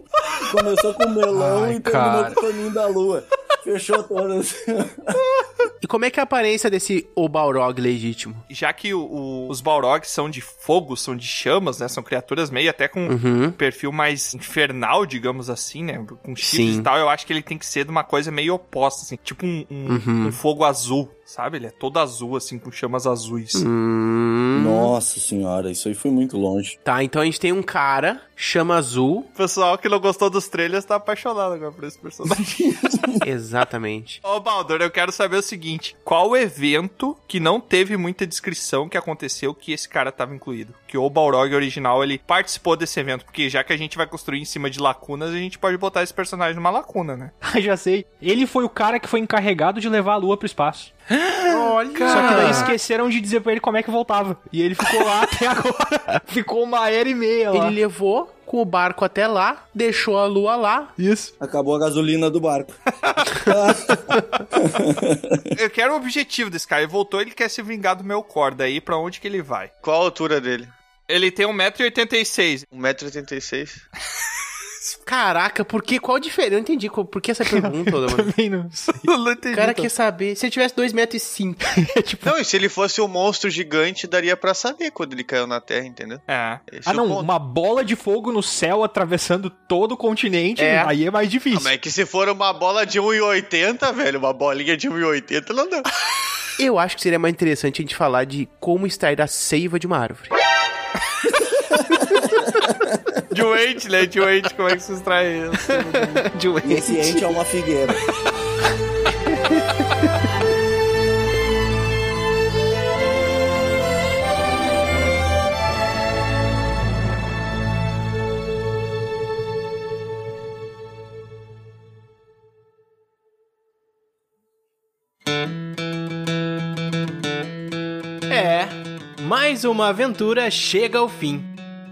Speaker 6: começou com Melão
Speaker 5: Ai,
Speaker 6: e
Speaker 5: cara.
Speaker 6: terminou com Toninho da Lua. Fechou todas.
Speaker 1: E como é que é a aparência desse o Balrog legítimo?
Speaker 3: já que o- o- os Balrogs são de fogo, são de chamas, né? São criaturas meio até com
Speaker 1: Uhum.
Speaker 3: um perfil mais infernal, digamos assim, né? Com chifres
Speaker 1: Sim.
Speaker 3: e tal, eu acho que ele tem que ser de uma coisa meio oposta, assim. Tipo um, um-
Speaker 1: Uhum.
Speaker 3: um fogo azul, sabe? Ele é todo azul, assim, com chamas azuis.
Speaker 1: Hum.
Speaker 6: Nossa senhora, isso aí foi muito longe.
Speaker 1: Tá, então a gente tem um cara, chama azul.
Speaker 3: O pessoal que não gostou dos trailers tá apaixonado agora por esse personagem.
Speaker 1: Exatamente.
Speaker 3: Ô, Baldur, eu quero saber o seguinte. seguinte: qual evento que não teve muita descrição que aconteceu que esse cara tava incluído? Que o Balrog original ele participou desse evento, porque já que a gente vai construir em cima de lacunas, a gente pode botar esse personagem numa lacuna,
Speaker 6: [laughs]
Speaker 3: né?
Speaker 5: Ah, já sei. Ele foi o cara que foi encarregado de levar a lua pro espaço.
Speaker 3: Olha!
Speaker 5: Só
Speaker 4: Ah.
Speaker 5: que daí esqueceram de dizer pra ele como é que voltava. E ele ficou lá [laughs] até agora. Ficou uma era e meia lá.
Speaker 1: Ele levou com o barco até lá, deixou a lua lá.
Speaker 6: Isso. Acabou a gasolina do barco. [laughs]
Speaker 3: Eu quero o objetivo desse cara. Ele voltou, ele quer se vingar do meu cor. Daí pra onde que ele vai?
Speaker 4: Qual a altura dele?
Speaker 3: Ele tem
Speaker 6: [laughs]
Speaker 3: 1,86m.
Speaker 4: 1,86m?
Speaker 1: Caraca, por que? Qual a diferença? Eu não entendi qual- por que essa pergunta,
Speaker 5: [laughs]
Speaker 1: mano.
Speaker 5: Também não sei.
Speaker 1: O cara
Speaker 6: então.
Speaker 1: quer saber. Se ele tivesse 2,5 metros e cinco.
Speaker 5: Tipo-
Speaker 4: Não, e se ele fosse um monstro gigante, daria pra saber quando ele caiu na Terra, entendeu?
Speaker 3: É.
Speaker 4: Esse
Speaker 5: Ah
Speaker 4: é o
Speaker 5: não,
Speaker 4: ponto.
Speaker 5: uma bola de fogo no céu atravessando todo o continente,
Speaker 1: É.
Speaker 5: aí é mais
Speaker 4: Ah,
Speaker 5: difícil.
Speaker 4: mas é que se for uma bola de 1,80, velho, uma bolinha de 1,80 não dá.
Speaker 1: Eu acho que seria mais interessante a gente falar de como extrair a seiva de uma árvore.
Speaker 3: Doente, né? Doente, como é que se extrai isso?
Speaker 6: [laughs] Esse ente é uma figueira.
Speaker 1: É, mais uma aventura chega ao fim.